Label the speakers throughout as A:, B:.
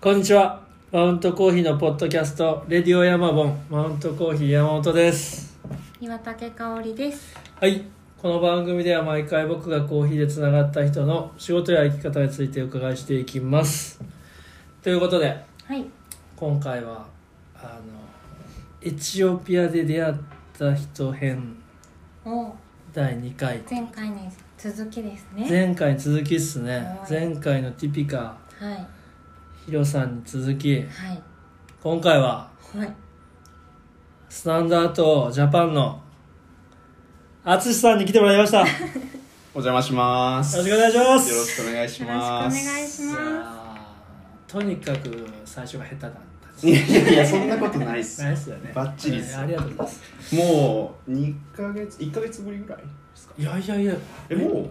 A: こんにちはマウントコーヒーのポッドキャスト「レディオヤマボン」マウントコーヒー山本です
B: 岩竹香織です
A: はいこの番組では毎回僕がコーヒーでつながった人の仕事や生き方についてお伺いしていきますということで
B: はい
A: 今回はあのエチオピアで出会った人編
B: お
A: 第2回
B: 前回に続きですね
A: 前回に続きっすね
B: はい
A: 前回のティピカ
B: はい
A: ヒロさんに続き
B: はい
A: 今回は
B: はい
A: スタンダードジャパンの淳さんに来てもらいました よ
C: お邪魔します。
A: ろしくお願いします
C: よろしくお願いし
B: よろしくお
C: ま
B: 願い
C: す。
B: し
A: いや
B: ま
A: ーとにかく最初が下手だったです
C: いやいやいや、そんなことない っす
A: ナ。イスだね
C: バッチリっす
A: ありがとうございます
C: もう二ヶ月、一ヶ月ぶりぐらいですか。
A: いやいやいや
C: え、も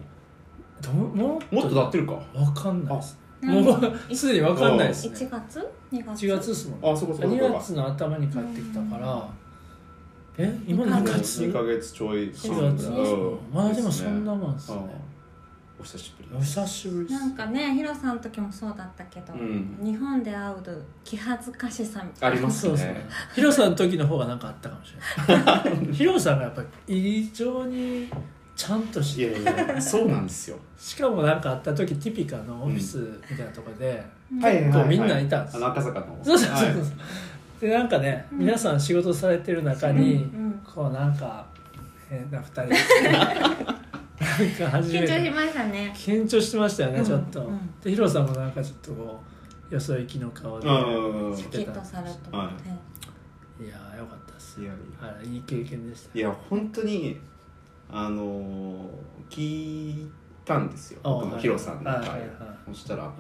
A: どうもっ
C: う、もっと経ってるか。
A: るわかんないです
B: す
A: も
B: なんか
A: うすでにわかんないです
B: 一
A: ね
B: 月二月
A: 1月ですもんね
C: あ、そうか、そうか、そう
A: 2
C: か。
A: 月の頭に帰ってきたからえ今
B: 二
A: 何
B: ヶ
A: 月
C: 二ヶ
A: ?4
C: 月ちょい。
A: 月
B: 四
A: です
B: ね
A: もんまあでもそんな
C: もん。
A: もんです
C: うん
A: ね
C: お久しぶり
A: お
C: です。
A: 久しぶりです
B: なんかねヒロさんの時もそうだったけど、
C: うん
B: 日本で会う気恥ずかしさみた
C: あ
B: いな
C: ります
A: そうです
C: ね
A: ね。ヒロさんの時の方が何かあったかもしれないヒロさんがやっぱり異常にちゃんとし
C: い
A: て
C: やいやいや、そうなんで すよ。
A: しかも何かあった時ティピカのオフィスみたいなとこで、
B: うん
A: いこうみんないたんです
C: あの赤坂の。
A: そうそうそうそう、
C: はい
A: でなんかね、
B: うん
A: 皆さん仕事されてる中に、
B: うん
A: こうなんか変な2人なんか初
B: 緊
A: め
B: 張してましたね
A: 緊張してましたよね、
B: うん
A: ちょっと、
B: うん
A: でヒロさんもなんかちょっとこうよそ行きの顔で、
C: うん。
B: シャキッとされて、
C: はい
A: いやーよかったです
C: いや
A: はいいい経験でした
C: いや本当にあのー聞いたんですよ
A: あ
C: 僕も
A: はい
C: ヒロさんの
A: はいは
C: 回
A: いはい
C: そしたら
A: う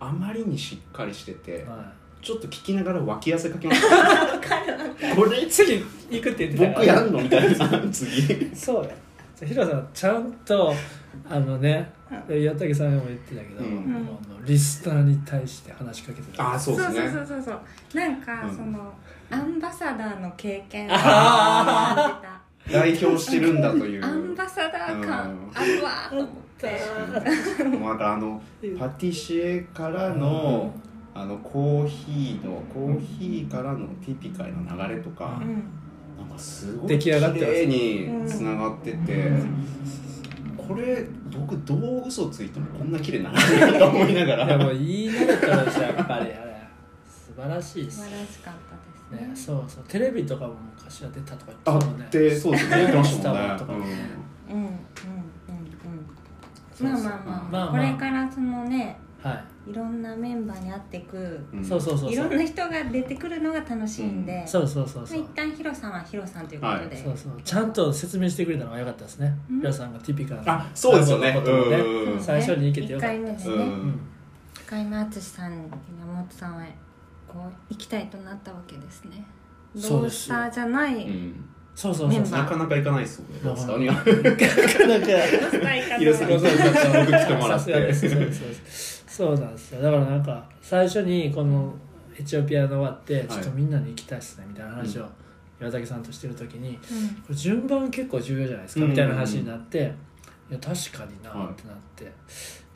C: あまりにしっかりしてて
A: んはい
C: ちょっと聞きながら脇汗かきました これ
A: 次行くって言ってた
C: 僕やんのみたいな次
A: そうやじゃあヒロさんちゃんとあのね岩竹さんも言ってたけど、
C: うん
A: もうあのリスナーに対して話しかけてた
C: ああ
B: そ
C: そうう
B: そ
C: で
B: う
C: す
B: そうそ
C: ね
B: うそうなんか、
C: うん
B: そのアンバサダーの経験を
A: あ
B: 感じた
C: 代表してるんだという
B: アンバサダー感あるわと思って
C: もうなんかあのパティシエからのあのコーヒーのコーヒーからのティピカへの流れとか
A: う
B: うん
C: なんかすご
A: 出
C: い
A: 来
C: 綺
A: 上がってます
C: 麗につながってて、これ僕どう嘘ついてもこんな綺麗にならないと思いなが
A: いやもう
C: ら
A: 言い慣れたらさやっぱりあれ素晴らしいで
B: 素
A: す
B: 晴
A: ね
B: らしかったですね
A: そうそうテレビとかも昔は出たとか言
C: あ
A: ってたもんね
C: ってそうですね言ってましたもん
A: 言っ
C: ね
A: てたもんね
B: うんうんうんうんまあまあまあ、
A: まあまあ
B: これからそのね
A: はい
B: ろんなメンバーに会っていく
C: うん
A: いそうそうそう
B: い
A: そ
B: ろ
A: うん
B: な人が出てくるのが楽しいんで、
A: そうそうそうそう
B: 一旦ヒロさんはヒロさんということで、
A: そうそうちゃんと説明してくれたのが良かったですね
B: うん
A: ヒロさんがティピカの
C: あそうですよね
A: 過去のことをね
C: うん
A: 最初に行けてよかった
B: 1回目です
C: う
B: ね、
C: ん
A: うん
B: 1回目淳さん山本さんはこう行きたいとなったわけですね
A: そ
B: ロ
A: う
B: ー
A: で
B: ス
A: す
B: タ
A: よ
B: ーじゃない、
C: うん
A: そうそうそう
B: メン
A: そう
B: バ
C: なかなか行かないですもんね
A: まあ
C: スタには
A: なんか
B: ロースター行かない
C: ヒロさん
A: そうそうそう
C: 僕来てもら
A: さ
C: っ
A: すがで
C: て
A: すそうですそうですそうなんですよだからなんか最初にこのエチオピアの終わってちょっとみんなに行きたいっすねみたいな話を岩竹さんとしてる時にこ
B: う
A: れ
B: ん
A: 順番結構重要じゃないですか
C: うん
A: みたいな話になっていや確かになってなって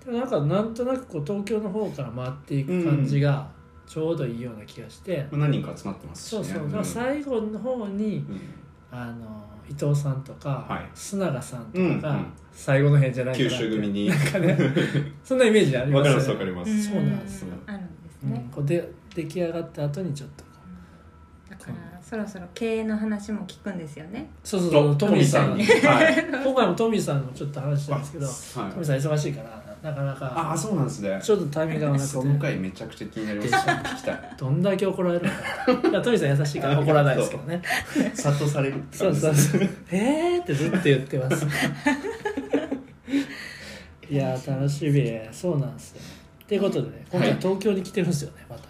A: でもなんかなんとなくこう東京の方から回っていく感じがちょうどいいような気がして
C: まあ何人か集まってますし
A: そう
C: ね
A: そうだ
C: ん
A: から最後の方に
C: うん
A: あの伊藤さんと
C: は
A: か
C: い
A: 須永さんと
C: うんう
A: かが
C: ん
A: 最後の辺じゃないかな
C: 九
A: って
C: 州組に
A: なんかね、そんなイメージあり
C: わ
A: ま
C: か
A: す
C: り
A: よ
C: ま
A: ね
C: すわかります
A: そうなんです
C: よ
B: あるんです
A: うん
B: ね、
A: こうで出来上がった後にちょっとこう
B: だからそろそろ経営の話も聞くんですよね
A: そうそうそう
C: と
A: トミーさん
C: ト ミーさんにはい
A: 今回もトミーさんのちょっと話したんですけどト
C: はい
A: ミーさん忙しいからなかな
C: あ
A: か
C: あそうなんですね
A: ちょっとタイミングが合わな
C: そ
A: く
C: の
A: て
C: 回めちゃくちゃ気になりました聞 きたい
A: どんだけ怒られるのかいやトミーさん優しいから怒らないですけどね
C: 殺到される
A: そうそうそう「えー」ってずっと言って ますいやー楽しみそうなんですよということでね今回東京に来てるんですよねまた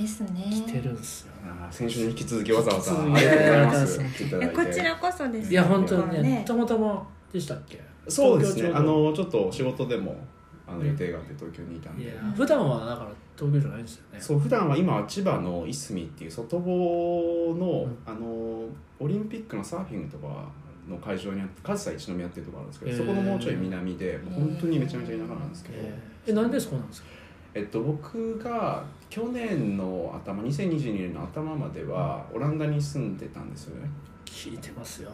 B: ですね
A: 来てるんですよ
C: あー先週に引き続きわざわざ
A: 引
C: あ
A: き続
C: りが
A: き
C: とうござい
A: ありが
C: ます
A: とうございます
C: 来ていた
B: い
C: だい
B: や
C: て
B: こちらこそです
A: いや本当にね
B: ね
A: たまたまでしたっけ
C: そうですね
A: 東京ちょ
C: あ
A: うど
C: のちょっと仕事でもあの予定があって東京にいたん
A: いや
C: で
A: 普段はだから東京じゃないんですよね
C: そう普段は今は千葉のいすみっていう外房の
A: うん
C: あのオリンピックのサーフィングとかの会場にあって上総一宮っていうところあるんですけどそこのもうちょい南でもう本当にめちゃめちゃ田舎なんですけど
A: えーえなんでそうなんですか
C: えっと、僕が去年の頭2022年の頭まではオランダに住んでたんですよね
A: 聞いてますよ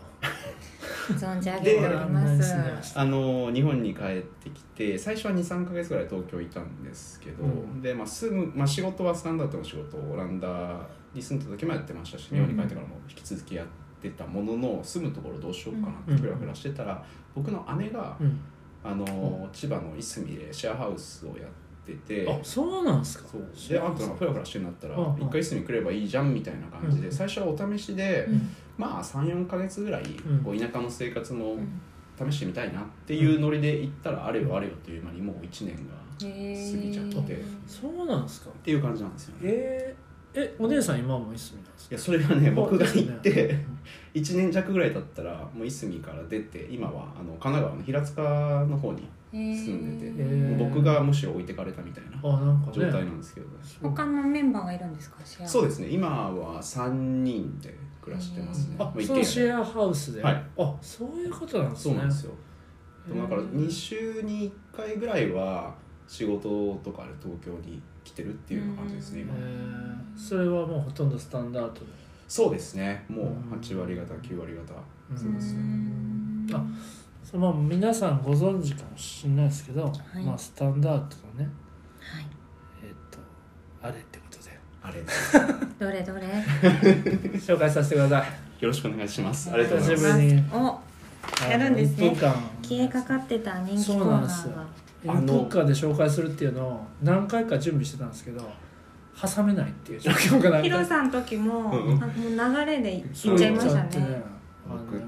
B: 存じ上げておりま
A: で
B: す
A: あんなに住んでまし
C: あの日本に帰ってきて最初は23か月ぐらい東京いたんですけど、
A: うん
C: で、まあ、住む、まあ、仕事はスタンダードの仕事をオランダに住んでた時もやってましたし日本に帰ってからも引き続きやってたものの住むところどうしようかなってふらふらしてたら、僕の姉が
A: うん
C: あの、千葉のいすみでシェアハウスをやってて
A: あそうなんすか
C: そう
A: 知
C: で
A: ら
C: あ
A: なんかった
C: たがふらふらしてんだったら
A: うんうん
C: 一回いすみ来ればいいじゃんみたいな感じで
A: うん
C: 最初はお試しで
B: うん
C: まあ34か月ぐらい
A: ん
C: こう田舎の生活も
B: うん
C: 試してみたいなっていうノリで行ったらあれよあれよという間にもう1年が
B: へー
C: 過ぎちゃってっ
A: そうなんすか
C: ていう感じなんですよね。
A: えー、えお姉さん今もいすみなんです
C: い
A: か
C: やそれがね僕が行っ
A: そう
C: て1年弱ぐらい経ったらもういすみから出て今はあの神奈川の平塚の方に
B: へー
C: 住んでて
A: へー
C: もう僕がむしろ置いてかれたみたいな
A: あなんかね
C: 状態なんですけど、
B: 他のメンバーがいるんですかシェア
C: そうですね今は3人で暮らしてますね。
A: あ、
C: まあ一
A: その
C: 軒家で
A: シェアハウスで、
C: はい
A: あそういうことなんです
C: そう
A: ね
C: なんですよ。
A: へ
C: で
A: ー
C: もだから2週に1回ぐらいは仕事とかで東京に来てるっていうような感じですね
B: うん
C: 今
A: え。ーそれはもうほとんどスタンダードで、
C: そうですねも
A: うん
C: う8割方9割方
A: うん
C: そうですね
A: あそうまあ皆さんご存知かもしれないですけど、
B: はい
A: まあ、スタンダードのね
B: はい
A: えっ、とあれってことで
C: あれ よ
B: どれどれ
A: 紹介させてください
C: ろしくお願いしますありがとうござい
A: 久
C: ま
A: し
C: す
A: ぶりに
B: おやるんですね
A: あの一分間
B: 消えかかってた人気コ
A: そう
B: ー
A: なん
B: ナ
A: です
B: ー
A: よ
B: が
C: あの
A: どっかで紹介するっていうのを何回か準備してたんですけど挟めないっていう状況がなん
B: ヒ
A: か
B: ロさんの時もあ
C: うん
B: もう流れでいっちゃいました
A: ちょっと
B: ね
A: あの
C: 僕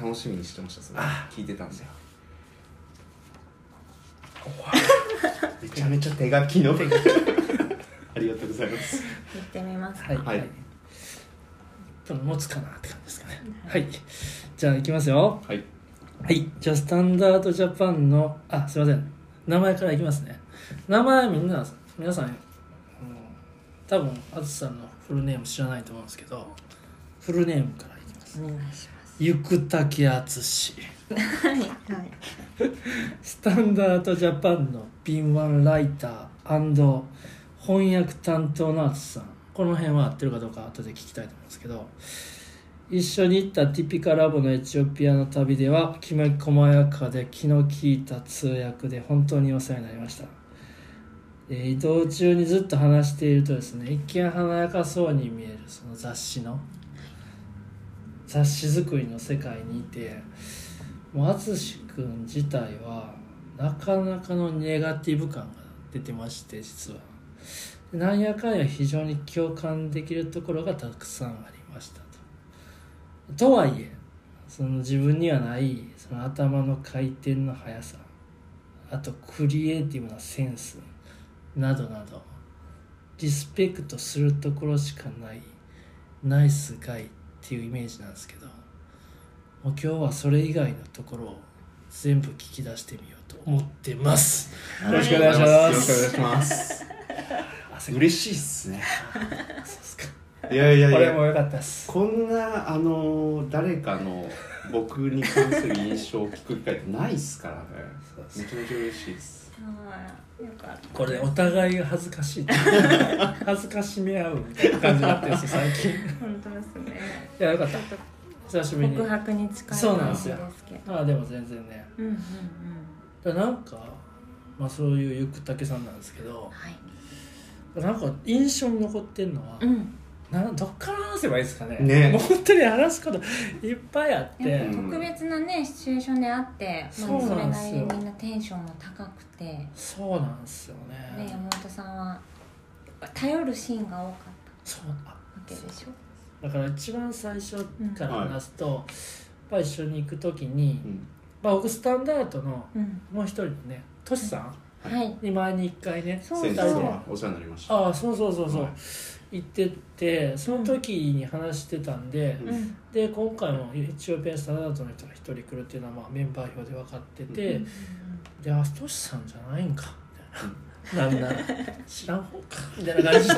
C: 楽しみにしてましたそれ聞いてたんですよ めちゃめちゃ手書 きのありがとうございます
B: 行ってみます
A: はい、
C: はい
A: 多分持つかなって感じですかねはいじゃあいきますよ
C: はい
A: はいじゃあスタンダードジャパンのあすいません名前からいきますね名前みんな皆さん、うん、多分あずさんのフルネーム知らないと思うんですけどフルネームからいきます
B: お願いします
A: ゆくたきあつし
B: はいはい
A: スタンダードジャパンの敏腕ライター翻訳担当のアツさんこの辺は合ってるかどうか後で聞きたいと思うんですけど一緒に行ったティピカラボのエチオピアの旅ではきめ細やかで気の利いた通訳で本当にお世話になりました、えー移動中にずっと話しているとですね一見華やかそうに見えるその雑誌の雑誌作りの世界にいてもう淳君自体はなかなかのネガティブ感が出てまして実はでなんやかんや非常に共感できるところがたくさんありましたととはいえその自分にはないその頭の回転の速さあとクリエイティブなセンスなどなどリスペクトするところしかないナイスガイっていうイメージなんですけどもう今日はそれ以外のところを全部聞き出してみようと思ってますよろしくお願いし
C: よ
A: ま
C: ろしくお
A: す
C: 願いします
A: 汗が
C: 嬉しいっすね
A: そうっすか
C: いやいやい
A: これ
C: や
A: も良かったです
C: こんなあの誰かの僕に関する印象を聞く機会ってないっすからねめちゃめちゃ嬉しいです
B: あーよかった
A: これお互いが恥ずかしい 恥ずかしめ合うみたいな感じになってるんですよ最近い
B: 本当ですね
A: やよかっ
B: ち
A: た
B: ょっと
A: 久しぶりに
B: 告白に近い
A: そう
C: なんです
A: よ
B: ですけど
A: ああでも全然ね
B: うんうんうん
A: だからなんかまあそういうゆくたけさんなんですけど
B: はい
A: なんか印象に残ってんのは、
B: うん
A: なんどっから話せばいいですかね
C: ね
A: もう本当に話すこといっぱいあって、
B: やっ
C: う
B: ぱ
C: ん
B: 特別なねシチュエーションであって、まあ、
A: そう
B: そ
A: な
B: れ
A: んです
B: な
A: よ
B: りにみんなテンションも高くて、ね、
A: そうなんですよね
B: 山本さんは頼るシーンが多かっ
A: そうあ
B: たわけでしょ
A: だから一番最初から
C: うん
A: 話すと、やっぱ一緒に行く時に、
C: うん
A: まあ、僕スタンダードの
B: うん
A: もう一人のねトシさん
B: はい
A: に前に一回ね
B: そう
C: 先日
B: そう
C: はお世話になりました。
A: ああそうそうそうそう、
C: はい
A: 行ってってその時に話してたんで、
C: うん
B: うん
A: で今回もエチオピアスタンダードの人が一人来るっていうのはまあメンバー表で分かってて、
B: うん
A: であトシさんじゃないんかみたいななんなら知らん方かみたいな感 じで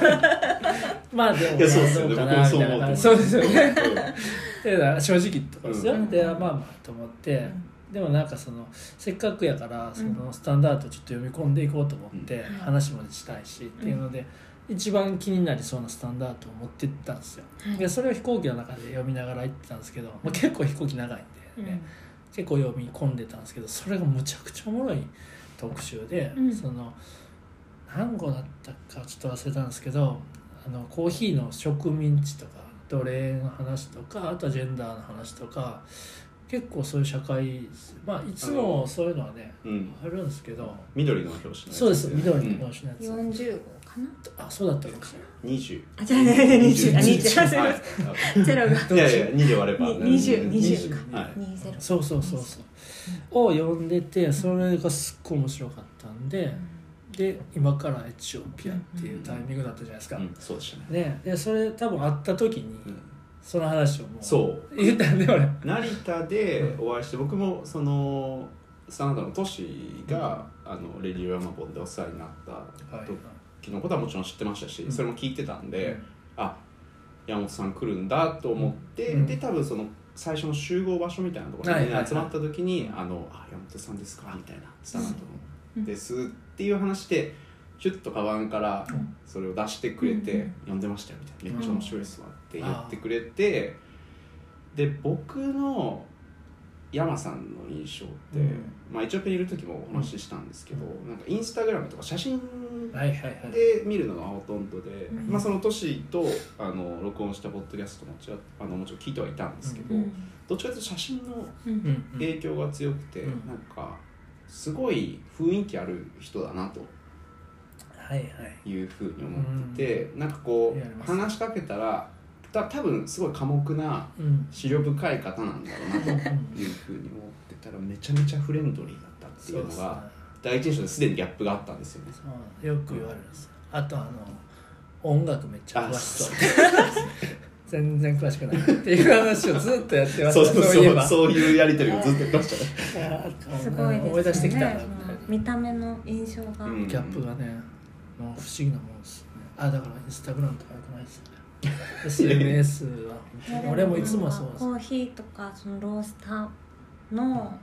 A: まあでも
C: いやそうですよ
A: ど
C: ね
A: うかなみ
C: 僕もそう
A: たい
C: 思
A: な
C: うと思
A: 感
C: う
A: じそうですよね
C: うん
A: で正直ってことですよ、
B: うん
A: でまあまあと思って、
B: うん
A: でもなんかそのせっかくやからそ
B: うん
A: のスタンダードちょっと読み込んでいこうと思って
B: うん
A: 話もしたいし、っていうので一番気になりそうなスタンダードを持ってったんですよ
B: はい
A: でそれを飛行機の中で読みながら行ってたんですけど、まあ、結構飛行機長いんで、
B: うん
A: ね結構読み込んでたんですけどそれがむちゃくちゃおもろい特集で、
B: うん
A: その何個だったかちょっと忘れたんですけどあのコーヒーの植民地とか奴隷の話とかあとはジェンダーの話とか結構そういう社会まあいつもそういうのはね
C: うん、
A: あるんですけど
C: 緑の表紙のやつね
A: そうです緑の
C: うん
A: 表紙のや
B: 40号かな
A: つ、あそうだったかもしれない
C: 20
B: あじゃあ20あ20
C: はい
B: ゼロが
C: いやいや2で割れば
B: に20
A: 20
C: かはい
B: 二ゼロ
A: そうそうそうそうを読んでてそれがすっごい面白かったんで、で今からエチオピアっていうタイミングだったじゃないですか、
C: うん、そうでしたね、
A: ねでそれ多分会った時に
C: うん
A: その話をもう
C: そう
A: 言ったんで俺
C: 成田でお会いして僕もそのサナダの都市が、あのレディー・ラマボンでお世話になった
A: はい
C: 時のことはもちろん知ってましたし、
A: うん
C: それも聞いてたんで、
A: うん
C: あ山本さん来るんだと思って、
A: うん
C: で多分その最初の集合場所みたいなところに、
A: はいはいはい
C: 集まった時に「あのあ山本さんですか?」みたいな「サナダのです」っていう話でキュッとカバンから
A: うん
C: それを出してくれて
B: うん
C: 「読んでましたよ」みたいな「めっちゃ面白いっすわ」って
A: うん
C: 言ってくれてで僕の山さんの印象っ
A: う
C: て、
A: ん
C: まあ、エチオピアにいる時もお話ししたんですけど、なんかインスタグラムとか写真
A: はいはいはい
C: で見るのがほとんどで、
B: うん
C: まあ、その都市とあの録音したポッドキャストもちろんあのもちろん聞いてはいたんですけど、
B: うん
C: どっちかというと写真の
B: うん
A: うんうん
C: 影響が強くて、
A: うん
C: なんかすごい雰囲気ある人だなと
A: はいはい
C: いうふうに思ってて、なんかこ
A: やりま
C: う
A: す
C: 話しかけたらた多分すごい寡黙な
A: うん
C: 資料深い方なんだろうなというふうに思ってたらめちゃめちゃフレンドリーだったってい
A: そう
C: う
A: で
C: の
A: すね
C: が第一印象ですでにギャップがあったんですよね。
A: そうよく言われるんですよあとあの音楽めっちゃ詳しそう 全然詳しくないっていう話をずっとやってま
C: そう
A: した
C: そう
A: いえ
C: そう
A: ば
C: そういうやり取りをずっとやってましたね
B: すごいですね
A: 思い出してきたなみたい
B: その
A: な
B: 見た目の印象が、
C: うん
A: ギャップがね、もう不思議なもんですよね。あ、だからインスタグラムとかよくないですよ ね。SNS は本当に俺もいつもそうです。
B: コーヒーとかそのロースターの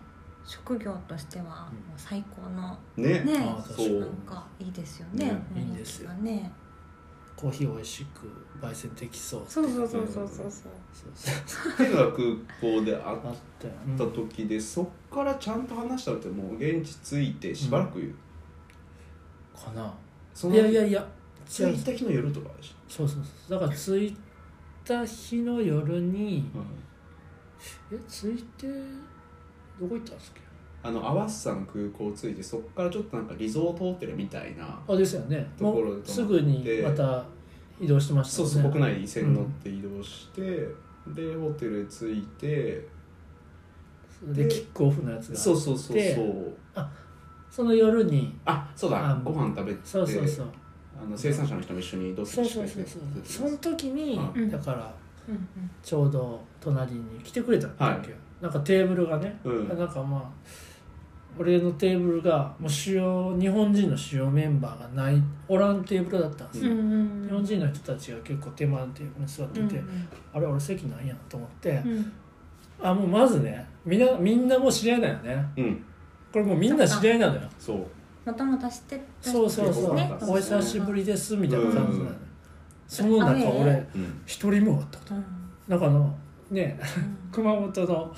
B: 職業としてはもう最高の
C: ね
B: ね
A: あーそう
B: なんかいいですよね
C: ね
B: 雰囲気
A: いいですよ
B: がね
A: コーヒーを美味しく焙煎できそう。
B: そうそうそうそうそうそう
A: そうそう
C: っていうのが空港で会
A: あ
C: っ
A: ったよ。
C: た時で、そっからちゃんと話したのってもう現地着いてしばらく、
A: かな。
C: その
A: いやいやいや、
C: 着
A: 違う
C: い。た日の夜とかでし
A: そうそうそう。だから着いた日の夜に
C: ょ、、
A: え、着いてどこ行ったんですっ
C: あの淡瀬山空港着いてそっからちょっとなんかリゾートホテルみたいな
A: け？あ、ですよね。
C: と
A: も
C: ころ
A: う
C: だと
A: す
C: 思
A: ぐ
C: っ
A: に
C: て
A: また移動してました
C: そう
A: よ
C: そう
A: ね。
C: 国内線乗って移動して、でホテル着いて
A: でキックオフのやつが。
C: そうそうそう
A: で
C: そう
A: その夜に。
C: あそうだ
A: あ
C: ご飯食べて
A: そうそうそう。
C: あの生産者の人も一緒に同
A: そう
C: 席して
A: そ
C: く
A: うそ
C: れて
A: うそうその時に、
B: うん
A: だから
B: うんうん
A: ちょうど隣に来てくれたんだっけ、なんかテーブルがね、
C: うん
A: なんかまあ俺のテーブルがもう主要日本人の主要メンバーがないおらんテーブルだったんです
B: う
A: よ、
B: んうんうん
A: 日本人の人たちが結構手間のテーブルに座ってて、あれ俺席ないやんと思って、
B: うんうん
A: あもうまずねみんなみんなもう知り合いだよね
C: うん
A: これもうみんな知り合いなのよ
C: そう
B: もともと知ってた
A: そうそう
C: そ
A: そうう、
C: ね
A: お久しぶりですみたいな感じなのよ、
C: うん
A: その中
B: あ
A: 俺
B: ね
C: うん
A: 一人もおった
B: うん
A: なんかあのね
B: うん
A: 熊本の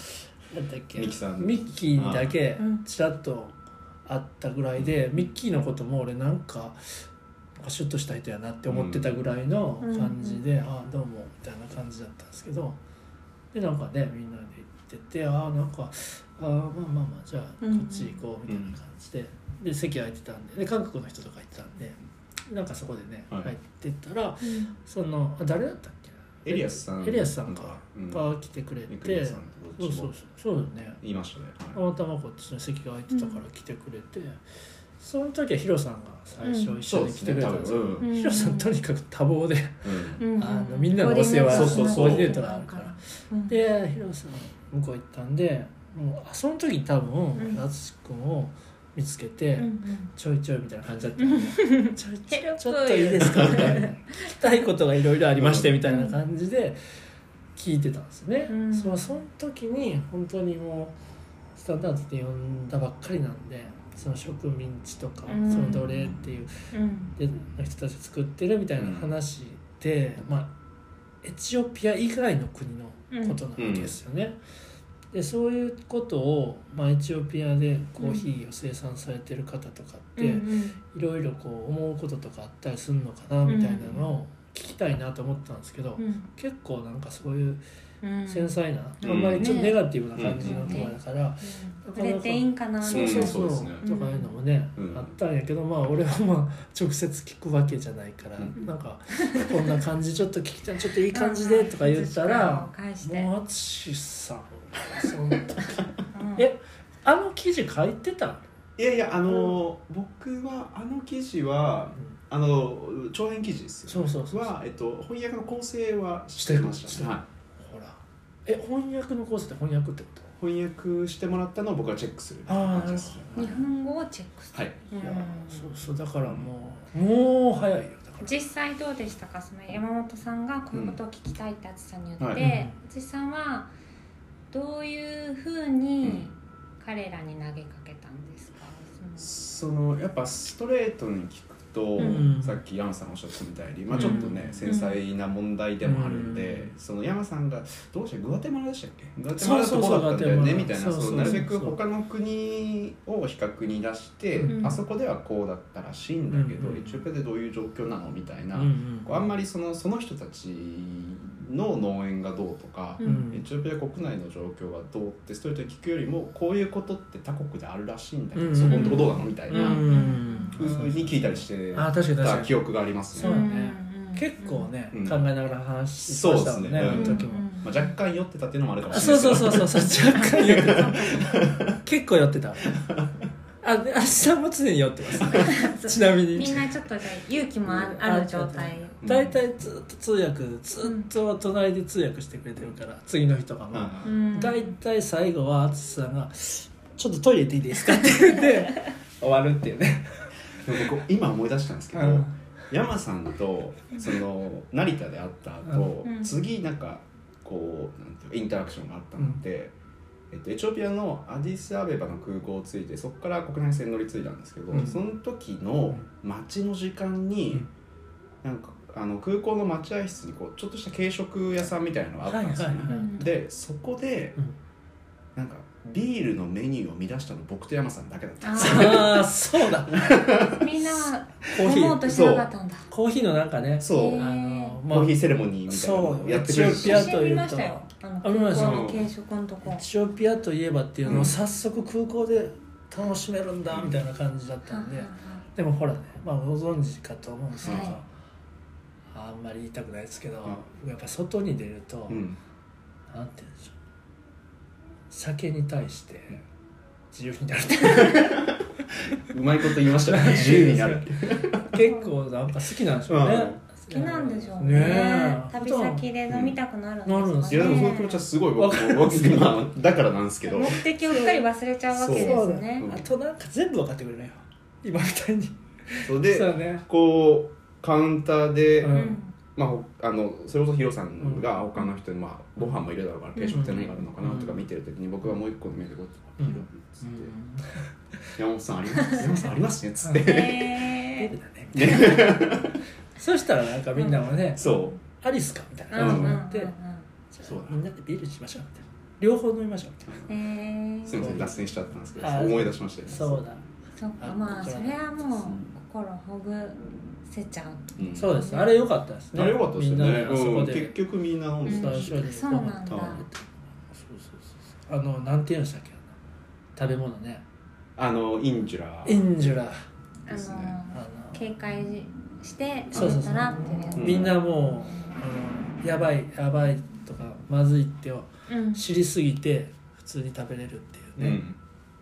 A: なんだっけ
C: ミキさん
A: ミッキーにだけ
B: あうん
A: ちらっと会ったぐらいで、ミッキーのことも俺なんかなんかシュッとした人やなって思ってたぐらいの感じで「ああどうも」みたいな感じだったんですけどでなんかねみんなで行ってて「ああなんかああまあまあまあじゃあこっち行こう」みたいな感じで、で席空いてたんでで韓国の人とか行ってたんでなんかそこでね
C: はい
A: 入ってったら
B: うん
A: そのあ誰だったっけ
C: エリアスさん
A: エリアスさんか
C: うん
A: が来てくれ
C: ミク
A: て
C: さん
A: そ
C: ど
A: う
C: っち
A: そ
C: も
A: うそうそうだよね
C: 言いましたね
A: たまたまこっちの席が空いてたから来てくれて、その時はヒロさんが最初一緒に来てくれたんですよ、
B: うん
A: ヒロさんとにかく多忙で、
C: うん
B: うんうん
A: あのみんなのお世話
B: コーディネート
C: そうそうそう
B: コーディネートがうん
A: でヒロさん向こう行ったんでもうあその時に多
B: うん
A: 分淳君を見つけて、
B: うんうん
A: ちょいちょいみたいな感じだったんでちょいち
B: ヘ
A: ょ
B: ル
A: い
B: プ
A: ちょっといいですかみたいな聞きたいことがいろいろありましてみたいな感じで聞いてたんですね、
B: うん
A: そうその時に本当にもうタンダードって呼んだばっかりなんでその植民地とか
B: うん
A: その奴隷っていう
B: うん
A: での人たち作ってるみたいな話で、まあ、エチオピア以外の国のことなわけですよね。でそういうことを、まあ、エチオピアでコーヒーを生産されてる方とかって、
B: うん
A: いろいろこう思うこととかあったりするのかなみたいなのを聞きたいなと思ったんですけど、
B: うん
A: 結構なんかそういう
B: うん
A: 繊細な、
C: うん
A: あんまりちょっと
B: ね
A: ネガティブな感じのところだから、
B: うん触れていいんかな
A: そううんそう
C: そ
A: そうう,、
C: ですね
A: とかいうのもね、
C: うん
A: あったんやけどまあ俺はまあ直接聞くわけじゃないから、
C: うん
A: なんかこんな感じちょっと聞きたいちょっといい感じでとか言ったら
B: うん返
A: 「
B: して
A: もう淳さんその
B: うん
A: えあの記事書いてたの?
C: いやいやあのー僕はあの記事はあの長編記事ですよ、
A: そうそうそう
C: は、えっと、翻訳の構成はしてまし
A: して
C: た、
A: る
C: ねは
A: ほらえ翻訳のコースって翻訳ってこと
C: い、翻訳してもらったのを僕はチェックする
A: あー
C: 感じですね
B: 日本語をチェックする
C: はい
B: うん
A: いやそうそうだからもうもう早いよだから
B: 実際どうでしたかその山本さんがこういうことを聞きたいって淳さんに言っ
C: は
A: いう
B: て淳さんはどういうふう
C: う
B: に
C: ん
B: 彼らに投げかけたんですかそ
C: そのやっぱストレートに聞くと、
A: うん
C: さっき山さんがおっしゃったみたいに、まあ、ちょっとね、
A: うん
C: 繊細な問題でもあるんで、
A: う
C: その山さんがどうしてグアテマラでしたっけグアテ
A: そう
C: マラって
A: そう
C: こう
A: そ
C: だ
A: う
C: ったんだよね
A: グア
C: み
A: テ
C: た
A: マ
C: い
A: ラ
C: なそ
A: そうそうそう
C: のなるべく他の国を比較に出して、
B: うん
C: あそこではこうだったらしいんだけど、
A: うん
C: エチオピアでどういう状況なのみたいな、
A: うんうん
C: こうあんまりそのその人たちの農園がどうとか、
B: う
A: う
C: エ
A: ん
C: チオピア国内の状況がどうってストレートに聞くよりもこういうことって他国であるらしいんだけど、
A: うん
C: そこのとこどうなのみたいな
A: うんうん
C: 風に聞いたりして
A: あー確かに確
C: た
A: かに
C: 記憶があります
A: そう
C: ね
A: だ、
B: の
A: ね
B: うん
A: 結構ね、
C: うん
A: 考えながら話してましたもんね、
C: そう
A: あ
C: で
A: の
C: すね
A: 時も、
C: まあ、若干酔ってたっていうのもあるかも
A: あ
C: し
A: そ
C: れ
A: う
C: ない
A: そう
C: です
A: そうそうそう若干酔って た結構酔ってたあで明日も常に酔ってます、ち なみに
B: みんなちょっとじゃあ勇気もあある状態
C: うん
A: 大体ずっと通訳ずっと隣で通訳してくれてるから次の日とかも、
B: う
C: う
B: んん
A: 大体最後は淳さんが「ちょっとトイレ行っていいですか?」って言って終わるっていう ね、
C: でも僕今思い出したんですけど、
A: うん
C: 山さんとその成田で会った後、
B: うん
C: 次なんかこうなんていうかインタラクションがあったので、えっと、エチオピアのアディスアベバの空港を着いてそこから国内線に乗り継いだんですけど、
A: うん
C: その時の待ちの時間に、なんかあの空港の待合室にこうちょっとした軽食屋さんみたいなのがあったんですよね。
A: はいはいはい
C: でそこで、
A: うん
C: なんかビールのメニューを見出したの僕と山さんだけだったんですよ。
B: あ
A: ああそうだ
B: ーみんなは
A: コーヒ
B: 思う
A: ー
B: としなかったんだ
A: コーヒーのなんかね
C: そう、
A: あの
C: コーヒーセレモニーみたいなのをやってくれるんです
A: そうエチオ
C: よ
A: ピアというと
B: 見ましたよあの
A: あ見ま
B: 空
A: した
B: 港の軽食のとこ
A: エチオピアといえばっていうの
C: う
A: を
C: ん
A: 早速空港で楽しめるんだみたいな感じだったんで、でもほらね、まあ、ご存知かと思うんですけど、
B: はい
A: あんまり言いたくないですけど、やっぱ外に出ると、
C: うん
A: なんて言うんでしょう酒に対して自由になるって
C: うまいこと言いました ね自由になる
A: 結構なんか好きなんでしょうね、
C: うん
B: 好きなんでしょう
A: ね
B: ね
A: え
B: 旅先で飲みたくなるん
A: なるん
B: で
A: ですす
C: い
A: よ
C: や
B: か
C: で
B: ね
C: もその気持ちはすごい
A: わ
C: 僕
A: かる
C: も僕まあだからなんですけど
B: 目的をうっかり忘れちゃうわけです
A: そう
B: ね
A: あとなんか全部分かってくれないよ今みたいに
C: それで
A: うね
C: こうカウンターで、
A: う
B: うんん
C: まあほ、あのそれこそヒロさんが他の人に、まあ、ご飯もいるだろうから
B: うん
C: 定食って何があるのかな
A: うん
C: とか見てる時に僕はもう一個のメニューでこう
A: うん
C: ヒロっつって、山本さんありま す山本さんありますね」っつって、
A: 出て
B: へー
A: たねみたいな そしたらなんかみんなもね、
C: そう
A: アリスかみたいな
B: う
A: 感
B: んう
A: じ
B: ん
A: に
B: うんう
A: なって、
B: ん
C: そう
A: みんなでビールしましょうみたいな両方飲みましょうみたい
B: へー
C: すみません脱線しちゃったんですけど
A: あー
C: 思い出しましたよ
A: なそうだ
B: そっかまあそれはもう心ほぐせちゃう
C: うん
A: そうですあれ良かったですね
C: あれ良かったですよ
A: みん
C: ね
A: な、であそこ
C: うん、
A: で、
C: 結局みんな飲んで
A: 最
C: た
A: 初
C: し、
A: に
B: そうなんだ
A: ご飯食べてそうそうそうそうあのなんて言うんでしたっけあの食べ物ね
C: あのインジュラ
A: インジュラ
B: あ
C: ですね
A: あ
B: の
A: の
B: 警戒して
A: そうそう
B: 食べ
A: そ
B: た
A: う
B: らっていうやつ
C: うん
A: みんなもうあのやばいやばいとかまずいって
B: うん
A: 知りすぎて普通に食べれるっていう
C: う
A: ね、
C: ん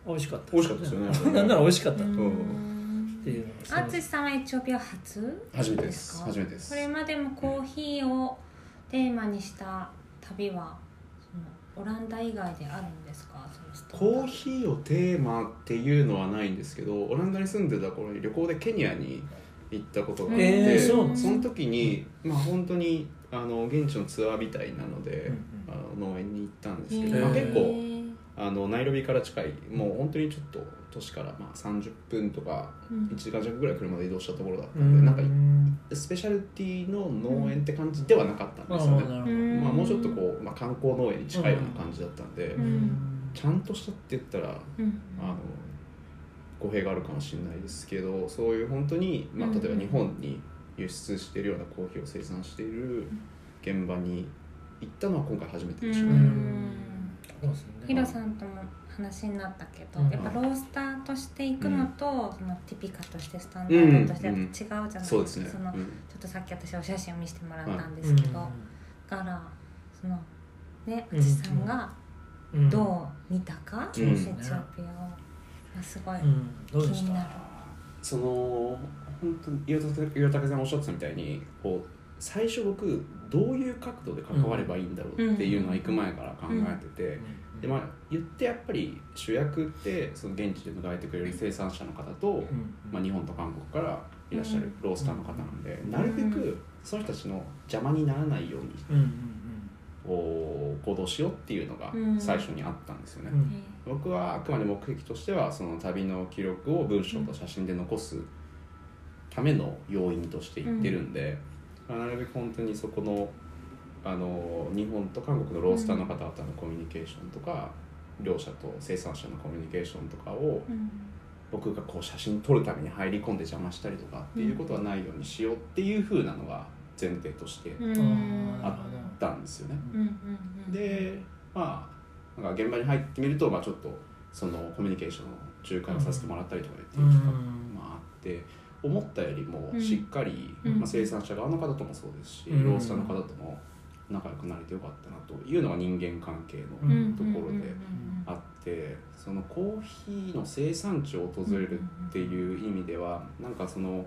A: 美味しかった
C: 美味しかったですよねあれね
A: なんなら美味しかったっ
B: うん
A: ていうの
B: アツシさんはエチオピア初
C: 初めてです
B: か
C: 初めてです
B: これまでもコーヒーをテーマにした旅はそのオランダ以外であるんですかそのスタンダード
C: コーヒーをテーマっていうのはないんですけどオランダに住んでた頃に旅行でケニアに行ったことがあって、
A: えーそうなん
B: です
C: そ
B: ね
C: の時に、まあ本当にあの現地のツアーみたいなので、
A: うん
C: あの農園に行ったんですけ
A: へ
C: ど、
A: ー
C: まあ、結構あのナイロビから近いもう本当にちょっと都市からまあ30分とか
B: うん
C: 1時間弱ぐらい車で移動したところだった
A: うん
C: で、
A: ん
C: なんかスペシャルティの農園って感じではなかったんですよ
A: なる
C: ね、
A: ほどなるほど
B: うん
C: まあ、もうちょっとこう、まあ、観光農園に近いような感じだったんで、
B: うん
C: ちゃんとしたって言ったら
B: うん
C: あの語弊があるかもしれないですけどそういう本当に、まあ、例えば日本に輸出しているようなコーヒーを生産している現場に行ったのは今回初めてでした
A: う
B: う
C: ね。
A: ん
B: ん
A: そうです
B: ヒ
A: ね
B: ロさんとも話になったけど、
A: うん
B: やっぱロースターとしていくのと、そのティピカとしてスタンダードとして違うじゃないですか、
C: そうですね
B: そのちょ
C: うん
B: っとさっき私お写真を見せてもらったんですけど、からそのね
A: うん
B: うちさんが
A: うん
B: どう見たか、
C: うん
B: エチオピアをあすごい、
A: うんどうで
B: 気
A: し
B: に
A: た
B: なる
C: その本当に岩田さん岩竹さんおっしゃってたみたいにこう最初僕どういう角度で関わればいいんだろうっていうのは行く前から考えてて、
A: うん
C: でまあ、言ってやっぱり主役ってその現地で迎えてくれる生産者の方と、
A: うん
C: まあ、日本と韓国からいらっしゃるロースターの方なんで、なるべくその人たちの邪魔にならないように
A: うん
C: こう行動しようっていうのが
B: うん
C: 最初にあったんですよね
A: うんう。んうん
B: え
C: 僕はあくまで目的としてはその旅の記録を文章と写真で残すための要因として言ってるんで、まあなるべく本当にそこのあの日本と韓国のロースターの方々のコミュニケーションとか、両者と生産者のコミュニケーションとかを
B: うん
C: 僕がこう写真撮るために入り込んで邪魔したりとかっていうことはないようにしようっていう風なのが前提として
B: うん
C: あ
A: なる
B: う
A: ほど
C: ったんですよね。
B: んうんうん
C: でまあなんか現場に入ってみると、まあ、ちょっとそのコミュニケーションの仲介をさせてもらったりとかっていう機会
A: うん
C: まああって思ったよりも
B: うん
C: しっかり、
B: うん
C: まあ、生産者側の方ともそうですし、
A: うん
C: ロースターの方とも仲良くなれてよかったなというのが人間関係
A: う
C: の
A: ん
C: ところで
B: うんうんうん
C: あってそのコーヒーの生産地を訪れるっていう意味ではなんかその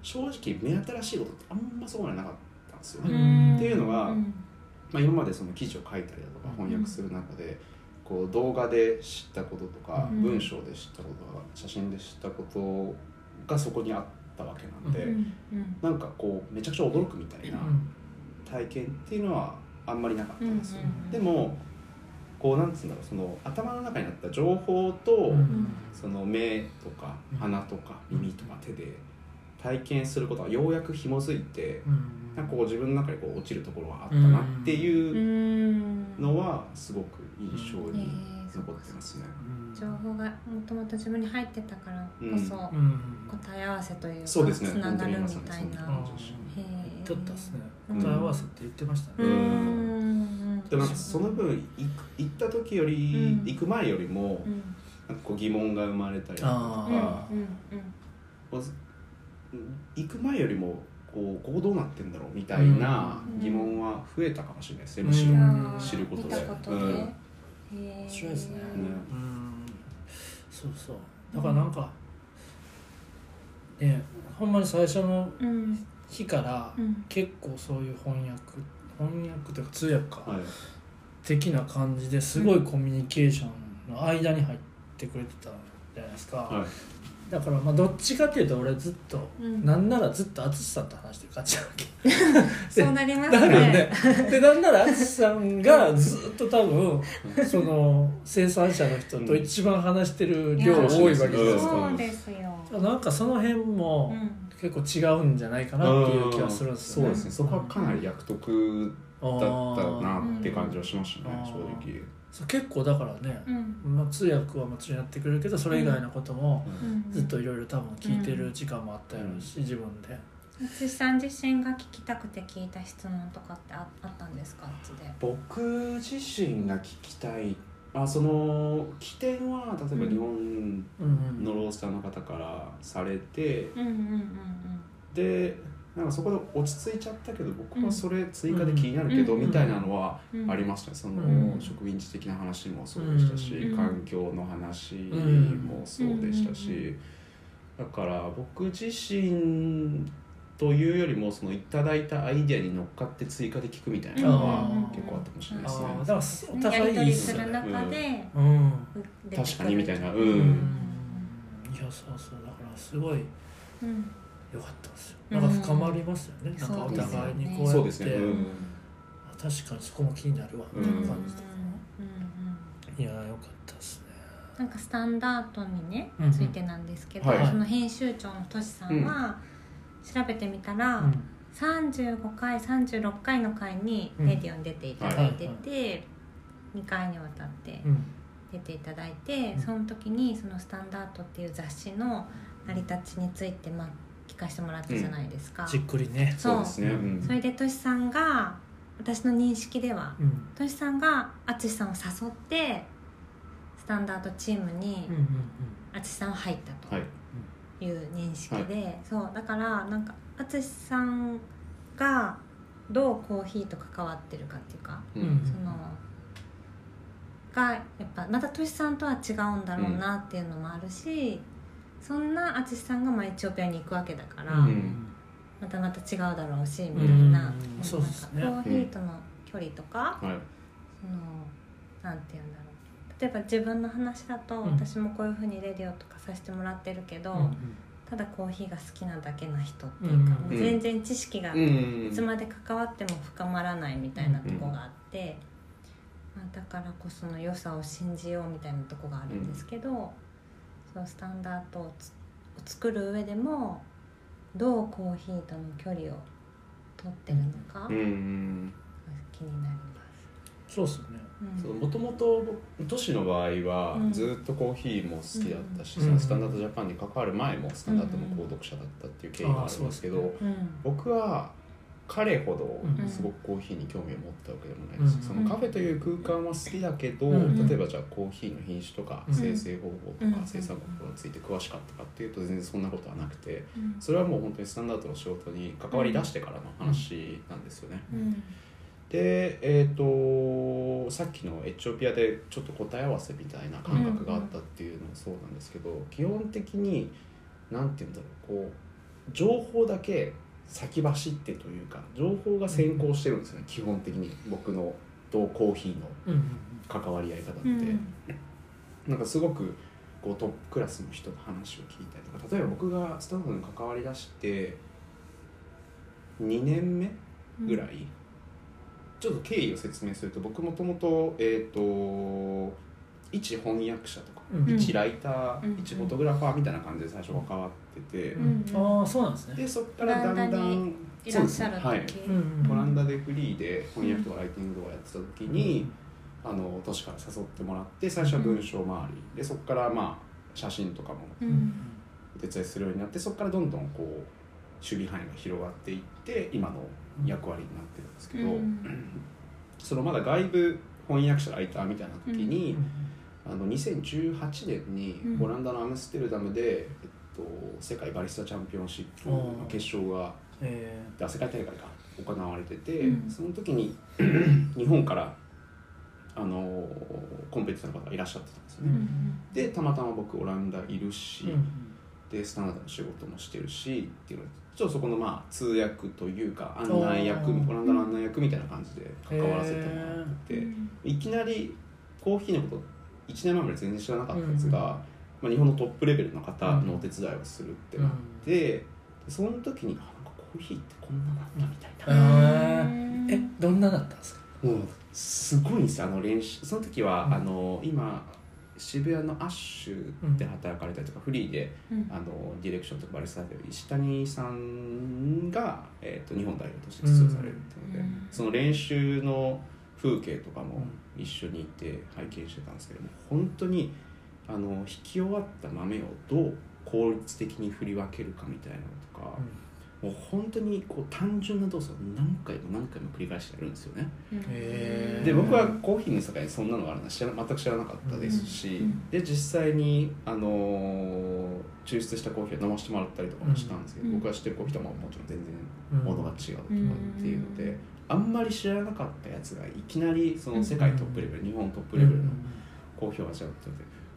C: 正直目新しいことってあんまそこまでなかったんですよね。
B: うん
C: っていうのは
B: ん
C: まあ、今までその記事を書いたりだとか
A: うん
C: 翻訳する中でこう動画で知ったこととか
B: うん
C: 文章で知ったこととか写真で知ったことがそこにあったわけなん
B: う
C: で
B: んうん
C: なんかこうめちゃくちゃ驚くみたいな
A: うん
C: 体験っていうのはあんまりなかったんですよ
B: うんうんうん
C: でもこうなんつうんだろうその頭の中にあった情報と
A: うん
C: その目とか
A: うん
C: 鼻とか耳とか手で体験することがようやく紐づいて
A: うん
C: なんかこう自分の中でこう落ちるところがあったなっていう
B: うん
C: のはすごく印象
B: え
C: に
B: ーそ
C: 残
B: う
C: っ
B: かそ
C: て
B: う
C: ま
B: か
C: すね。
A: うん
B: 情報がもともと自分に入ってたからこそ、
C: うん
A: うん
B: 答え合わせというか
C: そうですね。
B: つな
C: 本
B: が
C: 当に
B: るみ
C: まさに
B: た
C: そ
B: い
C: んな
B: な
C: 感じでし
B: へ
A: 言
B: え
A: っとったっすね
B: うん
A: 答え合わせって言ってました
B: う
A: ね
B: ん
C: た。でもなんかその分行く行った時より、
B: うん
C: 行く前よりも
B: うん
C: なんかこう疑問が生まれたりと
B: うんうん
C: か、
B: うん
C: こう行く前よりもこうここどうなってんだろうみたいな
B: うん
C: 疑問は増えたかもしれないですね。
A: うん
C: むし
B: い
C: ろ
B: や
A: うん
B: ー
C: 知ることで
B: 見たことで、
C: うん
B: へえ
A: 面白いですね
C: う
A: うんそうそうだからなんかねほんまに最初の
B: うん
A: 日から
B: うん
A: 結構そういう翻訳翻訳というか通訳か、
C: はい。
A: 的な感じですごいコミュニケーションの間に入ってくれてたじゃないですか、
C: はい。
A: だからまあどっちかっていうと俺ずっと、
B: うん
A: なんならずっと淳さんと話してる感じなわけ
B: そうなります
A: だ
B: ね
A: から ね、でなんなら淳さんがずっと多分
C: う
A: その生産者の人と一番話してる量多いわけじゃないですか、
B: そうですよ、
A: なんかその辺も
B: うん
A: 結構違うんじゃないかなっていう気がするんですよ
C: そう
A: ね、
C: ですね。そこはかなり役得
A: あ
C: だっ
A: ー
C: たなって感じはしましたね
A: あ。ー
C: 正直。
A: そう結構だからね、
B: うん
A: まあ、通訳はもちろんやってくれるけどそれ以外のことも
B: うん、
A: ずっといろいろ多分聞いてる時間もあったやろうし、自分で
B: 辻さん自身が聞きたくて聞いた質問とかってああったんですかあっちで
C: 僕自身が聞きたいあその起点は例えば日本
A: うんうん
C: のロースターの方からされて、
B: うんうん
C: でなんかそこで落ち着いちゃったけど僕
B: う
C: は
B: ん
C: それ追加で気になるけど、
B: うん
C: みたいなのは
B: うんうん
C: ありましたね、
A: う
C: そ
A: ん
C: の植民地的な話もそうでしたし、
B: うん
C: 環境の話もそうでしたし、だから僕自身というよりもそのいただいたアイデアに乗っかって追加で聞くみたいなのは
A: あー
C: 結構あったかもしれない
A: あ
C: ですね。
A: ーだからお
B: や
A: 互い
B: り取
A: いい
B: り
A: っ
B: す
A: すよ
B: る
A: ね、
B: 中で、
A: うん
B: 出てくる
C: 確かにみたいなうん
A: いやそうそうだからすごい
B: うん
A: 良かったですよなんか深まりますよね、なんかお互いにこうやって
C: そうですねうん
A: あ確かにそこも気になるわって
B: う
A: い
B: ん
A: う感じとか、
B: うん
A: いやーよかったですね
B: なんかスタンダードにね、
A: うんうん
B: ついてなんですけど、
C: はい
B: その編集長のとしさんは、調べてみたら、
A: うん
B: 35回36回の回に
A: うん
B: レディオに出ていただいてて、2回にわたって
A: うん
B: 出ていただいて、
A: うん
B: その時にその「スタンダード」っていう雑誌の成り立ちについて、まあ、聞かせてもらったじゃないですか、
A: じっくりね
C: そうですね、うん
B: それでとしさんが私の認識では
A: うん
B: としさんが淳さんを誘ってスタンダードチームに
A: うんうん
B: 淳さんは入ったと。
C: はい
B: いう認識で、そうだからなんか淳さんがどうコーヒーと関わってるかっていうか、
A: う
C: うんん
B: そのがやっぱまたトシさんとは違うんだろうなっていうのもあるし、そんな淳さんがまあエチオピアに行くわけだから、
A: うん
C: ん
B: またまた違うだろうしみたいな,、
A: うん
B: なんか
A: そうですね
B: コーヒーとの距離とか、
C: はい
B: そのなんていうんだろう例えば自分の話だと、
A: うん
B: 私もこういうふうにレディオとかさせてもらってるけど、
A: うんうん
B: ただコーヒーが好きなだけな人っていうか、
A: うん
B: もう全然知識が
C: う
B: い
C: ん
B: つまで関わっても深まらないみたいなとこがあって、まあ、だからこその良さを信じようみたいなとこがあるんですけど、そのスタンダードをつを作る上でもどうコーヒーとの距離を取ってるのか
C: うんうん
B: 気になります。
A: そうですね
B: うん
C: もともと都市の場合は
B: うん
C: ずっとコーヒーも好きだったし、
A: うん
C: そのスタンダードジャパンに関わる前もスタンダードの購読者だったっていう経緯があるんですけど、
A: うんあー
B: うん
C: 僕は彼ほ
A: う
C: ど
A: ん
C: すごくコーヒーに興味を持ったわけでもないです、
A: うん
C: そのカフェという空間は好きだけど、
A: うん
C: 例えばじゃあコーヒーの品種とか
A: うん
C: 生成方法とか
B: うん
C: 生産方法について詳しかったかっていうと全然そんなことはなくて
B: うん
C: それはもう本当にスタンダードの仕事に関わり出してからの話なんですよね。
B: うん
C: でえっ、とさっきのエチオピアでちょっと答え合わせみたいな感覚があったっていうのもそうなんですけど、基本的に何て言うんだろうこう情報だけ先走ってというか情報が先行してるんですよね、基本的に僕のとコーヒーの
A: うんうん
C: 関わり合い方って、
B: うん
C: なんかすごくこうトップクラスの人の話を聞いたりとか例えば僕がスタッフに関わりだして2年目ぐらい、ちょっと経緯を説明すると僕もともとえっ、と一翻訳者とか、
A: うん
C: 一ライター、
B: うん
C: 一フォトグラファーみたいな感じで最初関わってて、
A: う
B: うん
A: んああそうなんですね
C: でそこからだん
B: オラ
C: だん
B: ンいらっしゃる時、
C: そうですね
A: うんうん
C: はい、オランダでフリーで翻訳とかライティングとかやってた時に、あの都市から誘ってもらって最初は文章周り、でそこからまあ写真とかも
B: う
A: うんん
C: お手伝いするようになってそこからどんどんこう守備範囲が広がっていって今の役割になってるんですけど、
B: うん
C: そのまだ外部翻訳者ライターみたいな
A: う
C: 時に、
A: ん
C: あの2018年に
B: うん
C: オランダのアムステルダムで、えっと、世界バリスタチャンピオンシップの決勝が
A: え
C: あ世界大会か行われてて、
B: うん
C: その時に 日本からあのコンペティターの方がいらっしゃってたんですよ
B: う
C: ね。
B: ん
C: でたまたま僕オランダいるし、
A: ーうん
C: でスタンダードの仕事もしてるしっていうのでちょっとそこのまあ通訳というか案内役
A: おー
C: オランダの案内役みたいな感じで関わらせてもらってて。いきなりコーヒーのこと1年前まで全然知らなかったんですが、まあ、日本のトップレベルの方のお手伝いをするってなって、でその時にあなんかコーヒーってこんなだったみたいな、
A: えどんなだったんですか
C: もうすごいんですよあの練習その時は、
A: うん
C: あの今渋谷のアッシュで働かれたりとか、フリーで
B: うん
C: あのディレクションとかバリスタで石谷さんが、えー、と日本代表として出場されるっていうので、
B: うん
C: その練習の風景とかも一緒にいて拝見してたんですけども本当にあの引き終わった豆をどう効率的に振り分けるかみたいなのとか、もう本当にこう単純な動作を何回も何回も繰り返してやるんですよね。
A: へー
C: で僕はコーヒーの世界にそんなのがあるのは知ら全く知らなかったですし、
B: うん
C: で実際に、あのー抽出したコーヒーを飲ませてもらったりとかもしたんですけど、
B: うん
C: 僕が知ってるコーヒーとはもうもちろん全然
A: うん
C: ものが違うとかっていうので、
B: うん
C: あんまり知らなかったやつがいきなりその世界トップレベル、日本トップレベルのコーヒーを味わってて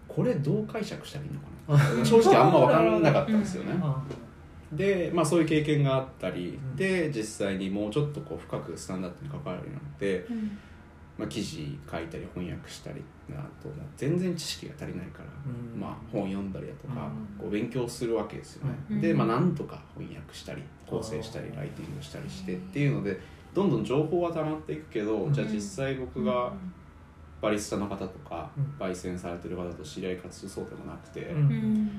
C: これどう解釈したらいいのか
A: う
C: なん正直あんま分からなかったんですよね。
B: う
A: あ
C: で、まあ、そういう経験があったり、
A: うん
C: で実際にもうちょっとこう深くスタンダードに関わるようになって。
B: うん
C: まあ、記事書いたり翻訳したりなともう全然知識が足りないから、
A: うん
C: まあ、本読んだりだとか、
A: うん
C: こう勉強するわけですよね、
B: うん
C: で、まあ、なんとか翻訳したり構成したり
A: あー
C: ライティングしたりしてっていうのでどんどん情報は溜まっていくけど、
A: うん
C: じゃあ実際僕がバリスタの方とか、
A: うん
C: 焙煎されてる方と知り合いかつそうでもなくて、
A: うん
B: うん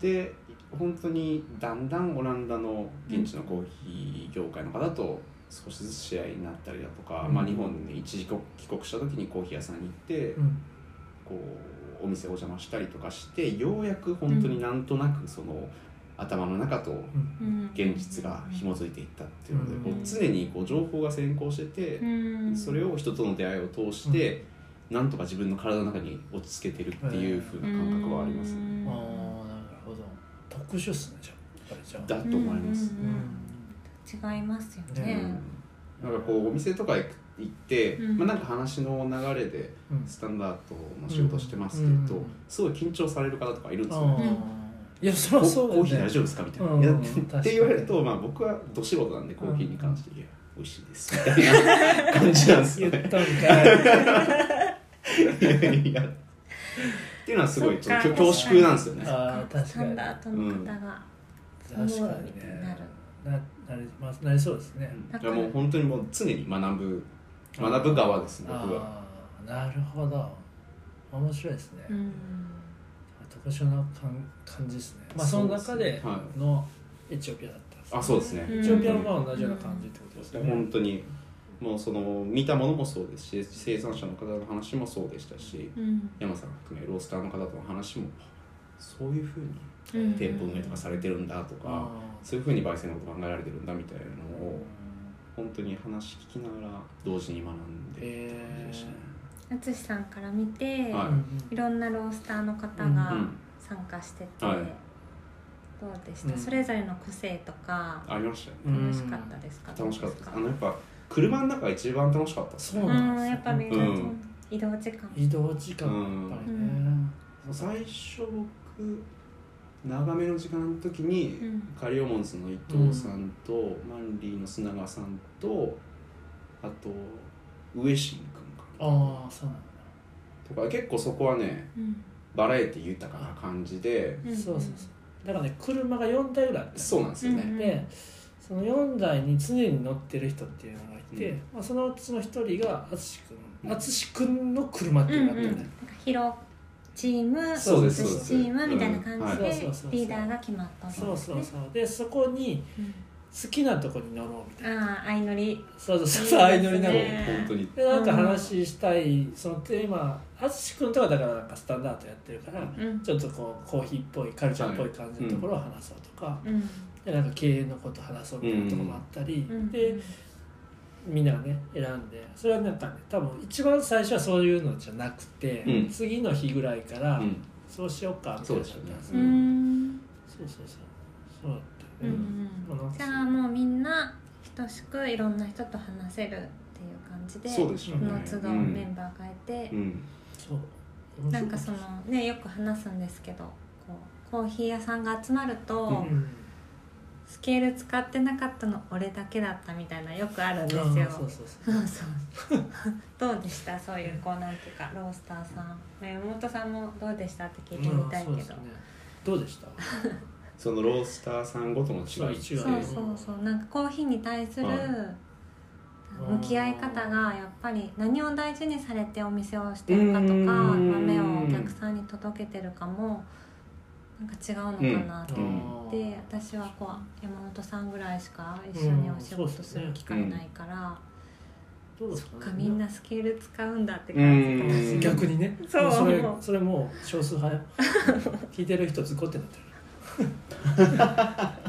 C: で本当にだんだんオランダの現地のコーヒー業界の方と少しずつ試合になったりだとか、
A: うん
C: まあ、日本に一時帰国した時にコーヒー屋さんに行って、
A: うん
C: こうお店お邪魔したりとかしてようやく本当になんとなくその、頭の中と
B: うん
C: 現実が紐づいていったっていうので、
A: うん
C: こう常にこう情報が先行してて
B: う、ん
C: それを人との出会いを通して、なんとか自分の体の中に落ち着けてるっていう風な感覚はありますね、
B: うん
A: ああなるほど特殊っすねじゃあやっぱりじゃあ
C: だと思います、
B: うん違いますよ
A: う
B: ね
A: ん
C: なんかこうお店とか行く行って、
B: うん
C: まあ、なんか話の流れで
A: うんうん
C: スタンダードの仕事してますって言うと、
A: うん
C: すごい緊張される方とかいるんですよ
A: あ
C: ね、
A: ーいやそりゃそうだ
C: コ
A: よ
C: ーヒー
A: ね
C: 大丈夫ですかみたいな、
A: うん
C: いや
A: 確かに
C: って言われると、まあ、僕はど素人なんでコーヒーに関して、いや美味しいですみたいな感じなんです
A: 言
C: よ
A: っ
C: ね
A: たんかい
C: いやいやっていうのはすごい
B: そっか
C: ちょっと恐縮なんですよね
A: あー確
B: サ
A: かに
B: ンダードの方が
A: 確かにねななりますなりそうですね、
B: だ
C: い
B: か
C: や
B: ら
C: もう本当にもう常に学ぶ学ぶ側です僕は
A: ああなるほど面白いですね、
B: うん
A: 特殊な感感じですねまあそ
C: そう
A: の
C: です
A: 中で
C: は
A: のエチオピアだったんですね、
C: あそうですね
B: うん
A: エチオピアもまあ同じような感じってことですよね、
C: 本当にもうその見たものもそうですし生産者の方の話もそうでしたし
B: うん
C: 山さん含めロースターの方との話もそういうふうに
B: うん
C: 店舗運営とかされてるんだとか、
A: あ
C: そういうふうに焙煎のこと考えられてるんだみたいな
A: ー
C: のを本当に話聞きながら同時に学んでって感じでしたね。
B: 淳さんから見て、
A: う
C: は
A: ん
B: い、ろんなロースターの方
A: え
B: が
A: ー
C: うん、
B: 参加してて、
C: はい
B: どうでした、
A: うん
B: それぞれの個性とか
C: ありましたよね。
B: 楽しかったですか、
C: 楽しかったです。あ
B: どう
C: のや
B: で
C: っぱ車の中が一番楽しかったです
A: そう
C: ね。
B: すか
A: なんで
B: うん
A: す
B: や
A: よ
B: っぱみんな、
C: うん
B: 移動時間
A: 移動時間がやっぱりね、
C: 最初僕長めの時間の時に、
B: うん
C: カリオモンズの伊藤さんと、マンリーの砂川さんとあと上新君かな
A: ああそうなんだ
C: とか結構そこはね
B: うん
C: バラエティ豊かな感じで、
B: ん
A: そうそうだからね車が4台ぐらいあったんです
C: そうなんですよね。
A: でその4台に常に乗ってる人っていうのがいて、
C: うん
A: まあ、そのうちの1人が淳
C: う
A: 君
C: ん
A: 淳君の車って
B: う
A: いうんのがあった
B: うんん、
A: だ
B: なん
A: よ
B: か広チーム
A: そうです
B: 寿司チームみたいな感じで
A: そうそうそうそう
B: リーダーが決まったんですね
A: そうそうそうでそこに
B: うん
A: 好きなとこに乗ろうみたいな
B: ああ相乗り
A: そうそうそう
B: いいで
A: 相乗
B: すね
A: りなの
C: そう
A: で
C: 本当に
A: でなんか話したいそのテーマ淳君とかだからなんかスタンダードやってるから
B: うん
A: ちょっとこうコーヒーっぽいカルチャーっぽい感じのところを話そうとか、
B: うん
A: でなんか経営のこと話そうみたいなところもあったり、
B: うん
A: でみんながね選んでそれはなんかね多分一番最初はそういうのじゃなくて、
C: うん
A: 次の日ぐらいから
C: うん
A: そうしようかみたいな感じなんです
B: う
A: よ
B: ん
A: そうそうそうそうだった
B: う
A: よね、
B: ん
A: この
B: じゃあもうみんな等しくいろんな人と話せるっていう感じで
C: そうでしょうね。
B: その都度メンバー変えて
C: う、ん
A: そう
B: なんかそのねよく話すんですけどこうコーヒー屋さんが集まると、
A: うん
B: スケール使ってなかったの俺だけだったみたいなよくあるんですよ。
A: あーそうそうそう
B: そうそうどうでしたそういうこうなんていうかロースターさんね山本さんもどうでしたって聞いてみたいけ
A: うんそうです
B: ど、そ
A: ね
B: う
A: どうで した
C: そのロースターさんごとの違い
A: そう
B: そう
A: ね
B: そうなんかコーヒーに対する
C: はい
B: 向き合い方がやっぱり何を大事にされてお店をしてるかとか
C: うん
B: 豆をお客さんに届けてるかもなんか違うのかなって、
C: うん
B: で私はこう山本さんぐらいしか一緒にお仕
A: うんそ
B: 事
A: うです
B: す
A: ね
B: る機会ないから、
A: どうです
B: そっ
A: か
B: か
A: ね
B: みんなスケール使うんだって感じ
C: うん
B: かも
A: 逆にね
B: そう
A: もそれそれもう少数派よ聞いてる人ズコってな ってる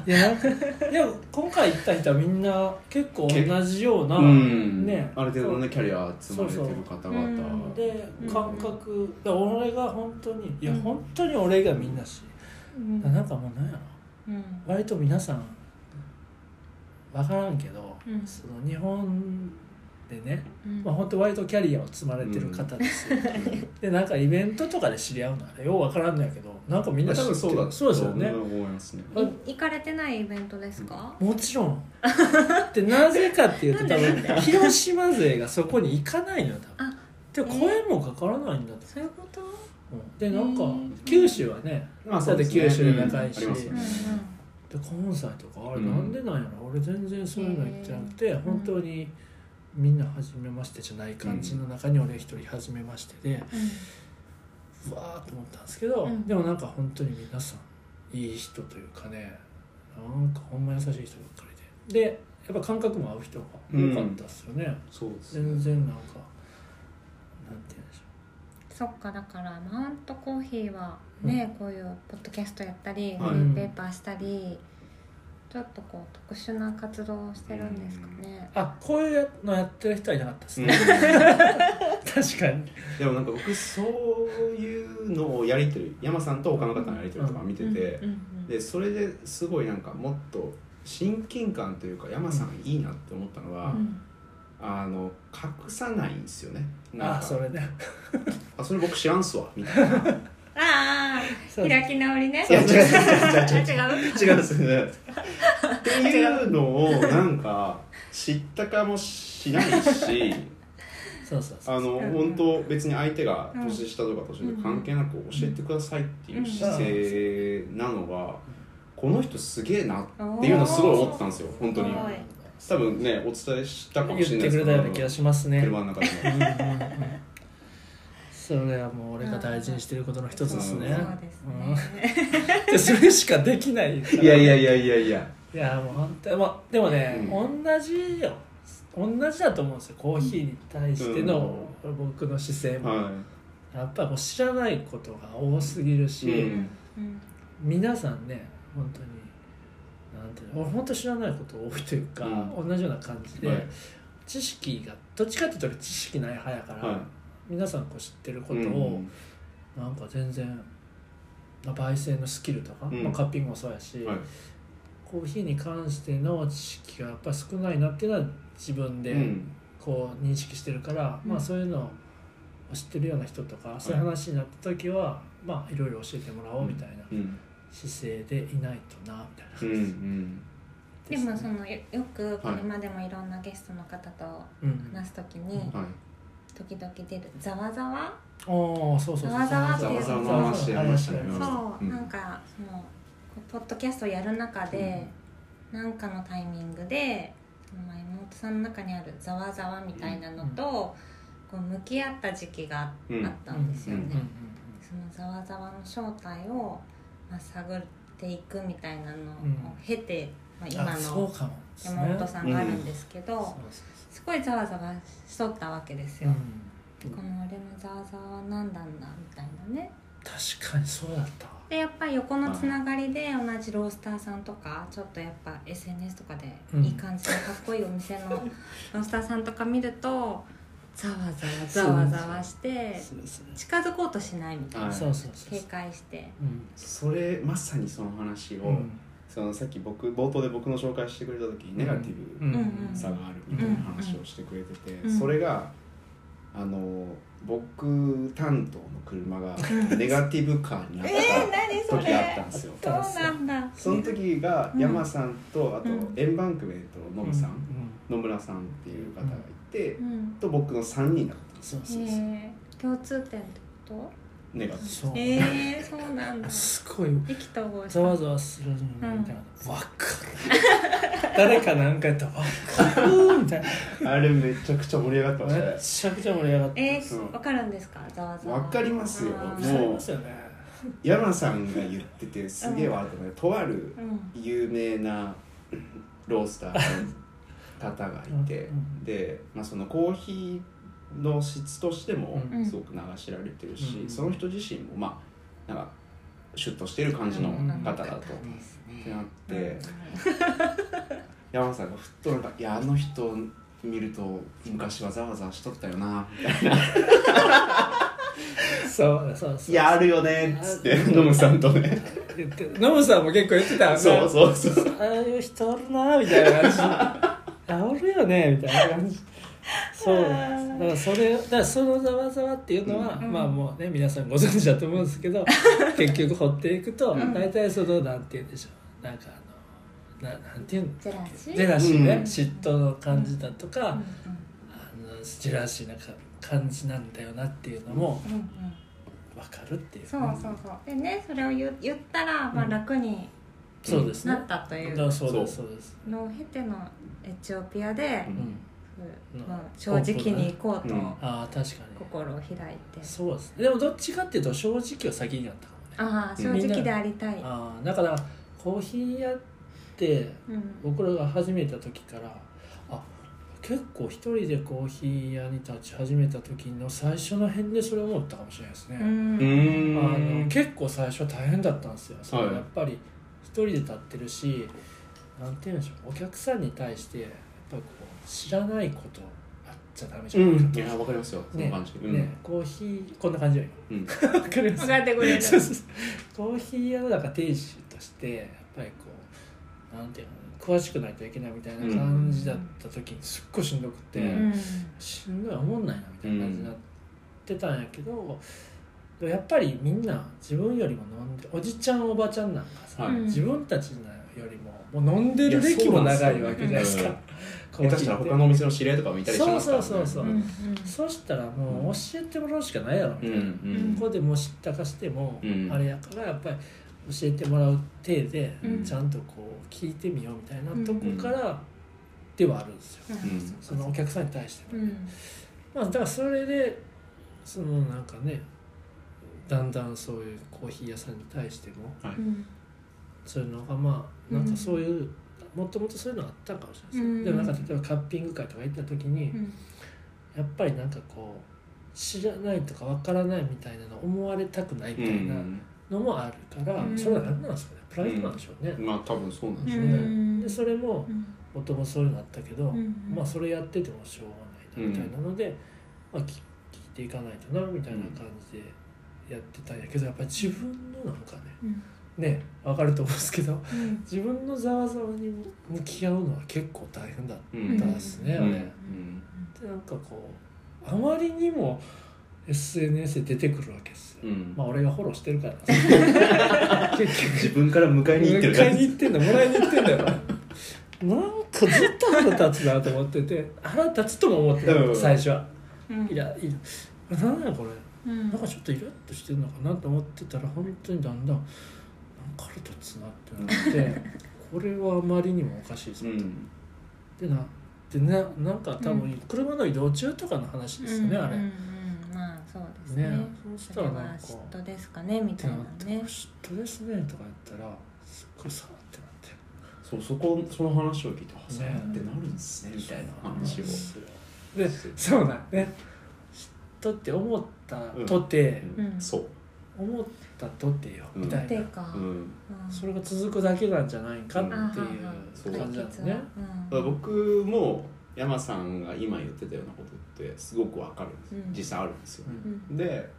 A: いやなんかでも今回行った人はみんな結構同じような、
C: うん
A: ね
C: ある程度のねキャリア積まれてる方々
B: そう
A: で
B: うん
A: 感覚で俺が本当にいや
B: うん
A: 本当に俺がみんなし、
B: うん
A: なんかもうなんやろ
B: うん
A: 割と皆さん分からんけど、
B: うん
A: その日本でね、
B: うん
A: まあ本当割とキャリアを積まれてる方ですよ、でなんかイベントとかで知り合うのはねよう分からんのやけどなんかみんな
C: 多分そうだ
A: そうですよね
C: と思いますね
B: い行かれてないイベントですか、
A: もちろんでなぜかっていうと多
B: なんで
A: 分広島勢がそこに行かないのよ多
B: あ
A: 分で声もかからないんだって、
B: そういうこと、
A: うんでなんか
B: へー
A: 九州はね
C: まあ
A: だって九州で仲いいし
C: うんありますよ
B: うんう
C: ね
B: ん
A: で関西とかあれ
C: うん
A: なんでなんやろ、俺全然そういうの行ってなくて、
B: ん
A: 本当にみんな初めましてじゃない感じの中に俺一人初めましてで、うわーと思ったんですけど、
B: うん
A: でもなんか本当に皆さんいい人というかねなんかほんま優しい人ばっかりででやっぱ感覚も合う人が多かったですよね、
C: そうです
A: 全然なんかなんて言うんでしょ
B: そっかだからマウントコーヒーはね、こういうポッドキャストやったりフ
C: はい
B: リーペーパーしたり、ちょっとこう特殊な活動をしてるんですかね、
A: うあこういうのやってる人はいなかったです
C: う
A: ね、
C: ん
A: 確かに
C: でもなんか僕そういうのをやりとり山さんと他の方のやりとりとか見てて、
B: うんうん
C: でそれですごいなんかもっと親近感というか山さんいいなって思ったのは、
B: うん
C: あの隠さないんですよねなんか
A: あそれね
C: あそれ僕知らんすわみた いな
B: ああ
A: そう
B: 開き直りね
C: いや違う違う
B: あ
C: 違う違う
B: 違う
C: 違うんですね。っていうのをなんか知ったかもしないし
A: そうそうそう
C: あの
B: うん
C: 本当別に相手が年下とか年上関係なく教えてくださいっていう姿勢なのがこの人すげえなっていうのすごい思ってたんですよ本当
B: す
C: に
B: ごい
C: 多分ねお伝えしたかも
A: 言
C: しれ
A: っ
C: な
A: て
C: い
A: く
C: ですけ
A: れ
C: ど
A: たような気がしますね
C: 車の中でも
A: うんうんうんそれはもう俺が大事にしてることの一つですね
C: うん
B: そうですね、
A: で それしかできないから
C: いやいやいやいやいや
A: いやもう本当にまあでもね、
C: うん
A: 同じよ同じだと思うんですよコーヒーに対しての僕の姿勢も、
C: は
A: やっぱりもう知らないことが多すぎるし、
C: い、う
B: うんんうん
A: 皆さんね本当になんていうの俺本当知らないこと多いというか、
C: う
A: 同じような感じで、
C: はい
A: 知識がどっちかっていうと俺知識ない派やから、
C: は
A: 皆さんこう知ってる
C: い、
A: ことを、なんか全然まあ焙煎のスキルとか、
C: うん
A: まあ、カッピングもそうやし、
C: うんはい
A: コーヒーに関しての知識がやっぱり少ないなっていうのは自分
C: う
A: で
C: ん
A: こう認識してるから、
B: うん
A: まあそういうのを知ってるような人とか、そういう話になった時はまあいろいろ教えてもらおうみたいな
C: うん
A: 姿勢でいないとなみたいな
C: う
A: 感
C: ん
A: じ
B: でもそのよよくこ
C: はい
B: れまでもいろんなゲストの方と
A: うん
B: 話すときに、
A: うん
C: うんはい
B: 時々出るざわざわ
A: ああそうそうそう
B: ざわざわっていう
C: ざわざわの話やりましたね
A: うん
B: そう
C: ざわざわ、うん
B: なんかそのポッドキャストをやる中で、なんかのタイミングでそのまあ妹さんの中にあるざわざわみたいなのと、こう向き合った時期があったんですよね、
C: うん
A: うん
B: そのざわざわの正体を、まあ、探っていくみたいなのを経て、まあ、
A: うんうん
B: 今
A: あそう
B: の
A: かもですね
B: 山本さんがあるんですけど、
A: そうそうそ
B: すごいざわざわしとったわけです
A: うう
B: よ、
A: ん
B: この俺のざわざわは何なんだみたいなね
A: 確かにそうだったわ
B: でやっぱり横のつながりで同じロースターさんとかちょっとやっぱ SNS とかでいい感じのかっこいいお店 のロースターさんとか見るとざわざわざわざわして
A: そうですね
B: 近づこうとしないみたい
C: は
B: ない
A: そうそうそう
B: 警戒して
A: うん
C: それまさにその話を、
A: うん
C: そのさっき僕冒頭で僕の紹介してくれた時にネガティ
A: うん
C: ブ
A: うん
B: うん
C: さがあるみたいな話をしてくれてて、
B: うん
C: それがあの僕担当の車がネガティブカーになっ
B: 何
C: た時があったんですよ。
A: それ
B: そうなんだ
C: その時が山さんとあと
B: うん
C: エンバンクメントのノムさん、
A: うん
C: 野村さんっていう方がいて、
B: うん
C: と僕の3人だったんです
A: そうそうそう
B: へー共通点ってこ
C: ネガティ
A: そう
B: とえー、そうな んだ
A: あすごい
B: 意気投合し
A: ざ
B: た
A: わざわするのみたいな「わかる」誰かなんかやったら「わかる」みたい な
C: ブあれめちゃくちゃ盛り上がってま
A: め
C: した
A: っ
C: ね
A: ちゃくちゃ盛り上がって
B: え
C: そう
B: ー、わかるんですかざわざわ
C: わかりますよ
B: あ
A: 盛
B: ー
A: り上がりますよね
C: 山さんが言っててすげえ笑ったのがとある
B: うん
C: 有名な ロースターの方がいて
A: うん
C: で、まあ、そのコーヒーの質としても
A: うん
C: すごく流しられてるし、
A: うん
C: その人自身もまあなんかシュッとしてる感じの方だと。
B: ですね
C: ってなって山さんがふっとなんか「いやあの人見ると昔はざわざわしとったよな」みたいな
A: そうそう
C: 「
A: そう
C: い
A: い
C: やあるよね」っつってノムさんとね
A: 言ってノムさんも結構言ってたよね
C: そうそうそう
A: ああいう人おるなみたいな感じあおるよねみたいな 感じそうなんですだからそれだからそのざわざわっていうのは、
B: うん
A: まあもうね皆さんご存知だと思うんですけ ど結局掘っていくと、
C: うん
A: 大体そのなんて言うんでしょうなんかあのななんて言うの
B: ジェラシー
A: ジェラシーね、
C: うん
A: 嫉妬の感じだとか、
B: うん
A: あのジェラシーなか感じなんだよなっていうのも
B: うんうんうん
A: 分かるっていう、
B: そうそうそうでねそれを言言ったら、まあ、
A: うん
B: 楽に
A: そうですね
B: なったとい
A: だから
B: う
A: そうですそうです
B: のを経てのエチオピアで
C: う
A: うんん
B: そまあ、正直に行こうと
C: うん
A: ああ確かに
B: 心を開いて、
A: そうですねでもどっちかっていうと正直は先になったかもね
B: ああ正直でありたい、
A: ああだからコーヒー屋って
B: うん
A: 僕らが始めた時からあ結構一人でコーヒー屋に立ち始めた時の最初の辺でそれ思ったかもしれないですね、
B: うん
C: ーん
A: あの結構最初大変だったんですよ、その
C: はい
A: やっぱり一人で立ってるしなんて言うんでしょうお客さんに対してやっぱこう知らないことあっちゃダメじゃ
C: う
A: ない
C: んい
A: で
C: やわかりますよその感じ、うん
A: ねコーヒーこんな 感じよ
C: うん
A: わかります
B: 分かってくれる
A: そうそうそうコーヒー屋のなんか店主としてやっぱりこうなんていうの詳しくないといけないみたいな感じだった時にすっごいしんどくて、
C: う
B: うん
A: しんどい思んないなみたいな感じになってたんやけど、でもやっぱりみんな自分よりも飲んでおじちゃんおばちゃんなんかさ、
C: はい
A: 自分たちのよりももう飲んでる歴も長いわけじゃないです
C: いやそうなんですよ
A: か。コーヒー
C: 下手したら
A: って
C: 他のお店の知り合いとかもいたりしますから、ね、
A: そうそうそうそう
B: うんん
A: そしたらもう教えてもらうしかないやろみた
C: う
A: い
C: ん
A: な。
C: うん
A: ここでもう知ったかしても、
C: うん
A: あれやからやっぱり教えてもらう体で、
B: うん
A: ちゃんとこう聞いてみようみたいなとこからではあるんですよ、
C: ん
A: そのお客さんに対して
B: う
A: も、
B: ん
A: まあだからそれでそのなんかねだんだんそういうコーヒー屋さんに対しても
B: うん
A: そういうのがまあなんかそういう、もともとそういうのあったかもしれないですね、
B: うん
A: でもなんか例えばカッピング会とか行った時に、
B: うん
A: やっぱりなんかこう知らないとかわからないみたいなの思われたくないみたいな、のもあるから、
B: うん
A: それは何なんですかねプライドなんでしょうね
C: う、んまあ多分そうなんで
A: そ
C: し
A: れ
C: ょう
A: で
C: ね、
A: でそれももともとそういうのあったけど、
B: うん
A: まあそれやっててもしょうがないなみたいなので、まあ、き聞いていかないとなみたいな感じでやってたんやけどやっぱり自分のなんか
B: うん
A: ねねわかると思うんですけど
B: うん
A: 自分のざわざわに向き合うのは結構大変だっ
C: うん
A: たですね、
C: う
A: あ
C: ん
A: れ。でなんかこうあまりにも SNS で出てくるわけですよ。
C: うん
A: まあ俺がフォローしてるから 結局
C: 自分から迎えに行ってる
A: 買いに行ってんだもらいに行ってんだよななんかずっと腹立つなと思ってて腹立つとも思ってた
C: うん
A: 最初は
B: うん
A: いやいや何やこれ
B: うん
A: なんかちょっとイラッとしてるのかなと思ってたら本当にだんだんなんか腹立つなって なってこれはあまりにもおかしいぞ
C: うん
A: ってなってななんか多
B: う
A: 分車の移動中とかの話ですよね、あれ
B: うんう
A: っ
B: んうんまあそうですね
A: ねそしたらなんか
B: それは嫉妬ですかねみた
A: て
B: い
A: な
B: な
A: って
B: ね
A: 嫉妬ですねとか言ったらすっごいさーってなって
C: そうそこその話を聞いて「あそうや
A: ね
C: ってなるんですね」みたいな話を
A: でそうなんね嫉妬って思ったとて、
B: うん
C: そう
A: 思ったとてよ、
C: うん
A: みたい
B: て
A: な
B: か
C: うん
B: うん
A: それが続くだけなんじゃないかっていう
B: あは
C: そう
A: 感じなんですね。
B: 解決はうん
C: 僕も山さんが今言ってたようなことってすごくわかるんですよ
B: うん
C: 実際あるんですよ
A: う
C: ね
A: ん
C: で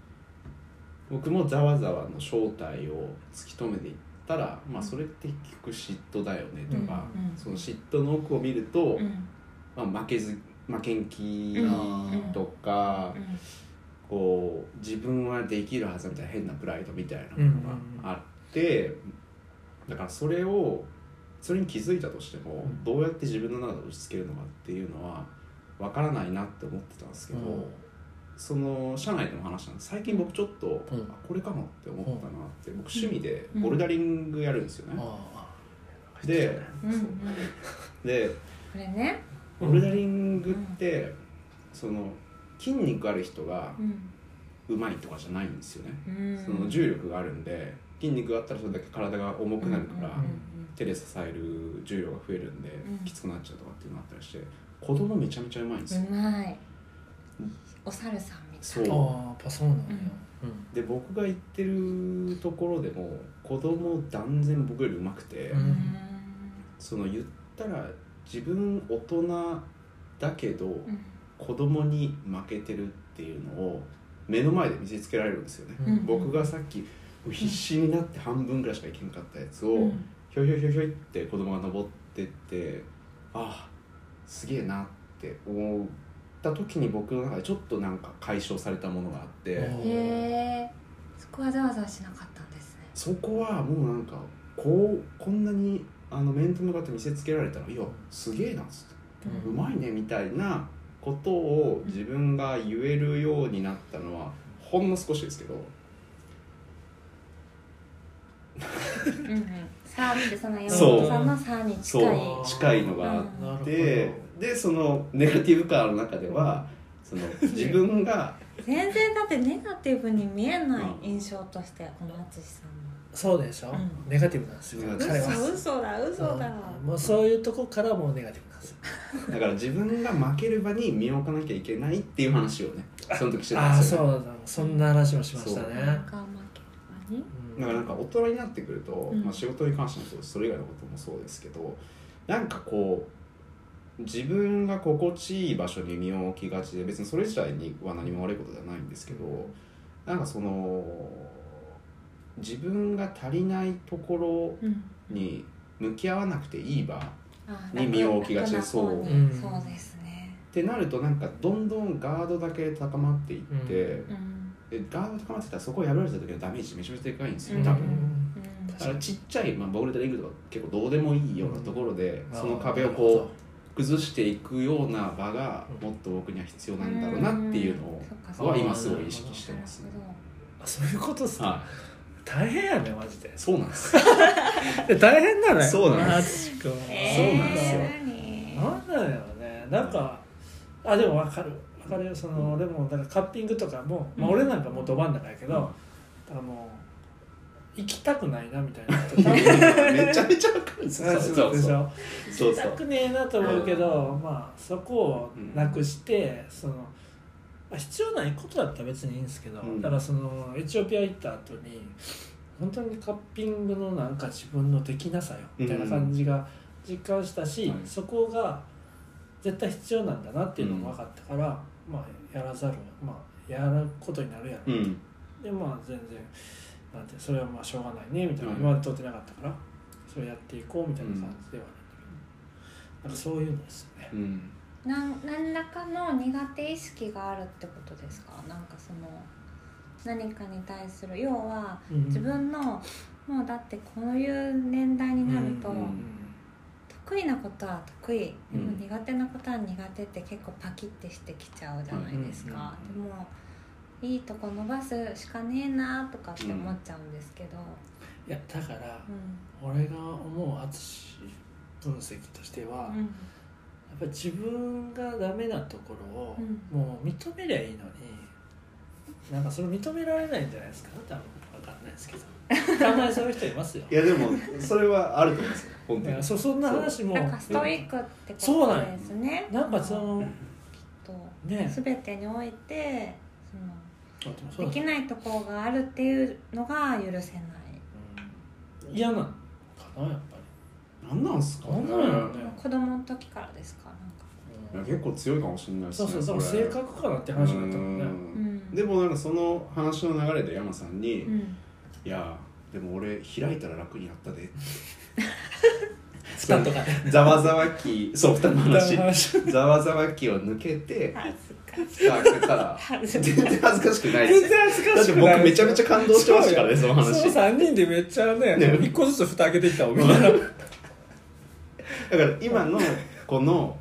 C: 僕もざわざわの正体を突き止めていったら、まあ、それって結局嫉妬だよねとか、
B: うんうん
C: その嫉妬の奥を見る
B: う
C: と、
B: ん
C: まあ、負けず負けん気
B: うん
C: とか、
B: うん
C: こう自分はできるはずみたいな変なプライドみたいなのがあって、だからそれをそれに気づいたとしても、
A: うん
C: どうやって自分の中で押し付けるのかっていうのは分からないなって思ってたんですけど、
A: うん
C: その社内でも話したんです最近僕ちょっと、
A: うん
C: あこれかもって思ったなって、僕趣味で
B: うん
C: ボルダリングやるんですよね。
A: ああ
C: で
B: うんうん
C: で
B: これね
C: ボルダリングって、その筋肉ある人が
B: うん
C: うまいとかじゃないんですよね。
B: うん
C: その重力があるんで筋肉があったらそれだけ体が重くなるから、
B: うんうん
C: 手で支える重量が増えるんで、
B: うん
C: きつくなっちゃうとかっていうのがあったりして子供めちゃめちゃうまいんですよ、
B: うんうまいお猿さんみたい
C: そう
A: ああやっぱそうなんや。
C: で僕が行ってるところでも子供断然僕よりうまくて、
A: うん
C: その言ったら自分大人だけど、
B: うん
C: 子供に負けてるっていうのを目の前で見せつけられるんですよね、
A: うん
B: うん
C: 僕がさっき必死になって半分ぐらいしかいけなかったやつを、
B: うん
C: ひょいひょいひょいひょいって子供が登ってってああすげえなって思った時に僕の中でちょっとなんか解消されたものがあって、
A: うん
B: へえそこはざわざわしなかったんですね
C: そこはもうなんかこうこんなにあの面と向かって見せつけられたら「いやすげえな」っつって「うまいね」みたいなことを自分が言えるようになったのはほんの少しですけど
B: うんうんさあってその山
C: そう
B: 本さんのさあに近い
C: そう近いのがあ
A: な
B: うん
A: るほ
C: っ
A: ど
C: てでそのネガティブ感の中では その自分が
B: 全然だってネガティブに見えない印象としてこの淳さんの
A: そうでしょ、
B: うん
A: ネガティブなんですよ
C: うん
A: 彼は
B: 嘘嘘だ嘘だ
A: うんもうそういうとこからもうネガティブなんですよ
C: だから自分が負ける場に身を置かなきゃいけないっていう話をねその時してた
A: あ
C: ん
A: あ
C: です
A: そ
C: よ
A: うだそんな話もしましたね
B: なんか負けるわね
A: うん
C: だからなんか大人になってくると、
B: ん
C: まあ、仕事に関してもそうですそれ以外のこともそうですけどなんかこう自分が心地いい場所に身を置きがちで別にそれ自体には何も悪いことではないんですけどなんかその自分が足りないとこ
B: うん
C: ろに向き合わなくていい場っ
B: あ
C: に身を置きがちで
B: 楽な方に
A: そううん
B: そうですね
C: てなるとなんかどんどんガードだけ高まっていって、
B: うん
C: でガード高まってたらそこを破られた時のダメージめちゃめちゃでかいんですよ、
B: うん
C: 多分。
B: うん
C: あのちっちゃい、まあ、ボールでリングとか結構どうでもいいようなところで、その壁を
A: なる
C: こ
A: ほ
C: う崩していくような場が
A: う
C: もっと僕には必要なんだろうなっていうのを
B: そっかそっか
C: は今すごい意識してますね
B: な。るほど
A: どあそういうことっすね
C: は
A: 大変やねマジで
C: い、そうなん です。
A: で大変だね
C: そうなん
A: ですそう
C: そうなんですよ
B: えー何
A: なんだよねなんかあでも分かる分かるよその、俺もだからカッピングとかも、まあ、
B: うん
A: 俺なんかもうど真ん中やけど、
C: うん
A: だからもう行きたくないなみた いな人多分
C: めちゃめちゃわかるんですよ。
A: そうでしょ
C: そう
A: 行き
C: そ
A: た
C: う。
A: くねえなと思うけど、まあそこをなくして、そのまあ必要ないことだったら別にいいんですけど、
C: うん
A: だからそのエチオピア行った後に本当にカッピングのなんか自分のできなさよみたいな感じが実感したし、
C: はい
A: そこが絶対必要なんだなっていうのも分かったから、まあやらざるまあやることになるやろ
C: う、ん。
A: でまあ全然なんてそれはまあしょうがないねみたいな、
C: うん
A: 今まで通ってなかったからそれやっていこうみたいな感じではあるんだけど、なんかそういうのですよね
C: うん。
B: 何らかの苦手意識があるってことですかなんかその何かに対する要は自分のもうだってこういう年代になると、
C: うんうん
B: 得意なことは得意でも
C: うん
B: 苦手なことは苦手って結構パキッてしてきちゃうじゃないですか、
A: うん
B: でもいいとこ伸ばすしかねえなとかって思っちゃうんですけど、
A: いやだから
B: うん
A: 俺が思う淳分析としては、
B: う
A: やっ
B: ん
A: ぱり自分がダメなところを
B: うん
A: もう認めりゃいいのになんかそれ認められないんじゃないですか多分分かんないですけ どたまにそういう人いますよ
C: いやでもそれはあると思うんですよ。本当
A: いや
C: に。
A: そそんな話も
B: なんかストイックってことですね
A: なんかその
B: と
A: ね
B: 全てにおいてその
A: そう
B: できないところがあるっていうのが許せない
A: 嫌なのかなやっぱ
C: なんなんすか
A: りなんなんやろ
C: ね。
A: ね
B: 子供の時からですかなんか、
C: いや結構強いかもしれないです
A: そう
C: ね。
A: そうそう
C: これ
A: 性格かなって話になったもんね
B: うん、
C: でもなんかその話の流れで山さんに、
B: う
C: い
B: ん、
C: やでも俺開いたら楽になったで
A: スタートが
C: ざわざわ 期そう二人の話
A: 話
C: ざわざわ期を抜けて
B: 恥ずかしい
C: スタートから
B: 恥ず
C: 全
B: かしい
C: 然恥ずかしくないで
A: 全
C: す
A: 然恥ず
C: だ
A: か
C: って
A: しくない
C: 僕めちゃめちゃ感動してましたからねその
A: そ
C: 話
A: う3人でめっちゃね
C: ね
A: 一個ずつ蓋開けていったもんみんな
C: だから今のこの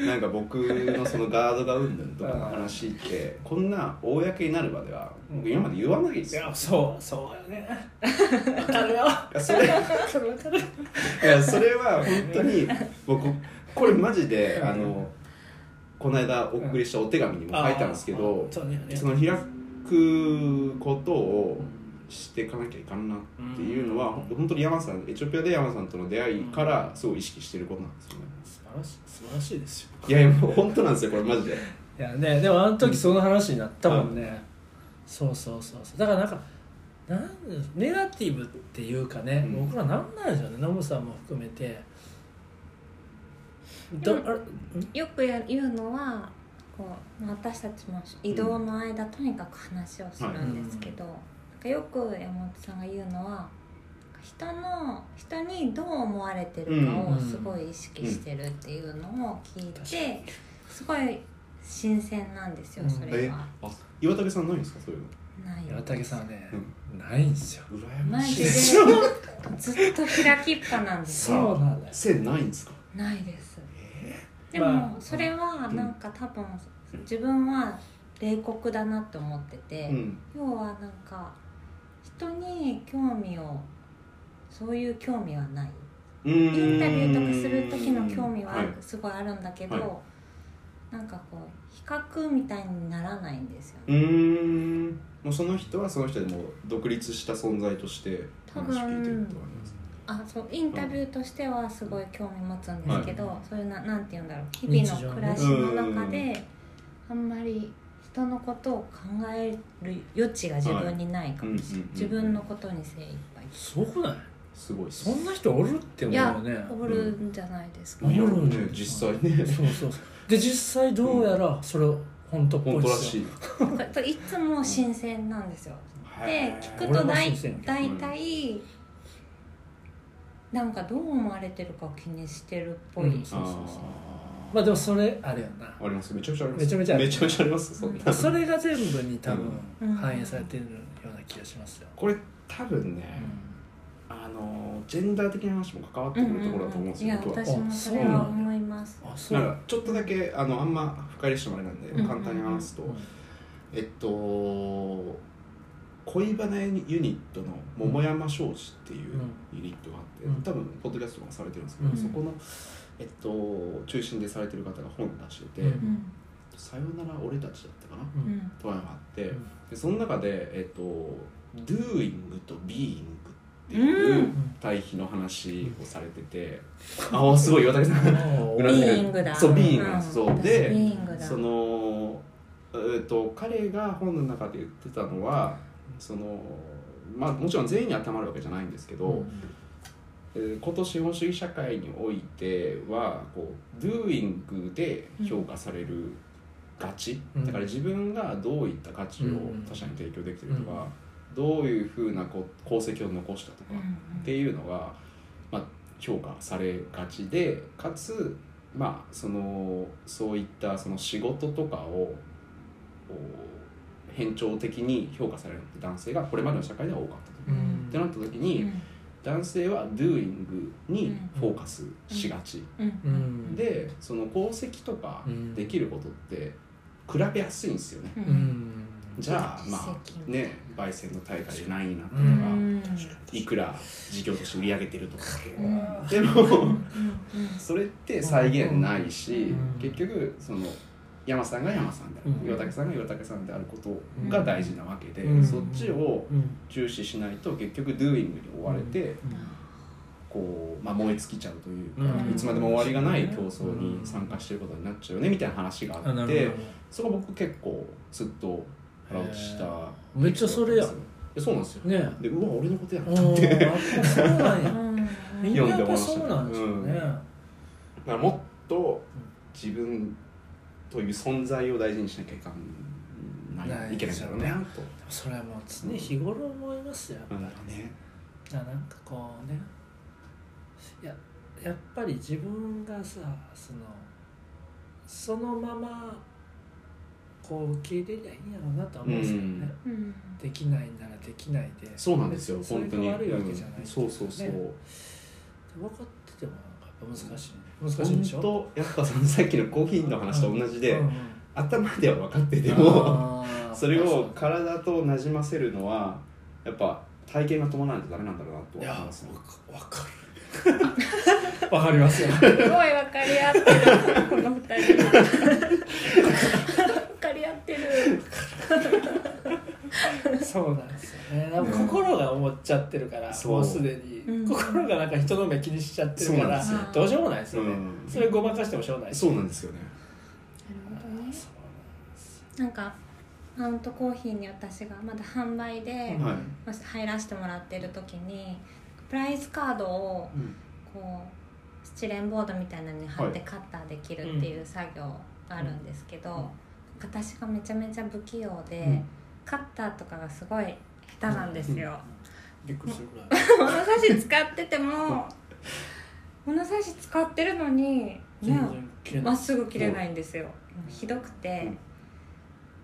C: なんか僕のそのガードがうんぬんとかの話ってこんな公になるまでは僕今まで言わないです
A: い
C: よ
A: やそうそうよ ねわかるよ
C: いやそれ
A: わかるわかる
C: いやそれは本当に僕これマジで
A: うん
C: あのこの間お送りしたお手紙にも書いたんですけど
A: あそうね
C: その開くことをしていかなきゃいかんなっていうのは
A: うん
C: 本当に山さんエチオピアで山さんとの出会いからすごい意識してることなんですよね
A: 素晴らしい素晴らしいですよ
C: いやいやもう本当なんですよこれマジで
A: いやねでもあの時その話になったもんね、そうそうそうそうだからなんかなんネガティブっていうかね、
C: うん
A: 僕らなんなんでしょうねノムさんも含めてど
B: でも
A: あれ
B: よくや言うのはこうまあ私たちも移動の間、とにかく話をするんですけど、なんかよく山本さんが言うのは人の人にどう思われてるか
A: うん
B: をすごい意識してるっていうのを聞いて、すごい新鮮なんですよ
A: うん
B: それ
C: え
B: は。
C: あ岩竹さんないんですかそういうの
B: ない
A: 岩竹さんはね、
C: う
A: ないんですよ
C: 羨ま
B: マ
C: し
B: ジ
C: い
B: で ずっと開きっぱなんです
A: そう
B: よ。
A: なんだよ
C: 線ないんですか
B: ないです。
C: え
B: でも、
A: まあ
B: それはなんか多分自分は冷酷だなって思ってて、
C: ーうん
B: 要はなんか人に興味をそういう興味はない
C: イ
B: インタビューとかする時の興味はある
C: い
B: すごいあるんだけど、
C: はい
B: なんかこう比較みたいにならないんですよね
C: うーんもうその人はその人でもう独立した存在として話を聞いてるって思います
B: あそうインタビューとしてはすごい興味持つんですけど、そういうななんて言うんだろう日々の暮らしの中
C: 日
B: であんまり人のことを考える余地が自分にないかもしれない、
C: はい
B: 自分のことに精一杯
A: すごくない
C: すごい
A: そんな人おるって思うよね
B: おるんじゃないですか、
A: うん
C: いや
A: おるんだ
C: ね実際ね
A: そうそうそうで実際どうやらそれ本当っぽい
C: 本
A: で
C: 当ら
A: す
C: し
A: よ
C: い
B: なんかいつも新鮮なんですよ
C: へ
B: で
C: ー
B: 聞くと
A: 俺
B: 大
A: も新鮮やけど
B: 大体なんかどう思われてるか気にしてるっぽい、
A: うん
C: あ
A: そうそうそう
C: ー
A: まあでもそれあれやな
C: ありますめちゃくちゃあります
A: めちゃめちゃある
C: めちゃめちゃありますそんな
A: それが全部に多
B: うん
A: 分反映されてるような気がしますよ、
C: これ多分ねあのジェンダー的な話も関わってくるところだと思うんですよ
B: いや
C: 僕は
B: 私もそれは思います
A: あそ
C: な
A: うん
C: かちょっとだけあのあんま深入りしてもあれなんで、
B: うん
C: 簡単に話すと、
A: うん
C: えっと恋バナユニットの桃山商事っていうユニットがあって、
A: うん
C: 多分ポッドキャストとかもされてるんですけど、
A: うん
C: そこの、えっと、中心でされてる方が本出してて「
A: うん
B: うん
C: さよなら俺たち」だったかな、
A: う
B: うんん
C: とかがあって、
A: うん
C: でその中で、えっと「Doing」と「Being」っ
B: う
C: ていうん対比の話をされてて、ああすごい岩竹さん
A: も
C: う
A: う
C: なずいてる
B: Being だ
C: そう Being
B: うん
C: そうで
B: 私 Being だ
C: その、えー、と彼が本の中で言ってたのはその、まあ、もちろん全員に当てはまるわけじゃないんですけど、えー今年資本主義社会においてはこう Doing で評価される価値、
A: うん
C: だから自分がどういった価値を
A: うん
C: 他者に提供できてるとか、どういうふうなこう功績を残したとか、っていうのが、まあ、評価されがちでかつ、まあ、そのそういったその仕事とかをこう偏重的に評価される男性がこれまでの社会では多かっ
A: う
C: たと。っ
A: ん
C: てなった時に、男性は doing にフォーカスしがち、
A: う
B: うん
A: ん
C: でその功績とか
A: うん
C: できることって比べやすいんですよね、
B: う
A: うんん
C: じゃあま
B: 実績
C: あね焙煎の大会で何位になった
A: う
C: と
B: う
C: か、
B: ん
C: いくら事業として売り上げてるとか
B: うんうん
C: でも
B: うん
C: それって再現ないし、
A: うん
C: 結局その山さんが山さんである、
A: うん
C: 岩竹さんが岩竹さんであることが大事なわけで、
A: うん
C: そっちを
A: うん
C: 重視しないと結局 doing に追われて、こう、まあ、燃え尽きちゃうというか、
A: うん
C: いつまでも終わりがない競争に参加してることになっちゃうよねみたいな話が
A: あ
C: あ
A: な
C: っ
A: る
C: て
A: ほ
C: そこ僕結構ずっと腹落ちした
A: へーめっちゃそれやん
C: えそうなんですよ
A: どね
C: でうわ俺のことや
A: えおーやっぱそうなん や
B: うん
A: みんなやっぱそうなんですよね、
C: だからもっと自分という存在を大事にしなきゃいかんない
A: ない
C: いけないんだろうねと。
A: それはもう常日頃思いますよ、
C: なんだろうね。
A: いやなんかこうねいややっぱり自分がさそのそのままこう受け入れりゃいいんやろうなとは思うんですけどね、
B: うん
A: できないならできないで
C: そうなんですよ。
A: 別に
C: 本
A: そ
C: 当
A: れ
C: に。
A: が悪いわけじゃない、
C: うんそうそうそう。
A: ね分かっててもなんかやっぱ難しい、難しいでしょ
C: 本当やっぱそのさっきのコーヒーの話と同じで、
A: うんうん
C: 頭では分かってても、
A: あー
C: それを
A: うか
C: 体となじませるのはやっぱ体験が伴わないとダメなんだろうなと
A: いや
C: 思い
A: わ
C: ますね。
A: かるわかりますよ
B: すごい分かり合ってるこの二人分かり合ってる
A: そうなんですよね。なんか心が思っちゃってるから、
C: そう
A: もうすでに、
B: うん
A: 心がなんか人の目気にしちゃってる
C: そう
A: か
C: なん
A: ら
C: です
B: よ、
A: どうしようもないですよね。
C: うん
A: それごまかしてもしょうがないし。
C: そうなんですよね。
B: なるほどねなんかマウントコーヒーに私がまだ販売で
A: うん、
C: はい。
B: まあ入らせてもらってる時にプライスカードをこうスチレンボードみたいなのに貼って
C: は
B: カッターできるっていう作業があるんですけど、
A: うん
B: 私がめちゃめちゃ不器用で、
A: うん
B: カッターとかがすごい下手なんですよ。
A: びっくりするぐらい。
B: 物差し使ってても 物差し使ってるのに
A: 全
B: ね
A: 然切れな
B: ま
A: い
B: っ。すぐ切れないんですよ、ひどくて、
C: うん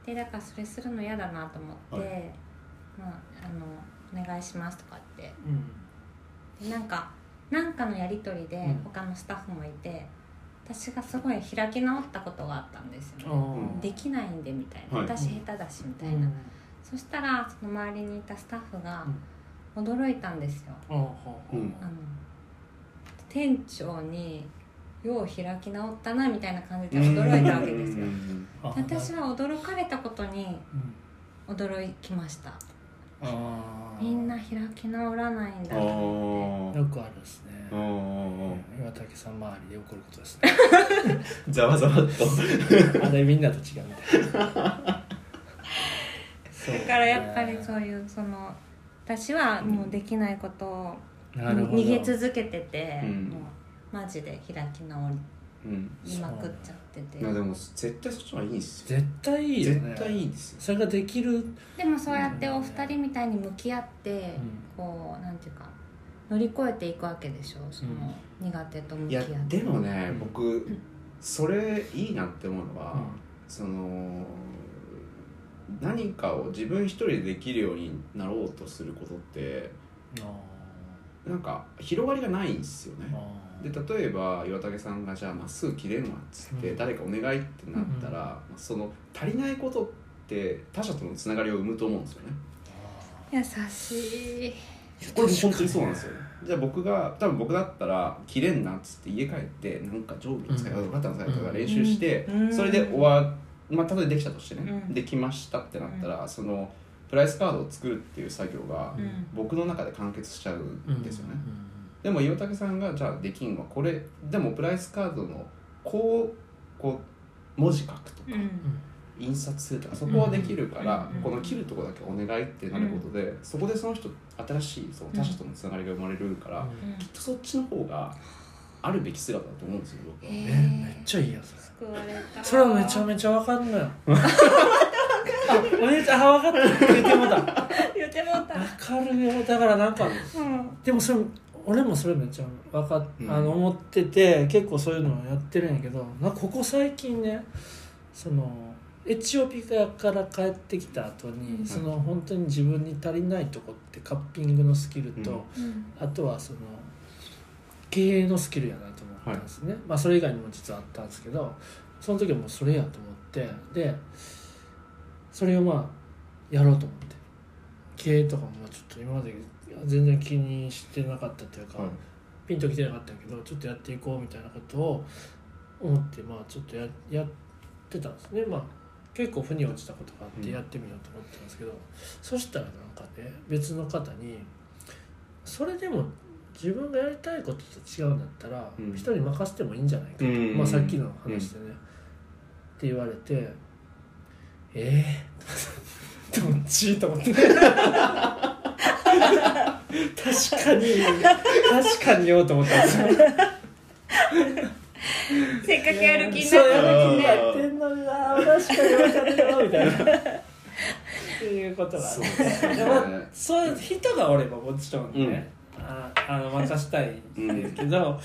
B: でだからそれするの嫌だなと思って、
C: は
B: まあ、あのお願いしますとかって
A: うん
B: でなんかなんかのやり取りで
A: うん
B: 他のスタッフもいて、私がすごい開き直ったことがあったんですよね、
A: あー
B: できないんでみたいな、
C: はい
B: 私下手だしみたいな、そしたらその周りにいたスタッフが、
A: うん
B: 驚いたんですよ
A: ああはあ
C: うん
B: あの店長によう開き直ったなみたいな感じで驚いたわけですよ
A: ああ
B: 私は驚かれたことに
A: うん
B: 驚きました
A: ああ
B: みんな開き直らないんだ
C: ああ
B: と思っ
A: よくあるですね
C: ああ
A: 岩竹さん周りで起こることですね
C: ざわざわっと
A: あれみんなと違うみたいなそう
B: てだからやっぱりそういうその私はもうできないことを
A: なるほど
B: 逃げ続けてて、
C: うん
B: もうマジで開き直
C: うん
B: りまくっちゃってて
C: まあでも絶対そっちの方がいいですよ
A: 絶対いいよね
C: 絶対いいですよ
A: それができる
B: でもそうやってお二人みたいに向き合って、
A: ん
B: こうなんていうか乗り越えていくわけでしょその、苦手と向
C: い
B: き合
C: や
B: って
C: でもね
A: うん
C: 僕それいいなって思うのは、その何かを自分一人でできるようになろうとすることって
A: あ
C: なんか広がりがないんですよね
A: ーあー
C: で例えば岩竹さんがじゃあまっすぐ切れんわっつって、
A: うん
C: 誰かお願いってなったら、まあその足りないことって他者とのつながりを生むと思うんですよね
B: 優しい
C: これ本当にそうなんですよじゃあ僕が多分僕だったら切れんなっつって家帰ってなんか定規の使い方
A: うん
C: 肩の使い方が練習して、
B: うん
C: それで終わまあ例えばできたとしてね、
B: うん
C: できましたってなったら、そのプライスカードを作るっていう作業が
B: うん
C: 僕の中で完結しちゃうんですよね、
A: うん
C: でも岩竹さんがじゃあできんはこれでもプライスカードのこうこう文字書くとか、
B: うん
C: 印刷するとかそこはできるから、
B: うん
C: この切るとこだけお願いってなることで、そこでその人新しいその他者とのつながりが生まれるから、
A: うん
C: きっとそっちの方があるべき姿だと思うんですよ僕は。
A: え
B: へ
A: めっちゃいいやつ
B: 救われた
A: それはめちゃめちゃわかん ないあお姉ちゃんあわかった言ってもうたわ
B: 言ってもう た
A: かるよだからなんか
B: うん
A: でもそれ俺もそれめっちゃ分かっ、
C: うん
A: あの思ってて結構そういうのをやってるんやけどなんかここ最近ねそのエチオピアから帰ってきた後に、
B: うん
A: その本当に自分に足りないとこってカッピングのスキルと、
C: うん
B: うん
A: あとはその経営のスキルやなと思ったんですね、まあそれ以外にも実はあったんですけどその時はもうそれやと思ってでそれをまあやろうと思って経営とかもちょっと今まで全然気にしてなかったというか、
C: はい
A: ピンときてなかったけどちょっとやっていこうみたいなことを思ってまあちょっとややってたんですねまあ結構腑に落ちたことがあって
C: うん
A: やってみようと思ってたんですけど、そしたらなんかね別の方に「それでも自分がやりたいことと違うんだったら、
C: うん
A: 人に任せてもいいんじゃないかと」
C: うん
A: まあ、さっきの話でね、って言われて「ええー」ど っちと思って。確かに確かによと思ったんですよ
B: せっかくやる気に
A: そ
B: な
A: う
B: っ
A: や
B: た
A: る気になってん
B: のにね
A: のにな確かによかったよみたいなっていうことがあ
C: そ
A: る
C: うですね
A: でもそういう人がおればもちろんね、ああの任したいんですけど、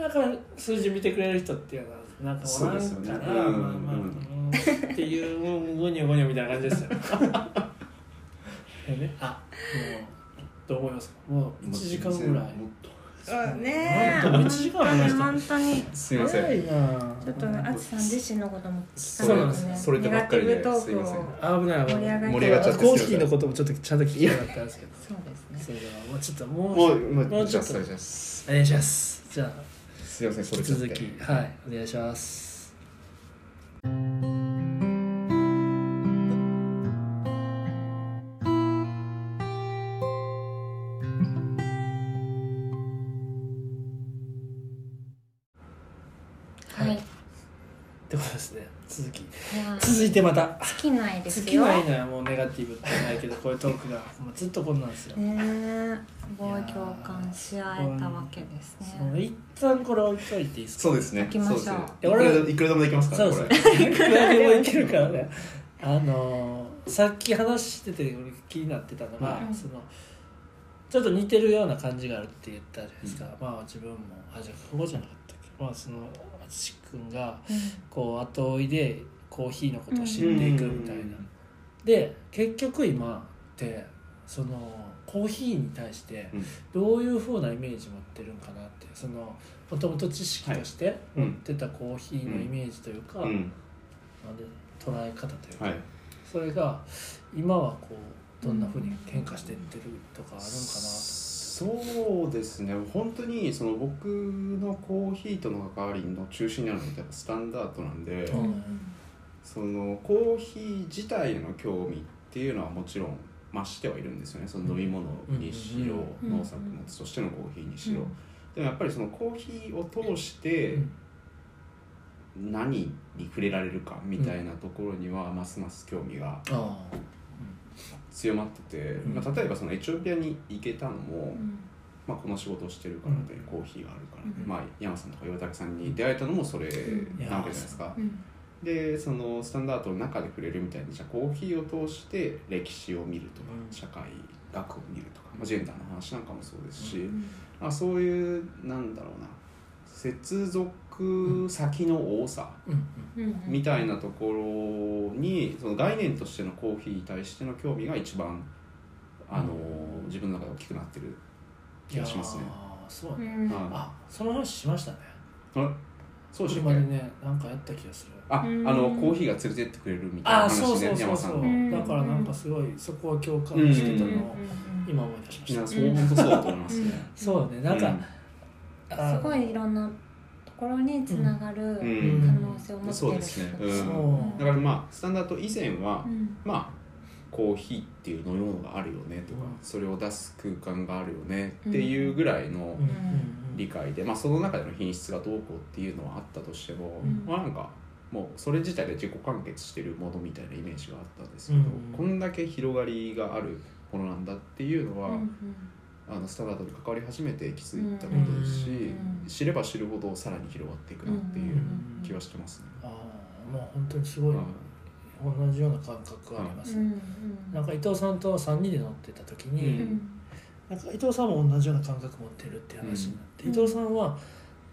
A: なかなか数字見てくれる人っていうのはなんかおらん
C: そうです
A: か
C: よね
A: ら、
C: うん
A: まあまあうんっていううんごにょごにょみたいな感じですよ。でね、あもうどう思いますかもう1時間ぐらい。
C: もっと
B: そうね
A: なんと1時間話した
B: 本当に
C: すいません。
A: いな
B: ちょっとあつさん自身のことも聞
A: そうなんです
B: ね
C: それでばっかり
B: ネ
C: で
B: ガティブトークを
C: すいません
A: 危ない危ない。
C: 盛り上がっちゃってすい
A: コー
C: ません
A: ヒーのこともちょっとちゃんと聞きたかったんですけど。
B: そうです
A: そ
B: ね
A: れではもうちょっともう
C: もうもう
A: もう
C: じ
A: ち
C: ゃ
A: ょ
C: あ
A: っと
C: それじゃあす
A: お願いします。じゃあ。
C: すいませんそ
A: 引
C: れ
A: き
C: ちゃって
A: 続きはいお願いします
B: はい
A: っ
B: い
A: てことですね続き
B: や
A: 続いてまた
B: 尽きないです
A: 尽
B: よ
A: きないのはもうネガティブってないけどこういうトークがもうずっとこんなんですよ
B: ねえすごい共感し合えたわけです
A: その
B: ね
A: 一旦これ置いといていいですか
C: そうですね
B: 行きましょう
C: そうですね
A: いや俺
C: いくらでいくらでもできますか
A: そう
C: ら
A: で
C: こ
A: す
C: れ
A: ね。いくらでもいけるからね。あのーさっき話してて俺気になってたのが、
B: うん
A: そのちょっと似てるような感じがあるって言ったじゃないですか。まあ自分もあじゃあここじゃなかったっけ。まあその淳君がこう後追いでコーヒーのことを知っていくみたいな。
C: うん
A: で結局今ってそのコーヒーに対して
C: うん
A: どういうふうなイメージ持ってるんかなってそのもともと知識として
C: う
A: 持っ
C: ん
A: てたコーヒーのイメージというか、
C: うん
A: なんで捉え方というか、
C: はい
A: それが今はこうどんなふうに変化していってるとかあるんかなと、
C: そうですね本当にその僕のコーヒーとの関わりの中心になるのってやっぱスタンダードなんで、
A: うん
C: そのコーヒー自体への興味っていうのはもちろん増してはいるんですよねその飲み物にしろ、
B: うんうん
C: 農作物としてのコーヒーにしろ、
B: うん
C: でもやっぱりそのコーヒーを通して
A: うん
C: 何に触れられるかみたいなところにはますます興味が
A: あ
C: 強まってて、
A: ん
C: まあ、例えばそのエチオピアに行けたのも、
B: うん
C: まあ、この仕事をしてるからで、コーヒーがあるからで、
B: うん
C: まあ、山さんとか岩竹さんに出会えたのもそれ
B: うん
A: いや
C: なわけじゃないですか
B: う。ん
C: でそのスタンダードの中で触れるみたいにじゃあコーヒーを通して歴史を見るとか、
A: うん
C: 社会学を見るとか、まあ、ジェンダーの話なんかもそうですし、
B: うん
C: まあ、そういうなんだろうな接続先の多さ
A: あうんうん
B: うん
C: みたいなところにその概念としてのコーヒーに対しての興味が一番あの自分の中で大きくなってる気がしますね。
A: ああそう
B: う
A: ね、
B: ん
C: はい
A: あその話しましたね
C: あそうでした
A: 車で
C: っけ
A: ねなんかやった気がする
C: あ
B: う
C: あ
B: ん
C: のコーヒーが連れてってくれるみたいな
A: ああそう
C: 話
A: そ
C: ね
A: うそう
C: 山さ
A: そ
C: ん
A: う、
C: の。
A: だからなんかすごいそこは共感してたのを今思い出しま
C: い
A: した、
C: やそう本当そうだと思いますね。
A: そうねなんか、あー
B: すごいいろんなところにつながる
C: う
B: 可
C: ん
B: 能性を持ってる
C: そうですねうん
A: そう、
C: だからまあスタンダード以前は、
B: うん
C: まあコーヒーっていう飲み物があるよねと
A: う
C: か、
A: ん
C: それを出す空間があるよねっていうぐらいの
A: うんうん
C: 理解で、まあ、その中での品質がどうこうっていうのはあったとしても、
B: うん
C: まあ、なんかもうそれ自体で自己完結してるものみたいなイメージがあったんですけど、
A: うん
C: こんだけ広がりがあるものなんだっていうのは、
B: うん
C: あのスタンダードに関わり始めて気づいたことですし、
B: うん
C: 知れば知るほどさらに広がっていくなっていう気はしてますね。
A: ああもう本当にすごい、
C: うん
A: 同じような感覚があります、
B: うん
A: なんか伊藤さんと3人で乗ってた時に、
B: う
C: うん
A: なんか伊藤さんも同じような感覚持ってるって話になって、
B: うん
A: 伊藤さんは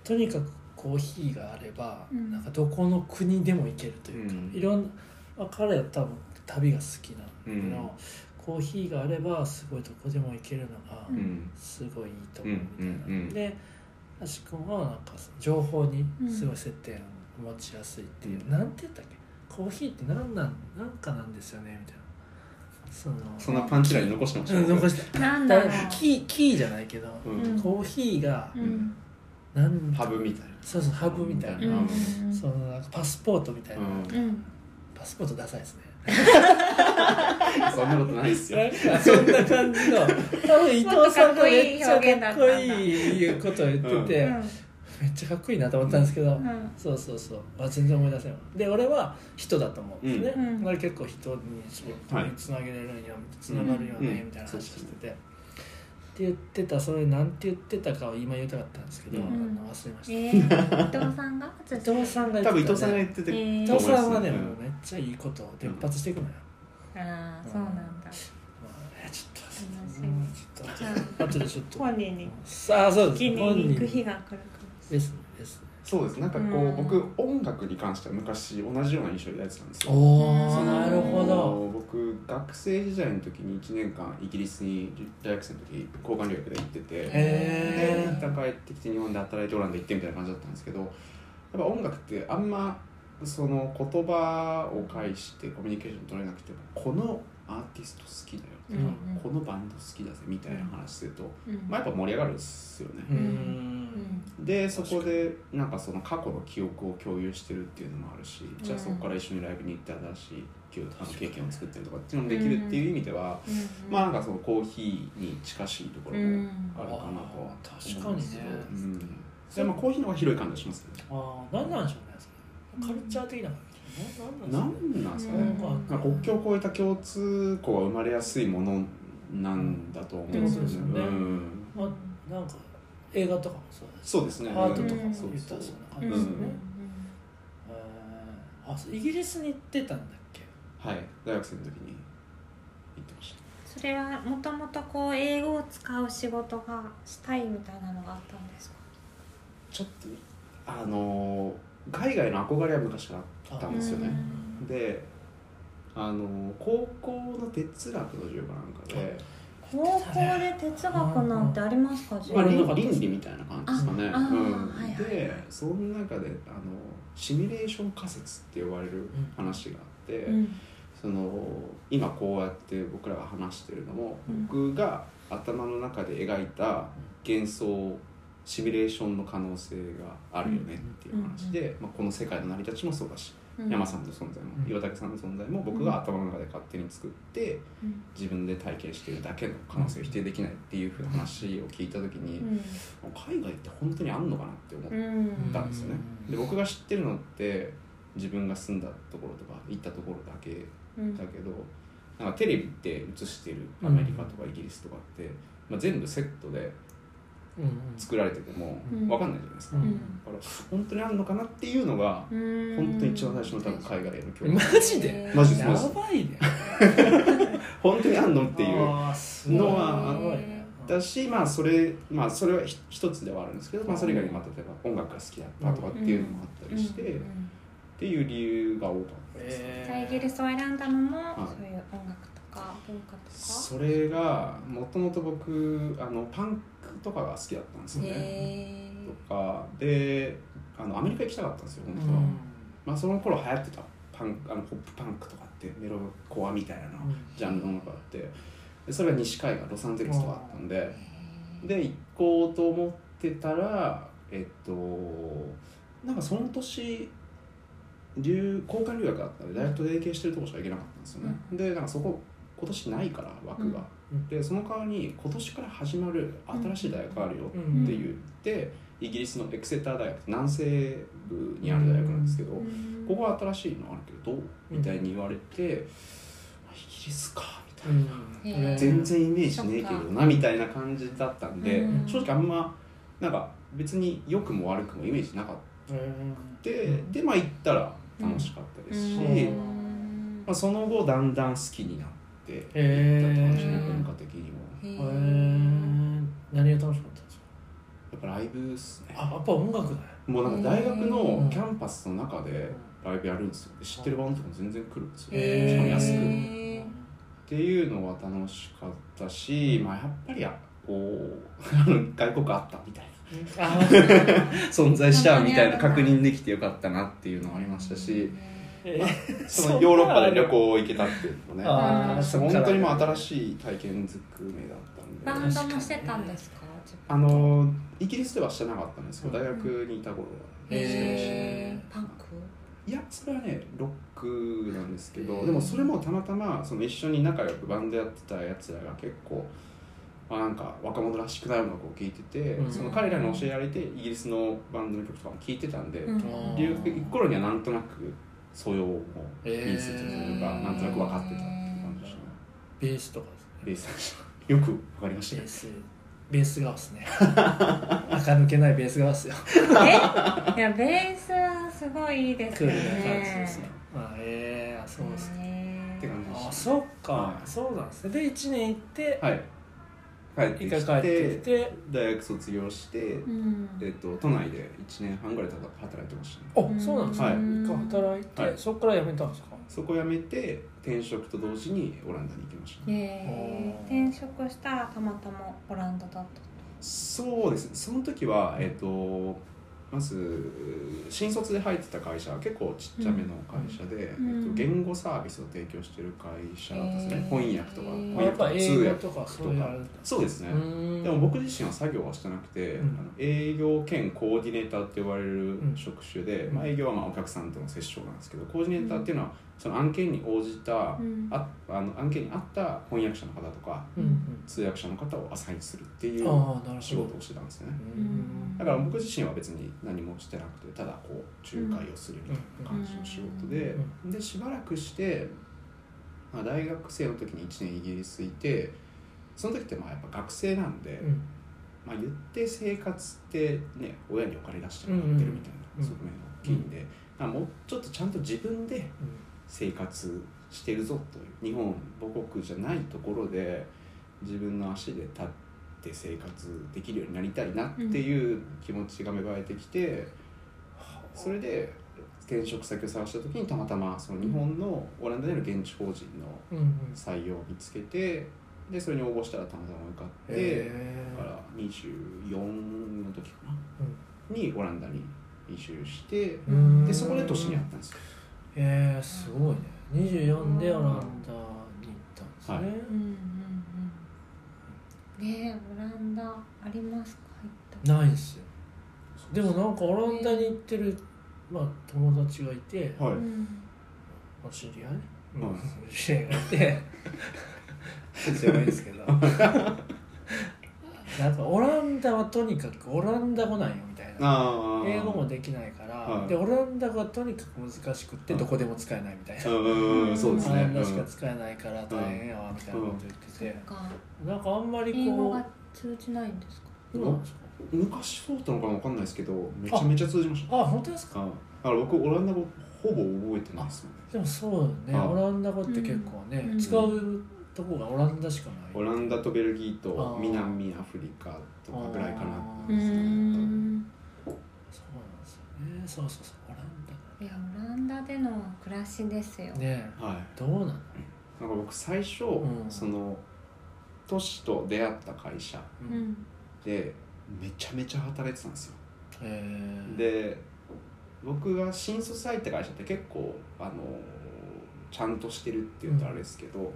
A: とにかくコーヒーがあれば、
B: うん
A: なんかどこの国でも行けるというか、
C: うん
A: いろんな、まあ、彼は多分旅が好きなんだけど、
C: うん
A: コーヒーがあればすごいどこでも行けるのが
B: うん
A: すごいいいと思うみたいな、
C: うんうんうん
A: でアシ君はなんかその情報にすごい接点を持ちやすいっていう、
C: うん
A: なんて言ったっけコーヒーって何なんなんかなんですよねみたいなその
C: そんなパンチライン残してました
A: うん残して
B: なんだ
A: だ
B: ろう
A: キーキーじゃないけど、
C: うん
B: うん
A: コーヒーが
B: うん
A: なん
C: ハブみたいな。
A: そうそうハブみたいな、
C: うん
A: そのなんかパスポートみたいな、
C: うん
B: うん
A: パスポートダサいですね
C: そんなことないです よ。
A: なんかそんな感じの多分伊藤さんがめっちゃかっこいいことを言ってて、
B: うん
A: めっちゃかっこいいなと思ったんですけど、
B: うん
A: そうそうそう、あ、全然思い出せないで俺は人だと思うんですね、
B: うん
A: 俺結構人にすご
C: はい
A: いつなげれるんやつながるよね、
C: うん
A: みたいな話をしてて、って言ってたそれなんて言ってたかを今言いたかったんですけど、
C: うん
A: あの忘れました、
B: えー伊藤さんが
A: 伊藤さんが
C: 多
A: 言ってたね
C: 分伊藤さんが言ってて、
B: えー
A: 伊
B: と
A: 藤さんはね、
C: うん
A: もうめっちゃいいことを連発していくのよ、
B: ああそうなんだ
A: まあねちょっと
B: 楽しみ
A: うんちょっ
B: じゃあ
A: と後でちょっと
B: 本人に
A: さあそうで
B: 聞き
A: すね
B: に行く
A: 本人
B: 日が来るかもし
A: ですねですね
C: そうですなんかこ
B: う
C: うん僕音楽に関しては昔同じような印象を抱いてたんです
A: お
B: そ
C: よ
A: お
B: の
A: なるほど
C: 僕学生時代の時に1年間イギリスに大学生の時交換留学で行っててで
A: へ
C: 一
A: え
C: 旦帰ってきて日本で働いてオランダ行ってみたいな感じだったんですけどやっぱ音楽ってあんまその言葉を介してコミュニケーション取れなくてもこのアーティスト好きだよと
B: れ
C: か、
B: ない
C: このバンド好きだぜみたいな話すると、
B: うんうん
C: まあ、やっぱ盛り上がるんですよね、
A: う
B: うんん
C: でそこでなんかその過去の記憶を共有してるっていうのもあるし、じゃあそこから一緒にライブに行って新しい記憶あの経験を作ったりとかっていうのもできるっていう意味では、
B: うん
C: まあなんかそのコーヒーに近しいところもあるかなとは
A: あ
C: 思うん
A: ー
C: ですけ
A: 確かに
C: ど
A: ね
C: うん、でもコーヒーの方が広い感じがしますね
A: ああ、なんなんでしょうね。それカルチャー的な感じ。
C: な
A: なん
C: んなんですかね、
B: うん
C: まあ国境を越えた共通項は生まれやすいものなんだと思うんですよ
A: ってこと
C: ね
A: ですよね
C: うん
A: まあ、なんか映画とかもそうです。
C: そうですね
A: アートとか
C: う
A: も
C: ん
A: そうです。
C: そうそう
A: そんな感じ
B: うんう
A: です
B: ん
A: ね。えーあ、そうイギリスに行ってたんだっけ。
C: はい大学生の時に行ってました
B: それはもともとこう英語を使う仕事がしたいみたいなのがあったんですか
C: ちょっとあのー海外の憧れは昔からあったんですよね、であのー高校の哲学の授業かなんかで
B: 高校で哲学なんてありますか
C: まあ、
A: あ
C: 倫
A: なんか
C: 倫理みたいな感じですかね、
B: ああー
C: うん
B: はいはい
C: でその中であのシミュレーション仮説って呼ばれる話があって、
B: うん
C: そその今こうやって僕らが話してるのも、僕が頭の中で描いた幻想シミュレーションの可能性があるよねっていう話で、まあ、この世界の成り立ちもそうだし、
B: うん
C: 山さんの存在も、
A: うん
C: 岩竹さんの存在も僕が頭の中で勝手に作って
B: うん
C: 自分で体験してるだけの可能性を否定できないっていうふうな話を聞いた時に、海外って本当にあんのかなって思っ
B: うんうん
C: たんですよね。
A: うん
C: で僕が知ってるのって自分が住んだところとか行ったところだけ
B: うん
C: だけどなんかテレビで映してるアメリカとかイギリスとかって、まあ、全部セットで
A: うんうん
C: 作られてても
B: うん
C: 分かんないじゃないですか、
A: うん
C: だから本当にあるのかなっていうのが
B: うん
C: 本当に一番最初の多分海外への教
A: マ
C: 育
A: ジで
C: マジです
A: や
C: マジで
A: ばいね
C: 本当にあんのっていう
A: あーすごい
C: のはあ
A: す
C: っ
A: ごいね
C: だしまあそれまあそれはひ一つではあるんですけど、まあ、それ以外にまあ例えば音楽が好きだったとかっていうのもあったりして、
B: うんう
C: っ
B: ん
C: ていう理由が多かったです、
B: じゃあイギリスを選んだのも、
C: い
B: そういう音楽とか文化とか
C: それがもともと僕あのパンクとかが好きだったんですよね、
B: へー
C: とかであのアメリカ行きたかったんですよ本
A: う
C: 当は、
A: ん
C: まあ、その頃流行ってたパンあのポップパンクとかってメロコアみたいなジャンルの中あってでそれが西海岸ロサンゼルスとかあったんでで行こうと思ってたらえっとなんかその年留交換留学があったんで大学と提携してるとこしか行けなかったんですよね、でなんかそこ今年ないから枠が、
A: うん
C: でその代わりに今年から始まる新しい大学あるよ
A: うん
C: って言って、イギリスのエクセター大学南西部にある大学なんですけど、
B: うん
C: ここは新しいのあるけどどうみたいに言われて、まあイギリスかみたいな、
A: うん
B: へー
C: 全然イメージねえけど
B: そ
C: なみたいな感じだったんで、
B: うん
C: 正直あんまなんか別に良くも悪くもイメージなかっ
A: うん
C: た、
A: うん
C: でまあ行ったら楽しかったですし、
A: うん
C: まあ、その後だんだん好きになっていったって話ね文化的にも
B: へ
A: へ
B: ー
A: ー何が楽しかったんですか
C: やっぱライブっすね
A: あやっぱ音楽だよ
C: もうなんか大学
A: うん
C: のキャンパスの中でライブやるんですよで知ってるバンドとかも全然来るんですよ、
B: へー
C: しかも安く
B: へー
C: っていうのは楽しかったし、まあ、やっぱりあこう あの外国あったみたいな
A: あー
C: 存在したみたいな
B: 本当にある
C: 確
B: んだ
C: 認できてよかったなっていうのもありましたし
A: えー
C: そのヨーロッパで旅行行けたっていうのもね
A: あ
B: ー
C: そ
A: そ
C: う
A: っ
C: 本
A: か
C: 当にもう新しい体験づくめだった
B: バ
C: んで
B: ンドもしてたんですか
C: あのイギリスではしてなかったんですけど大学にいた頃は
A: へー
C: してまし
B: へ
C: た
B: ーパンク
C: いやそれはねロックなんですけどでもそれもたまたまその一緒に仲良くバンドやってたやつらが結構、まあ、なんか若者らしくない音楽を聴いてて、
A: うん
C: その彼らに教えられてイギリスのバンドの曲とかも聴いてたんで、
B: うん
A: あー
C: 留学行く頃にはなんとなく素養も
A: へ
C: い
A: ー
C: い説というか、なんとなく分かってたっていう感じでしたね
A: ベースとかですね
C: ベースでしたよく分かり ました
A: ベー
C: ね
A: スベース側ですね 垢抜けないベース側ですよ
B: えいやベースはすごいいいです
A: クー
B: よ
A: ルな感じで
B: ね
A: すねあえー、あそうですね
B: へー
C: って感じで
A: あ
C: し
A: そっか、
C: はい
A: そうなんですねで1年行って
C: たはい
A: 一回
C: 帰ってきて
A: 帰ってきて
C: 大学卒業して
B: うん
C: えっと都内で1年半ぐらい働いてましたね
A: あそうなんですね、
C: はい
A: 一回働いて、
C: はい
A: そっから辞めたんですか
C: そこを辞めて転職と同時にオランダに行きました、
B: へ
A: あ
B: ー
A: ー
B: 転職したらたまたまオランダだっ
C: そうですねその時は、えっとまず新卒で入ってた会社は結構ちっちゃめの会社で、
B: ん
C: えっ
B: う
C: と、
B: ん
C: 言語サービスを提供してる会社だったんです
B: へ
C: ね
B: ー
C: 翻訳とか
B: あ
A: あや
C: 翻訳
A: っ
C: と
A: ぱ
C: か
A: 英
C: 通
A: 語
C: 訳
A: とかそう
C: と
A: いうのあ
C: か
A: るんだ
C: そうですねで
A: で
C: も僕自身は作業はしてなくて、
A: うん
C: あの営業兼コーディネーターって呼ばれる
A: うん
C: 職種で、
A: うん
C: まあ、営業はまあお客さんとの接触なんですけどコーディネーターっていうのはその案件に応じ
B: た
C: た、
B: うん
C: ああの案件に合った翻訳者の方とか
A: うんうん
C: 通訳者の方をアサインするっていう
A: ああなる
C: 仕
A: ほど
C: 事をしてたんですよね
A: うん
C: だから僕自身は別に何もしてなくてただこう仲介をするみたいな感じの仕事で、でしばらくして、まあ、大学生の時に1年イギリスいてその時ってまあやっぱ学生なんで、
A: うん
C: まあ、言って生活ってね親にお金出してもらってるみたい
A: うんうんうん
C: な側面が大きいんで、まあもうちょっとちゃんと自分で生活してるぞという日本母国じゃないところで自分の足で立って生活できるようになりたいなっていう気持ちが芽生えてきて、それで転職先を探した時にたまたまその日本のオランダでの現地法人の
A: うんうん
C: 採用を見つけてでそれに応募したらたまたま受かって。
A: へ
C: だから24の時かな、
A: う
C: にオランダに移住して
A: ーうん
C: でそこで都市にあったんですよ
A: えー、すごいね24でオランダに行ったんですね、
C: はい
B: うんうんうんねえオランダありますか行ったこと
A: ないんですよでもなんかオランダに行ってる、まあ、友達がいて、
C: は
B: う
C: い
B: ん
A: まあ、知り合い、うん、知り合いがいて知らないんですけどなんかオランダはとにかくオランダ語なんよみたいな
C: ああ
A: 英語もできないから、
C: はい
A: でオランダ語はとにかく難しくってどこでも使えないみたいな、
C: うんうんそうです
A: オラ
C: ね
A: ンダしか使えないから大変やわみたいなこと言って、
B: そってか
A: なんかあんまり
B: 英語
A: こ
B: が通じないんですか
A: うどうなんですか
C: うん昔そうだったのかなわかんないですけどめちゃめちゃ通じまし
A: あ本当です
C: た
A: か
C: あだから僕オランダ語ほぼ覚えてないですもん
A: でもそうだね
C: あ
A: オランダ語って結構ね、
B: うん
A: 使うとこがオランダしかない、
C: オランダとベルギーと
A: あー
C: 南アフリカとかぐらいかな
A: あ
B: うーん
A: そうなんですよねそうそうそうオランダ
B: いやオランダでの暮らしですよ、
A: ねえ
C: はい
A: どうなの
C: なんか僕最初、
A: うん
C: そのトシと出会った会社
B: う
A: うん
B: ん
C: でめちゃめちゃ働いてたんですよ、
A: えー、
C: で僕が新卒入った会社って結構あのちゃんとしてるって言うとあれですけど、
A: うん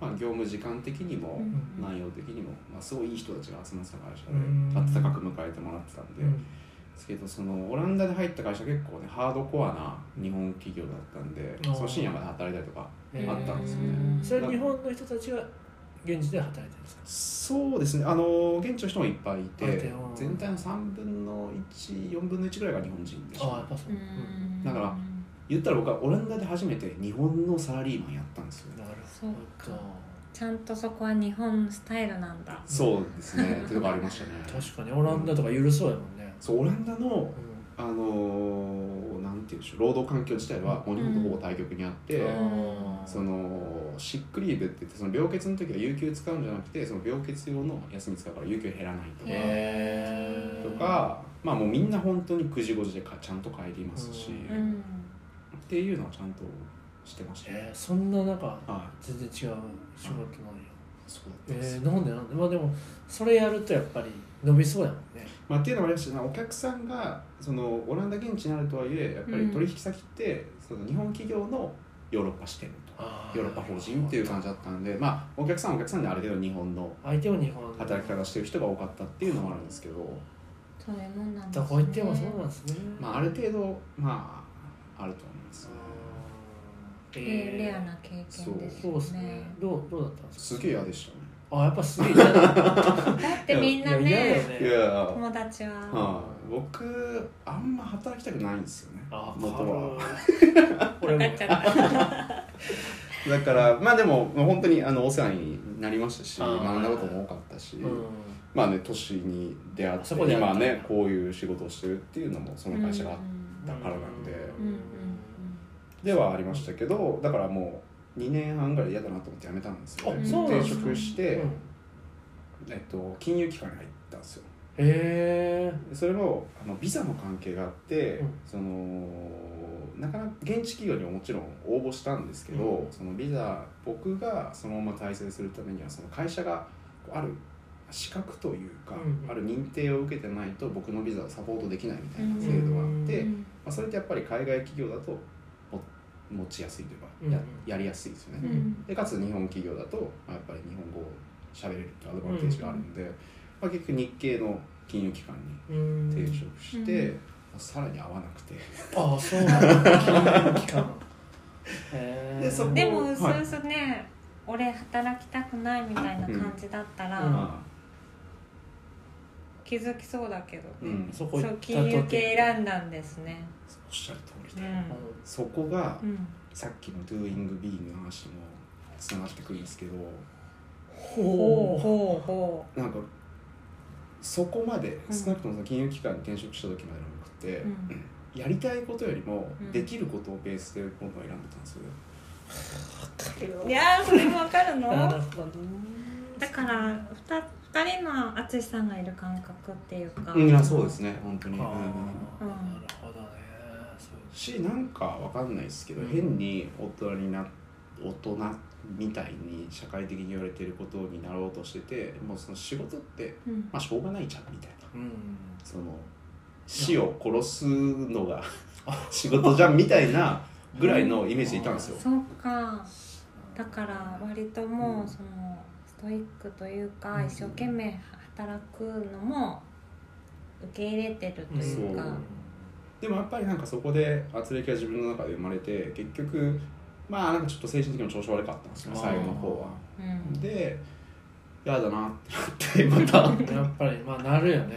C: まあ、業務時間的に
B: う
C: も、
B: ん
C: 内容的にも、まあ、すごいいい人たちが集まってた会社で、
A: うん
C: 温かく迎えてもらってたんで、
A: うん
C: ですけどそのオランダで入った会社結構ねハードコアな日本企業だったんで、
A: あー
C: その深夜まで働いたりとか
A: えー
C: あったんですよ
B: ね
A: それは日本の人たちが現地で働いてるんですか
C: そうですねあの現地の人もいっぱい
A: あ
C: い
A: い
C: て
A: てうん
C: 全体の3分の14分の1ぐらいが日本人でし
A: ああや
C: た
A: っぱそう、う
B: う
A: ん
B: ん
C: だから言ったら僕はオランダで初めて日本のサラリーマンやったんですよね
A: なる
B: そ
A: ほ
B: う
A: ど
B: かちゃんとそこは日本スタイルなんだ
C: そうで すねっていうのがありましたね
A: 確かにオランダとか緩そうやもんね、
C: そうオランダ
A: う
C: の
A: ん
C: あのーなんていうんでしょう労働環境自体はもう日本とほぼ対極にあって、
A: うん
C: そのシックリーブって言ってその病欠の時は有給使うんじゃなくてその病欠用の休み使うから有給減らないとか、
A: へ
C: と
A: ー
C: か、まあもうみんな本当に9時5時でかちゃんと帰りますし、
A: う
B: うん
C: っていうのはちゃんとしてました、
A: えー、そんな中
C: は
A: 全然違う仕事なんや
C: いそうだったんです
A: え
C: よ
A: ー、なんでなんでまあでもそれやるとやっぱり伸びそうやもんね
C: まあ、っていうのもありましたねお客さんがそのオランダ現地になるとはいえやっぱり取引先って、その日本企業のヨーロッパ支店とか
A: あ
C: ヨーロッパ法人っていう感じだったんで、まあ、お客さんはお客さんである程度日本の
A: 相手を日本
C: 働き方してる人が多かったっていうのもあるんですけど、
B: そういうもんなんです
A: ど
B: ね
A: こ行ってもそうなんですね、
C: まあ、ある程度まああると思いますね
A: え
B: えー
A: ー
B: レアな経験ですよね
A: そうですねどうどうだったんです
C: す
A: か
C: げえ嫌でしたね
A: あやっぱすげえ嫌だ
B: だってみんな
A: や嫌
B: い
A: だよ
B: ね
A: ね
C: いやは
B: 友達は、
C: い僕あんま働きたくないんですよね
A: あ
C: 元は
A: 軽い俺も
B: 分かっちゃった
C: だからまあでも本当にあのお世話になりましたし
A: あー
C: 学んだことも多かったし、
A: うん
C: まあね都市に出会って
A: そこで会った
C: 今ねこういう仕事をしてるっていうのもその会社があっだからなんで
B: うんうん
C: ではありましたけどだからもう2年半ぐらい嫌だなと思って辞めたんですよ、ね、
A: あそうなん
C: 転
A: ですか
C: 職し
A: う
C: て、
A: ん
C: えっと、金融機関に入ったんですよ
A: へ
C: でそれもあのビザの関係があって、
A: うん
C: そのなかなか現地企業にももちろん応募したんですけど、
A: うん
C: そのビザ僕がそのまま対戦するためにはその会社がこうある資格というか、
A: うん
C: ある認定を受けてないと僕のビザをサポートできないみたいな
B: うん
C: 制度があって、
A: う
B: うん
C: まあ、それってやっぱり海外企業だとも持ちやすいというか、や
A: うん
C: やりやすいですよね。
B: うんうん
C: でかつ日本企業だと、まあ、やっぱり日本語を喋れるってアドバンテージがあるので、まあ、結局日系の金融機関に
A: えうん
C: 転職して、
B: うん
C: まあさらに合わなくて、
A: ああそうなんだ金融機関へー
C: でそこ
B: でもうすうすね、俺働きたくないみたいな感じだったら、
A: うん
C: ま
B: 気づきそうだけど、
C: あうん、そ
A: そこ行
B: そ
A: った
B: う
A: とて
B: 金融系選んだんですね
C: おっしゃる通
B: う
C: りで、
A: あの
B: ん、
C: そこが
B: うん、
C: さっきの「Doing Being」の話にもつながってくるんですけど
B: ほう
A: ほ
B: ほうほ
C: なんかそこまで
B: うん
C: 少なくともその金融機関に転職した時までの僕って、
B: う、うん、
C: やりたいことよりも
B: うん
C: できることをベースで今度は選んでたんですよ、
A: う
B: いやーそれもわかるの
A: なるほど
B: だからふた二人の淳さんがいる感覚っていうか、
C: うんいやそうですね本当に、
A: あ
C: うん
A: あ
B: うん
A: なるほどねそう
C: しなんかわかんないですけど、
A: うん
C: 変に大人にな大人みたいに社会的に言われてることになろうとしててもうその仕事って
B: うん
C: まあしょうがないじゃんみたいな
A: うん
C: その死を殺すのが仕事じゃんみたいなぐらいのイメージでいたんですよ。
B: そうかだから割ともうそのストイックというか
A: うん
B: 一生懸命働くのも受け入れてるという
C: そ
B: か
C: うでもやっぱりなんかそこで圧力が自分の中で生まれて結局まあなんかちょっと精神的にも調子悪かったんですよね
A: あー
C: 最後の方は。
B: うん
C: で嫌だなって なってま
A: やっぱりまあなるよね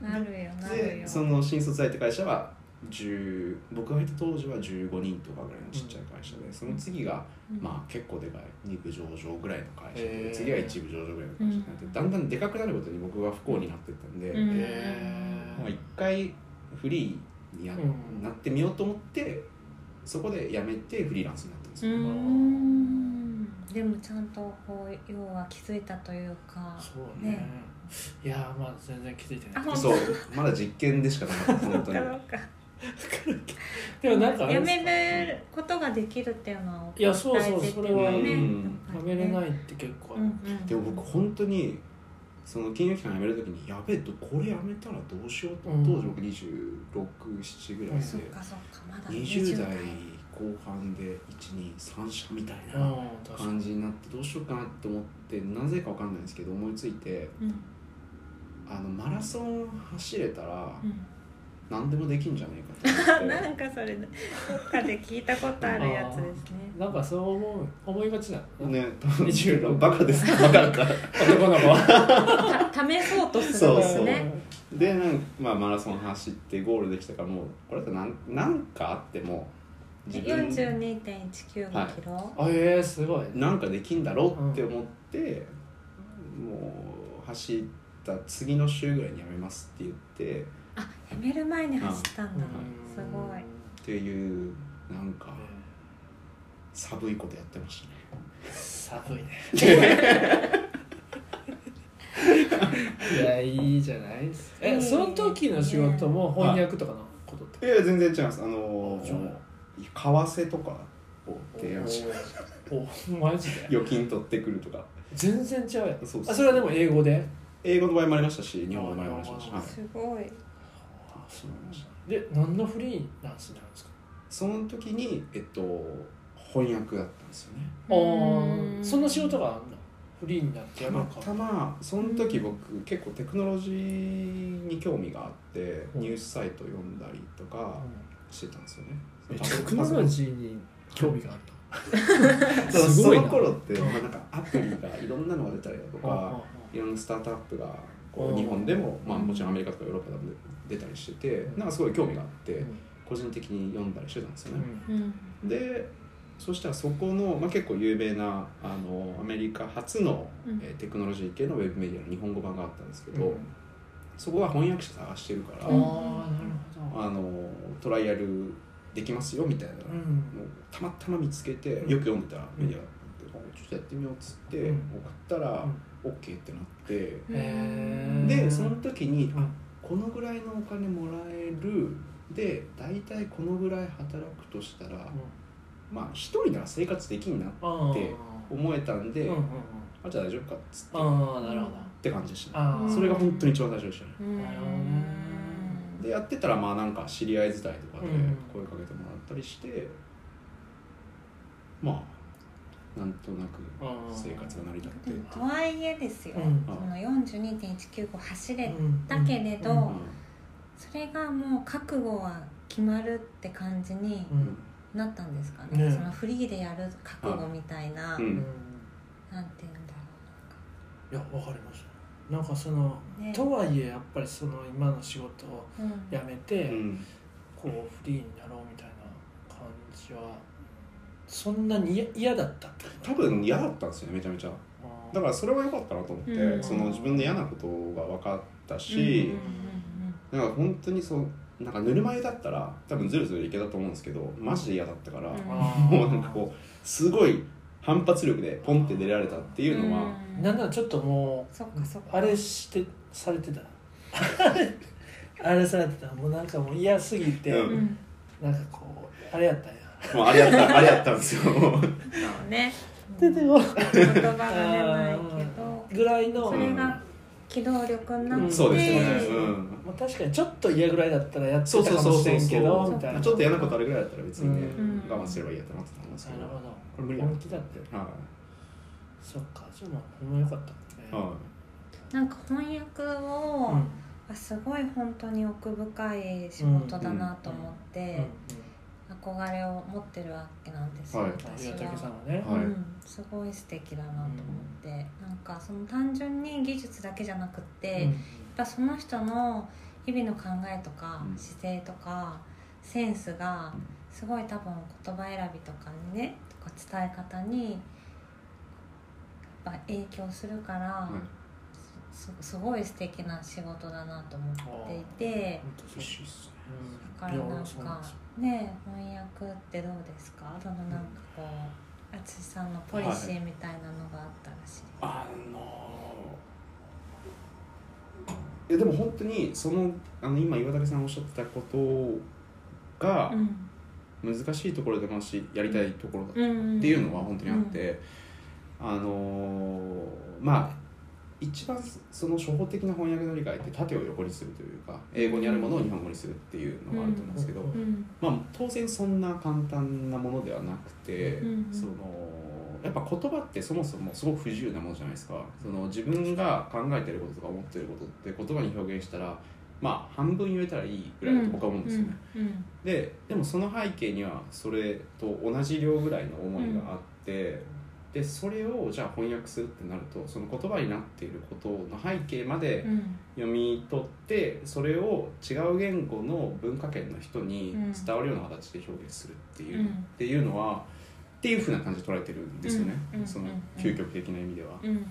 B: なるよ
C: た
B: なる
C: で
B: よ
C: その新卒大って会社は10僕がいた当時は15人とかぐらいのちっちゃい会社でその次が
B: うん
C: まあ結構でかい2部上場ぐらいの会社
A: へー
C: で次は1部上場ぐらいの会社になって
B: うん
C: だんだんでかくなるごとに僕が不幸になっていったんで
B: うん
C: も
A: え
C: う一回フリーにや
A: うん
C: なってみようと思ってそこで辞めてフリーランスになったんです
B: う
C: よ。
B: んでもちゃんとこう要は気づいたというか
A: そうね
B: ね
A: いやーまだ全然気づいてない
B: あ本当
C: そうまだ実験でしかなかった本 当に
B: だろうか
A: でもなんかあ
B: や
A: れですか
B: めることができるっていうのはい
A: やそうそう
B: 大事って
A: それは
B: ね
C: うん
B: やっぱ
A: や
B: り
A: め
B: ね
A: れないって結構あ
B: う
A: る
B: んうん
C: でも僕本当にその金融機関辞めるときにやべえどこれ辞めたらどうしようと、
A: うん
C: 当時僕267ぐらいで
B: そっかそっかまだ
C: 20代後半で123社みたいな
A: うん確かに
C: 感じになってどうしようかなって思ってなぜかわかんないんですけど思いついて
B: うん
C: あのマラソン走れたら
B: うん
C: 何でもできんじゃねえかと思っ
B: な
C: て
B: んかそれどっかで聞いたことあるやつですね。
A: なんかそう思う思いがちなの
C: ね多分26バカですバカだから
A: 男の子は
B: た試そうとする
C: そ
B: ん
C: う
B: で
C: そ
B: す
C: う
B: ね。
C: でなんか、まあ、マラソン走ってゴールできたからもうこれだとなんなんかあっても自分
B: 四十二点一九五キロ。
A: あえー、すごい
C: なんかできんだろうって思って、もう走った次の週ぐらいにやめますって言って
B: あ、やめる前に走ったんだ。
A: うん
B: すごい
C: っていうなんか寒いことやってましたね
A: 寒いねいやいいじゃないですか
B: いい
A: え
B: ね
A: その時の仕事も翻訳とかのことって
C: いや全然違いますあのー為替とかを提案し
A: おおマジで
C: 預金取ってくるとか
A: 全然違うやん
C: そうそう
A: あそれはでも英語で
C: 英語の場合もありましたし日本語の場合もありましたし、
A: あー
C: はい、
B: すごい。
C: そうなんです
A: で何のフリーランスになるんですか
C: その時に、えっと、翻訳だったんですよね
A: あ
B: う
A: ー
B: ん
A: その仕事があんのフリーになって
C: た
A: やめ
C: ま
A: るか
C: たまその時僕結構テクノロジーに興味があって
A: うん
C: ニュースサイト読んだりとか
A: う
C: してたんですよ
A: んえ
C: ね
A: テクノロジーに興味がある
C: ー そう
A: すごいな
C: その頃って、まあ、なんかアプリがいろんなのが出たりだと
A: の
C: かいろんなスタートアップがこ
A: うん
C: う日本でも、まあ、もちろんアメリカとかヨーロッパでも出たりしててなんかすごい興味があって個人的に読んだりしてたんですよ
A: う
C: ね、
A: ん
B: うん。
C: でそしたらそこの、まあ、結構有名なあのアメリカ初の、
B: うん
C: えーテクノロジー系のウェブメディアの日本語版があったんですけど、
A: うん
C: そこは翻訳者探してるから、
A: ああなるほど
C: あのトライアルできますよみたいな、
A: う
C: もうんたまたま見つけてよ
A: うん
C: く読んでたメディアだったんで、ちょっとやってみようっつって、
A: うん
C: 送ったら、OK ってなって、
A: へー
C: でその時に
A: うん
C: このぐらいのお金もらえるで大体このぐらい働くとしたら、まあ一人なら生活できんな
A: あ
C: って思えたんで、
A: うんうんうん
C: あじゃあ大丈夫かっつって
A: ああなるほど
C: って感じでしたね
A: ああ
C: それが本当に一番最初でしたね
B: うん
A: なるほどね
C: でやってたらまあなんか知り合い伝いとかで
A: うん
C: 声かけてもらったりして、まあなんとなく生活が成り立って
B: で
C: っていう
B: もとはいえですよ。
A: うん
B: その四十二点一九五走れ。
A: だ
B: だけれど
C: うん
B: それがもう覚悟は決まるって感じになったんですかね。
A: ね
B: そのフリーでやる覚悟みたいな。
C: うん
B: なんて言うんだろ
A: いやわかりましたなんかその
B: う。ね。
A: とはいえやっぱりその今の仕事を
B: うん
A: 辞め
C: う
A: て
C: ん
A: こうフリーになろうみたいな感じはそんなに嫌嫌だったってこと
C: 多分嫌だったんですよねめちゃめちゃ
A: あー
C: だからそれは良かったなと思って、
B: うん
C: その自分の嫌なことが分かった
B: うん
C: し、
B: うん
C: なんか本当にそうなんかぬるま湯だったら多分ずるずるいけたと思うんですけどマジで嫌だったから、
B: うん
A: あー
C: もうなんかこうすごい反発力でポンって出られたっていうのは、
B: うん
A: なんならちょっとも
B: そっかそっ
A: う
B: か
A: あれしてされてたあれされてたもうなんかもう嫌すぎて、
C: う
B: うん
A: なんかこうあれやったんや
C: もうあれや ったあれやったんですよ
B: そうね
A: 出てこ
B: 言葉が出ないけど
A: ぐらいの
B: それが機動力になって、
A: うん
C: そうですね、
A: え
C: うん
A: まあ、確かにちょっと嫌ぐらいだったらやって
C: そう
A: た
C: そう
A: か
C: そ
A: も
C: う
A: し
C: そ
A: れ
C: うん
A: けどみたいな
C: ちょっとやらなことあるぐらいだったら別にね、
A: うん
C: 我慢すればいいやと思ってたんですけ
A: な
C: ど、
A: る
C: は
A: ほ
C: れ無理
A: ど
C: だ
A: 本気だって
C: い、は
A: そっかじゃあまあほんまよかった
C: い、
A: ね
B: なんか翻訳を、
A: うん
B: あすごい本当に奥深い仕事だなと思って、
A: うんうん
B: 憧れを持ってるわけなんですよ、
C: はい
B: 私
A: 岩竹さ
B: は、
A: んはね
C: はい
B: うん、すごい素敵だなと思って、なんかその単純に技術だけじゃなくって、
A: う
B: や
A: ん
B: っぱその人の日々の考えとか、
C: うん
B: 姿勢とかセンスが
C: うん
B: すごい多分言葉選びとかにねとか伝え方にやっぱ影響するから、
C: はい
B: すすごい素敵な仕事だなと思っていて
A: 本当そう
C: しいっすね
A: うん
B: だから
A: いや
B: なん
A: 俺そうなん
B: か
A: ですよ
B: ね翻訳ってどうですかそのなんかこう淳さんのポリシーみたいなのがあったらしい、
C: あのいやでも本当にそのあの今岩竹さんおっしゃってたことが
B: うん
C: 難しいところでもあるしやりたいところだ
B: うんうん
C: っていうのは本当にあって、あのまあ一番その初歩的な翻訳の理解って縦を横にするというか英語にあるものを日本語にするっていうのがあると思うんですけど、
A: うん
B: うん
C: まあ、当然そんな簡単なものではなくて、
B: うんうん
C: そのやっぱ言葉ってそもそもすごく不自由なものじゃないですかその自分が考えてることとか思ってることって言葉に表現したらまあ半分言えたらいいぐらいだと僕は思うんですよね。
B: うん
C: ででもその背景にはそれと同じ量ぐらいの思いがあって、でそれをじゃあ翻訳するってなるとその言葉になっていることの背景まで
B: うん
C: 読み取ってそれを違う言語の文化圏の人に伝わるような形で表現するっていう,、
B: うん
C: っていうのはっていうふうな感じで捉えてるんですよね、
B: うんうん
C: その
B: うん
C: 究極的な意味では。
B: うん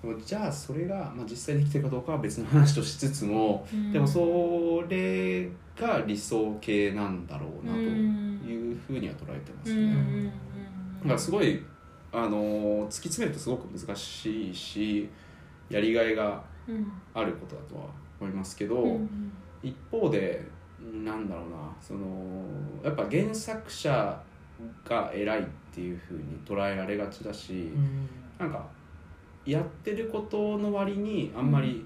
C: でもじゃあそれが、まあ、実際できてるかどうかは別の話としつつも、
B: うん
C: でもそれが理想形なんだろうなと
B: うん
C: いうふうには捉えてます
B: うん
C: ね。
B: うん
C: だ
B: うん
C: からすごいあの突き詰めるとすごく難しいしやりがいが
B: うん
C: あることだとは思いますけど、
B: うん
C: 一方でなんだろうなそのやっぱ原作者が偉いっていうふうに捉えられがちだし、
A: うん
C: なんかやってることの割にあんまり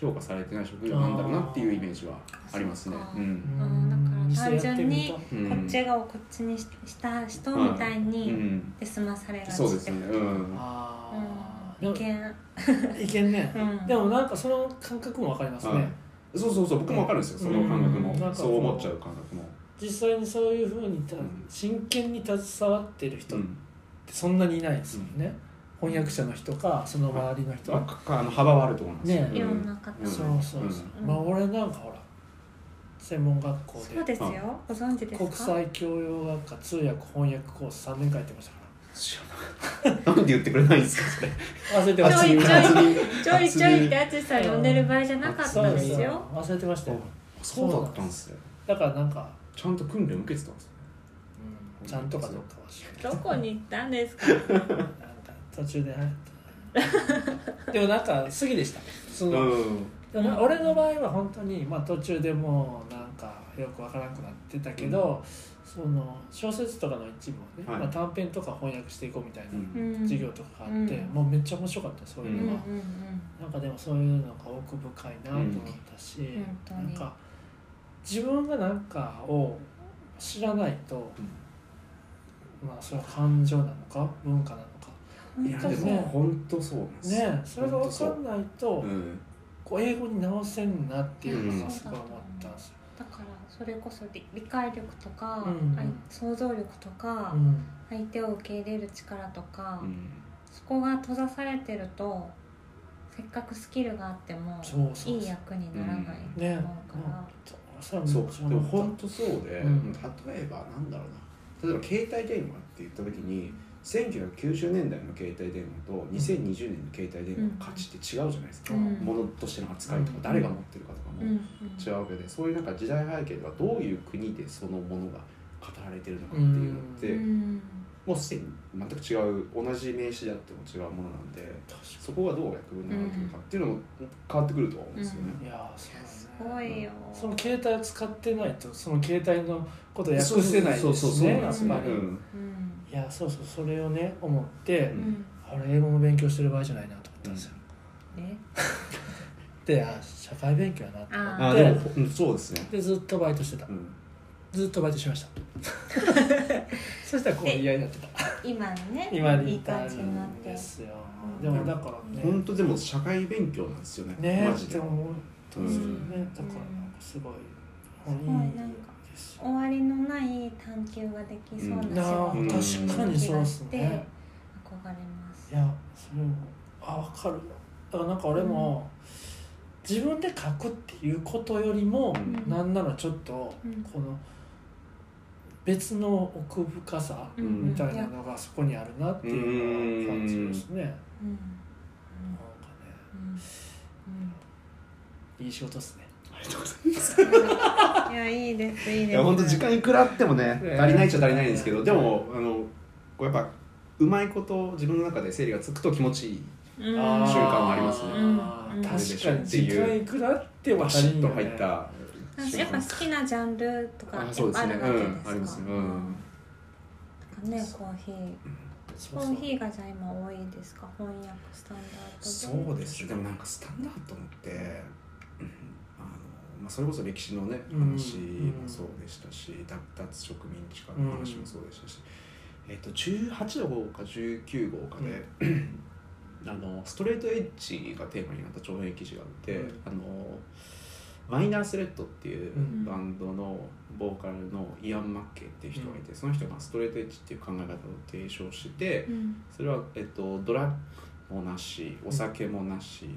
C: 評価されてない職業なんだろうなっていうイメージはありますね。
B: あー
C: うん
A: うん
B: だから単純に
A: 実際やってみ
C: う
B: うん
C: ん
B: こっちがをこっちにしした人
C: はい
B: みたいうに
C: ん
B: で済まされがち
C: そうです
B: っ
C: ね。
B: て
C: う
B: こと
A: た
C: ん。
A: あ
B: うん
A: ー
B: 意
A: で
B: 見
A: もいけんね
B: うん
A: でもなんかその感覚もわかります
C: は
A: ね
C: いそうそうそう僕もわかるんですよ。その感覚
A: うんなん
C: も
A: か
C: そう思っちゃう感覚も。
A: 実際にそういうふうにた
C: うん
A: 真剣に携わってる人
C: う
A: っ
C: ん。
A: てそんなにいないですもんね翻訳者の人かその周りの人
C: あかあの幅はあると思います。
A: ね
C: うん
B: いろんな方
C: うん
A: そうそうそう
B: うん
A: まあ俺なんかほら専門学校
B: そう
A: で
B: ですよご存知ですか
A: 国際教養学科通訳翻訳コース3年間やってましたか
C: 知らなかったなんで言ってくれないんですかそれ。
A: ら忘れてま
B: ち
A: し
B: ょ
A: た
B: いちょい
C: 厚み
B: ちょいちょいって淳さん呼んでる場合じゃなかったんですよ。
A: 忘れてましたよ
C: そうだったんですね。
A: だからなんか、
C: ちゃんと訓練受けてたんですね。
A: うん、ちゃんとかどうかは知らない
B: どこに行ったんですか。
A: なんか途中で入ったでもなんか好きでしたその、
C: ん。
A: でも俺の場合は本当にまあ途中でもうなんかよくわからなくなってたけど、その小説とかの一部をね、
C: はい
A: まあ、短編とか翻訳していこうみたいな
C: うん
A: 授業とかがあって、
B: うん
A: もうめっちゃ面白かったそう
B: う
A: い
B: んう
A: うんの
B: うん
A: が、なんかでもそういうのが奥深いなと思ったし、
B: ん本当
A: な
B: に
A: んか自分が何かを知らないと、まあそれは感情なのか文化なのか
B: うん。
C: いやでも本当そうなんですよ。
A: ねそれが
C: 本
A: 分
C: 当そ
A: か
C: うん
A: ないと、
C: うん。
A: こう英語に直せんなっていうのがすごい思ったんですよ。
B: だからそれこそ理理解力とか、
A: うん
B: あい想像力とか、
A: うん
B: 相手を受け入れる力とか、
C: うん
B: そこが閉ざされてるとせっかくスキルがあっても
A: そうそうそう
B: いい役にならないと
A: ね
B: 思うから、
A: それはめっちゃ
C: そう
A: 思った
C: でも本当そうで、
A: うん
C: 例えばなんだろうな例えば携帯電話って言った時に1990年代の携帯電話と2020年の携帯電話の価値って違うじゃないですか、
B: うん
C: ものとしての扱いとか、
A: うん
C: 誰が持ってるかとか
B: うん
C: も
B: うん
C: 違うわけで、そういうなんか時代背景ではどういう国でそのものが語られてるのかっていうのって、
B: うん
C: もうすでに全く違う同じ名詞であっても違うものなんでそこがどう役分になってるかっていうのも変わってくるとは思うんですよね。
A: いやーそう
B: い
A: だ
B: や
A: ね
B: すごいよ、
A: その携帯を使ってないとその携帯のことを訳せない
C: そう
A: で
C: そう
A: す
C: そう
A: ね
C: な
A: や
C: んで
A: っ
C: すよね
A: ぱり、
C: うん
B: うん
A: いやそうそうそれをね思って、
C: う
B: うん
C: ん
A: あれ英語も勉強してる場合じゃないなと思ったんですよ、
B: ね
A: ってあ社会勉強やなって思
C: あ
A: っ
C: ー
A: て
C: でもうんそうですね、
A: でずっとバイトしてた
C: うん、
A: ずっとバイトし ましたそしたらこう嫌になってた
B: 今ね
A: 今
B: い
A: に
B: い
A: 至
B: 感
A: る
B: じになっ
A: ん
B: て
A: ですよでもだからね、
C: 本当でも社会勉強なんですよね
A: ね
C: マ
A: っ
C: ジ
A: て
C: で
A: 思ったんですよね、
B: うん
A: だからなんかすごい、
B: ごいなんか
A: ですよ
B: 終わりのない探求ができそうな仕
C: うん
A: なあ
B: 事
A: 確
B: な
A: かに
B: 気
A: そう
B: が
A: っ
B: し
A: す
B: て憧れ
A: ね
B: ます
A: いやそれもあわかるよだからなんか俺も、自分で書くっていうことよりも、
B: うん
A: なんならちょっと、
B: うん
A: この別の奥深さ
B: うん
A: みたいなのがそこにあるなっていうのは感じますね、なんか
B: うんうん
A: ね
B: うん
A: いい仕事ですね
C: ありがとうございます
B: うんいやいいですいいです
C: いや本当時間いくらあってもね
A: ね
C: 足りないっちゃ足りないんですけどでもあのこうやっぱうまいこと自分の中で整理がつくと気持ちいい
B: うん
A: あー
C: 習慣もありますね
B: うん
A: 確かに時間いくらっては
C: バシッと入った
B: なんかやっぱ好きなジャンルとか
C: あ
B: やっ
C: そうで
B: ぱあ
C: すね
B: るわけですか、
C: うんありますねうん
B: なんかねコーヒー
A: そ
B: コ
A: うそう
B: ーヒーがじゃあ今多いですか翻訳スタンダード
C: そうですでもなんかスタンダードってうんあの、まあ、それこそ歴史のね
A: うん
C: 話もそうでしたし、脱脱植民地化の話もそうでしたし、えっと18号か19号かで、あのストレートエッジがテーマになった長編記事があって、
A: うん
C: あのマイナースレッドっていう
A: うん
C: バンドのボーカルのイアン・マッケイっていう人がいて、その人がストレートエッジっていう考え方を提唱して、
B: うん
C: それは、えっと、ドラッグもなしお酒もなし、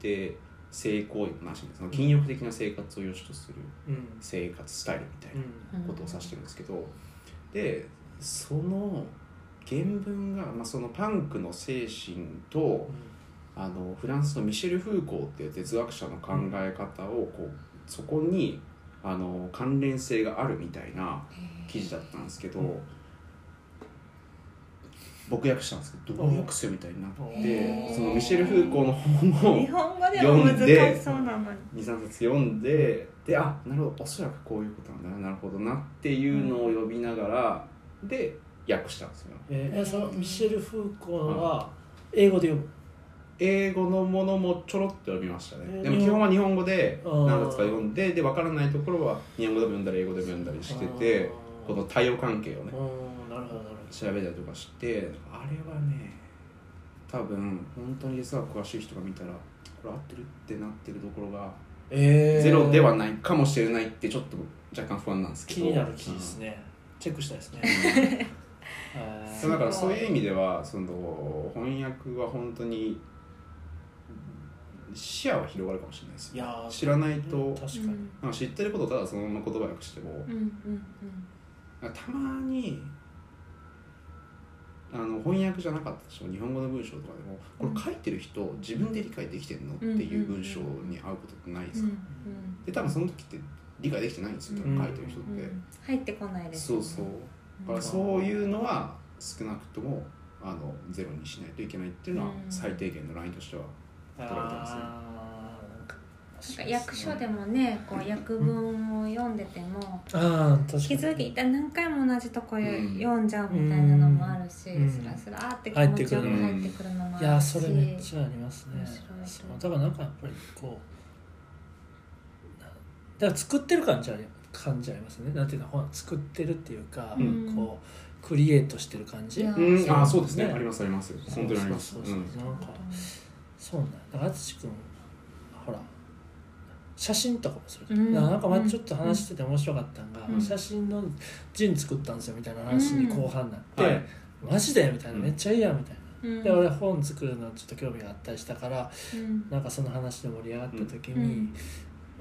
C: で性行為もなしその禁欲的な生活を良しとする
A: うん
C: 生活スタイルみたい
A: うん
C: なことを指してるんですけど、でその原文が、まあ、そのパンクの精神とあのフランスのミシェル・フーコーっていう哲学者の考え方をこうそこにあの関連性があるみたいな記事だったんですけど、
A: うん
C: 僕訳したんですけど
A: うん
C: 同訳するみたいになっ
B: へー
C: てそのミシェル・フーコーの本を
B: 日本語でも難しそうなのに
C: 23冊読んでであなるほどおそらくこういうことなんだななるほどなっていうのを呼びながらで訳したんですよ。
A: えーそのミシェル・フーコーは英語で読む
C: 英語のものもちょろっと読みました
A: えー
C: ねでも基本は日本語で
A: あー
C: 何冊か読んでで分からないところは日本語でも読んだり英語でも読んだりしてて
A: あー
C: この対応関係をね
A: うんなるほどなる
C: 調べたりとかしてあれはね多分本当に哲学詳しい人が見たらこれ合ってるってなってるところが
A: ほどえー
C: ゼロではないかもしれないってちょっと若干不安なんですけど
A: 気になる記事ですねチェックしたいですねえ
C: うん
A: ー
C: そうだからそういう意味ではその翻訳は本当に視野は広がるかもしれないです
A: いやー
C: 知らないと
A: 確か
B: う
A: に
B: ん
C: なんか知ってることをただそのまま言葉訳しても、
B: うんうん
C: なんかたまにあの翻訳じゃなかったとしても日本語の文章とかでもこれ書いてる人自分で理解できてるのっていう文章に合うことってないで
B: うん
C: す
B: う
C: か、
B: ん
C: で多分その時って理解できてないんですよ多
A: うん
C: 分書いてる人っ
B: う
C: て、
B: ん入ってこないです
C: そ
B: よ
C: う
B: ね
C: そうだ
B: う
C: か
B: ん
C: らそういうのは少なくともあのゼロにしないといけないっていうのは
B: うん
C: 最低限のラインとしては
A: あー
C: 取られてますね
B: なんか役所でもねこう訳文を読んでても
A: あー確かに
B: 気づいていた何回も同じとこ読
C: うん
B: んじゃうみたいなのもあるし
A: うん
B: スラスラーって気持ちよく入ってくるのもあるし
A: いやそれめっちゃありますね
B: 面白いと思う
A: そうだからなんかやっぱりこうなだから作ってる感じあり感じありますねなんていうのほら作ってるっていうか、
B: うん
A: こうクリエイトしてる感じ、
B: いや
C: うんあーそうですね
A: ね
C: ありますあります本当にあります
A: そう
C: う
A: そうそうんそうなんかそうなんだだから淳君ほら写真とかもする、
B: うん
A: なんか前ちょっと話してて面白かったのが、
B: うん
A: 写真のジン作ったんですよみたいな話に後半になって、
C: うんはい
A: マジでみたいな
C: うん
A: めっちゃいいやんみたいな。
B: うん
A: で俺本作るのちょっと興味があったりしたから
B: うん
A: なんかその話で盛り上がった時
B: う
A: に
B: ん、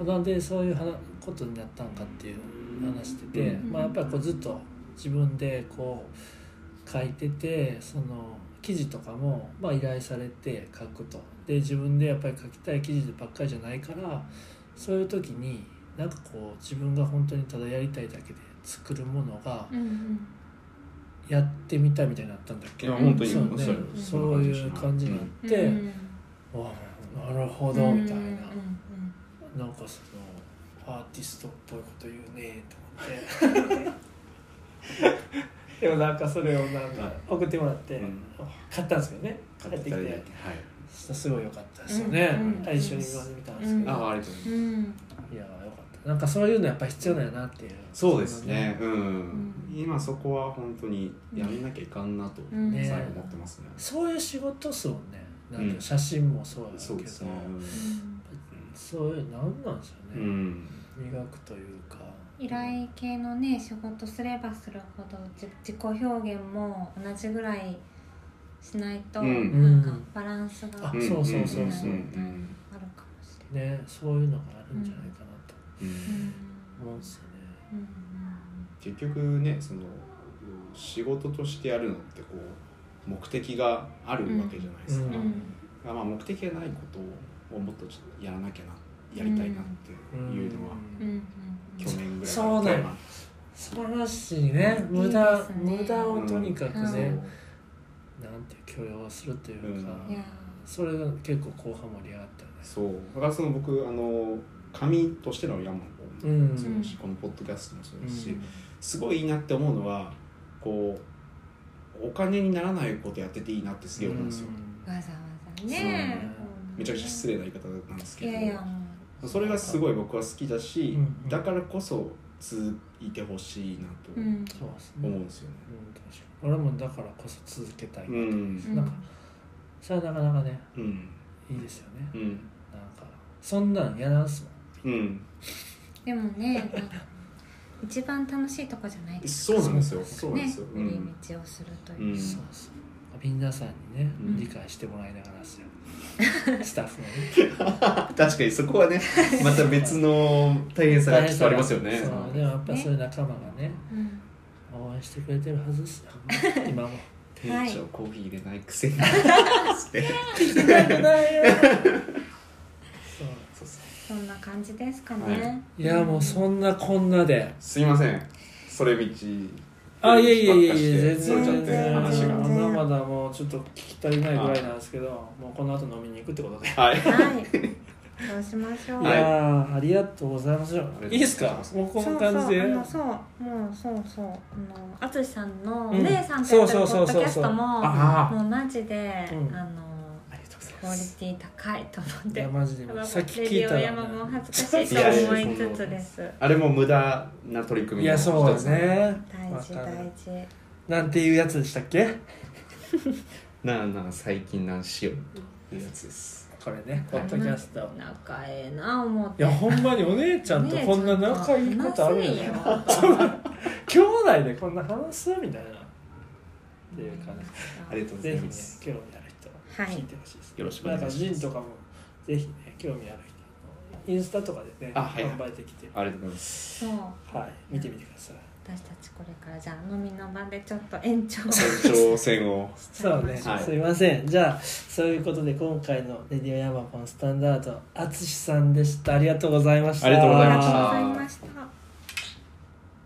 A: なんでそういう話ことになったんかっていう話してて、
B: うん
A: まあ、やっぱりこうずっと自分でこう書いててその記事とかもまあ依頼されて書くとで自分でやっぱり書きたい記事ばっかりじゃないからそういう時になんかこう自分が本当にただやりたいだけで作るものが
B: うんうん
A: やってみたいみたいになったんだっけ
C: いや本当に
A: そう,、
C: おっ
A: ね
C: しゃる、そんな
A: そういう
C: 感じ
A: 感じになって。
B: うん
A: わあなるほどみたいな、なんかそのアーティストっぽいこと言うねと思 ってでもなんかそれをなんか送ってもらって、
C: うん
A: 買ったんですけどね帰
C: 買
A: ってき
C: ってきて
A: て
C: はい
A: すごい良かったですよね、
B: うんうん
A: はい一緒に今まで見たんですけど、
C: あありがとうございます
B: うん
A: いやー良かったなんかそういうのやっぱ必要だよなっていう
C: そうですねうん、
B: うん
C: 今そこは本当にやめなきゃいかんなと
B: うん
A: ね
C: 最後思ってますね、
A: そういう仕事っすもんねなんていう
C: うん
A: の写真もそうだけど
C: そうですね
A: そういうなんなんですよ
C: うん、う
A: ね、
C: ん
A: 磨くというか
B: 依頼系のね仕事すればするほどじ自己表現も同じぐらいしないと、
C: うん
B: なんかバランス
A: あ
B: があ
C: う
B: る
C: ん
A: そうそうそうそうん
C: ん
B: かもしれない。
A: ねそういうのがあるんじゃないかなと
C: うん
B: うん
A: 思うんですよね、
B: うん
C: 結局ねその仕事としてやるのってこう目的があるわけじゃないですか、
A: うん
B: うんうん
C: まあ、目的がないことをもっとちょっとやらなきゃなやりたいなっていうのは、
B: うんうん
C: 去年ぐらい
A: そうだよ素晴らしいね無駄
B: いいですね
A: 無駄をとにかく
B: う
A: ね、なん
B: ん
A: て許容するというか、
B: うんいや
A: それが結構後半盛り上がったよね
C: そうだからその僕あの紙としての山も
A: うん
C: そうだし、このポッドキャストもそうですし、すごいいいなって思うのはこうお金にならないことやってていいなってすげえ思うんですよ、
B: わざわざね
C: そうね
B: うん
C: めちゃくちゃ失礼な言い方なんですけど
B: いやいやも
C: それがすごい僕は好きだし、
A: うん
C: だからこそ続いてほしいなと
B: う、うん
A: そうですね、
C: 思う
A: うんん、
C: ですよね、
A: 確かに俺もだからこそ続けたい、
C: うん
A: なんかそれはなかなかね
C: うん
A: いいですよね
C: うん
A: なんかそんなんやらんすもん
C: うん、
B: でもねなんか一番楽しいとこじゃないです
C: そうなんですよそうなん
B: ね
C: ですよ、う
B: 寄り
C: ん、
B: 道をすると
C: う
B: い
C: ん
B: う、
A: そうそう皆さんにね、
C: うん
A: 理解してもらいながら ですよスタッフのね
C: 確かにそこはねまた別の大変さがきっとありますよね
A: そうでもやっぱそういう仲間がね
B: うん
A: 応援してくれてるはずですよ 今も
C: 店長コーヒー入れないくせ に
A: そう
B: そんな感じですかね、
C: はい
A: いやもうそんなこんなです
C: いませんそれ道
A: あいやいやいやいや全
C: それ
A: 然
C: ちゃっ
A: 全
C: て
A: 然
C: 話が
A: まだまだもうちょっと聞き足りないぐらいなんですけどもうこの後飲みに行くってことで
C: はい
B: はい。そうしましょう。
A: いやーありがとうございますいいですかもうこんな感じで
B: そうそうあのそうもうそうそうあのあつしさんのお
A: うん
B: 姉さんとやって
A: そ
B: るポ
A: うそうそう
B: ッド
A: そ
B: キ
A: う
B: ャストも
C: あ
B: もうマジで、
A: うん
B: あの
A: ありがとうござい
B: クオ
A: ま
B: リ
A: す
B: ティ高いと思っ
A: いや
B: て。
A: マジでもうさっき聞いた
B: レディオ山も恥ずかしいと思いつつです。
C: あれも無駄な取り組
A: い
C: みの
A: や
C: 一つ
A: そうだね
B: 大事
A: わかる
B: 大事。
A: なんていうやつでしたっけ
C: なあなあ最近なんしようっていうやつです
A: これねポッドキャスト
B: 仲ええな思っ
A: い
B: て。
A: やほんまにお姉ちゃんとこんな仲いいことあるん やね兄弟でこんな話すみたいなっていう感じ
C: ありがとうござ
A: ぜ
C: い
A: ひね
C: ます
A: 興味ある人は
B: はい
A: 聞いてほしいです、
C: よろしくお願いします
A: なんかジンとかもぜひね興味ある人インスタとかでね
C: あはい
A: 販売できて
C: ありがとうございます
B: そう
A: はい見てみてください
B: 私たちこれからじゃあ飲みの場でちょっと延長。
C: 延長戦を
A: そうね、
C: はい
A: すいませんじゃあそういうことで今回の「レディオヤマポンスタンダード」あつしさんでしたありがとうございました
C: ありがとうご
B: あ
C: ざ
B: り
C: い
B: が
C: ま
B: と
C: し
B: う
C: た
B: ございました。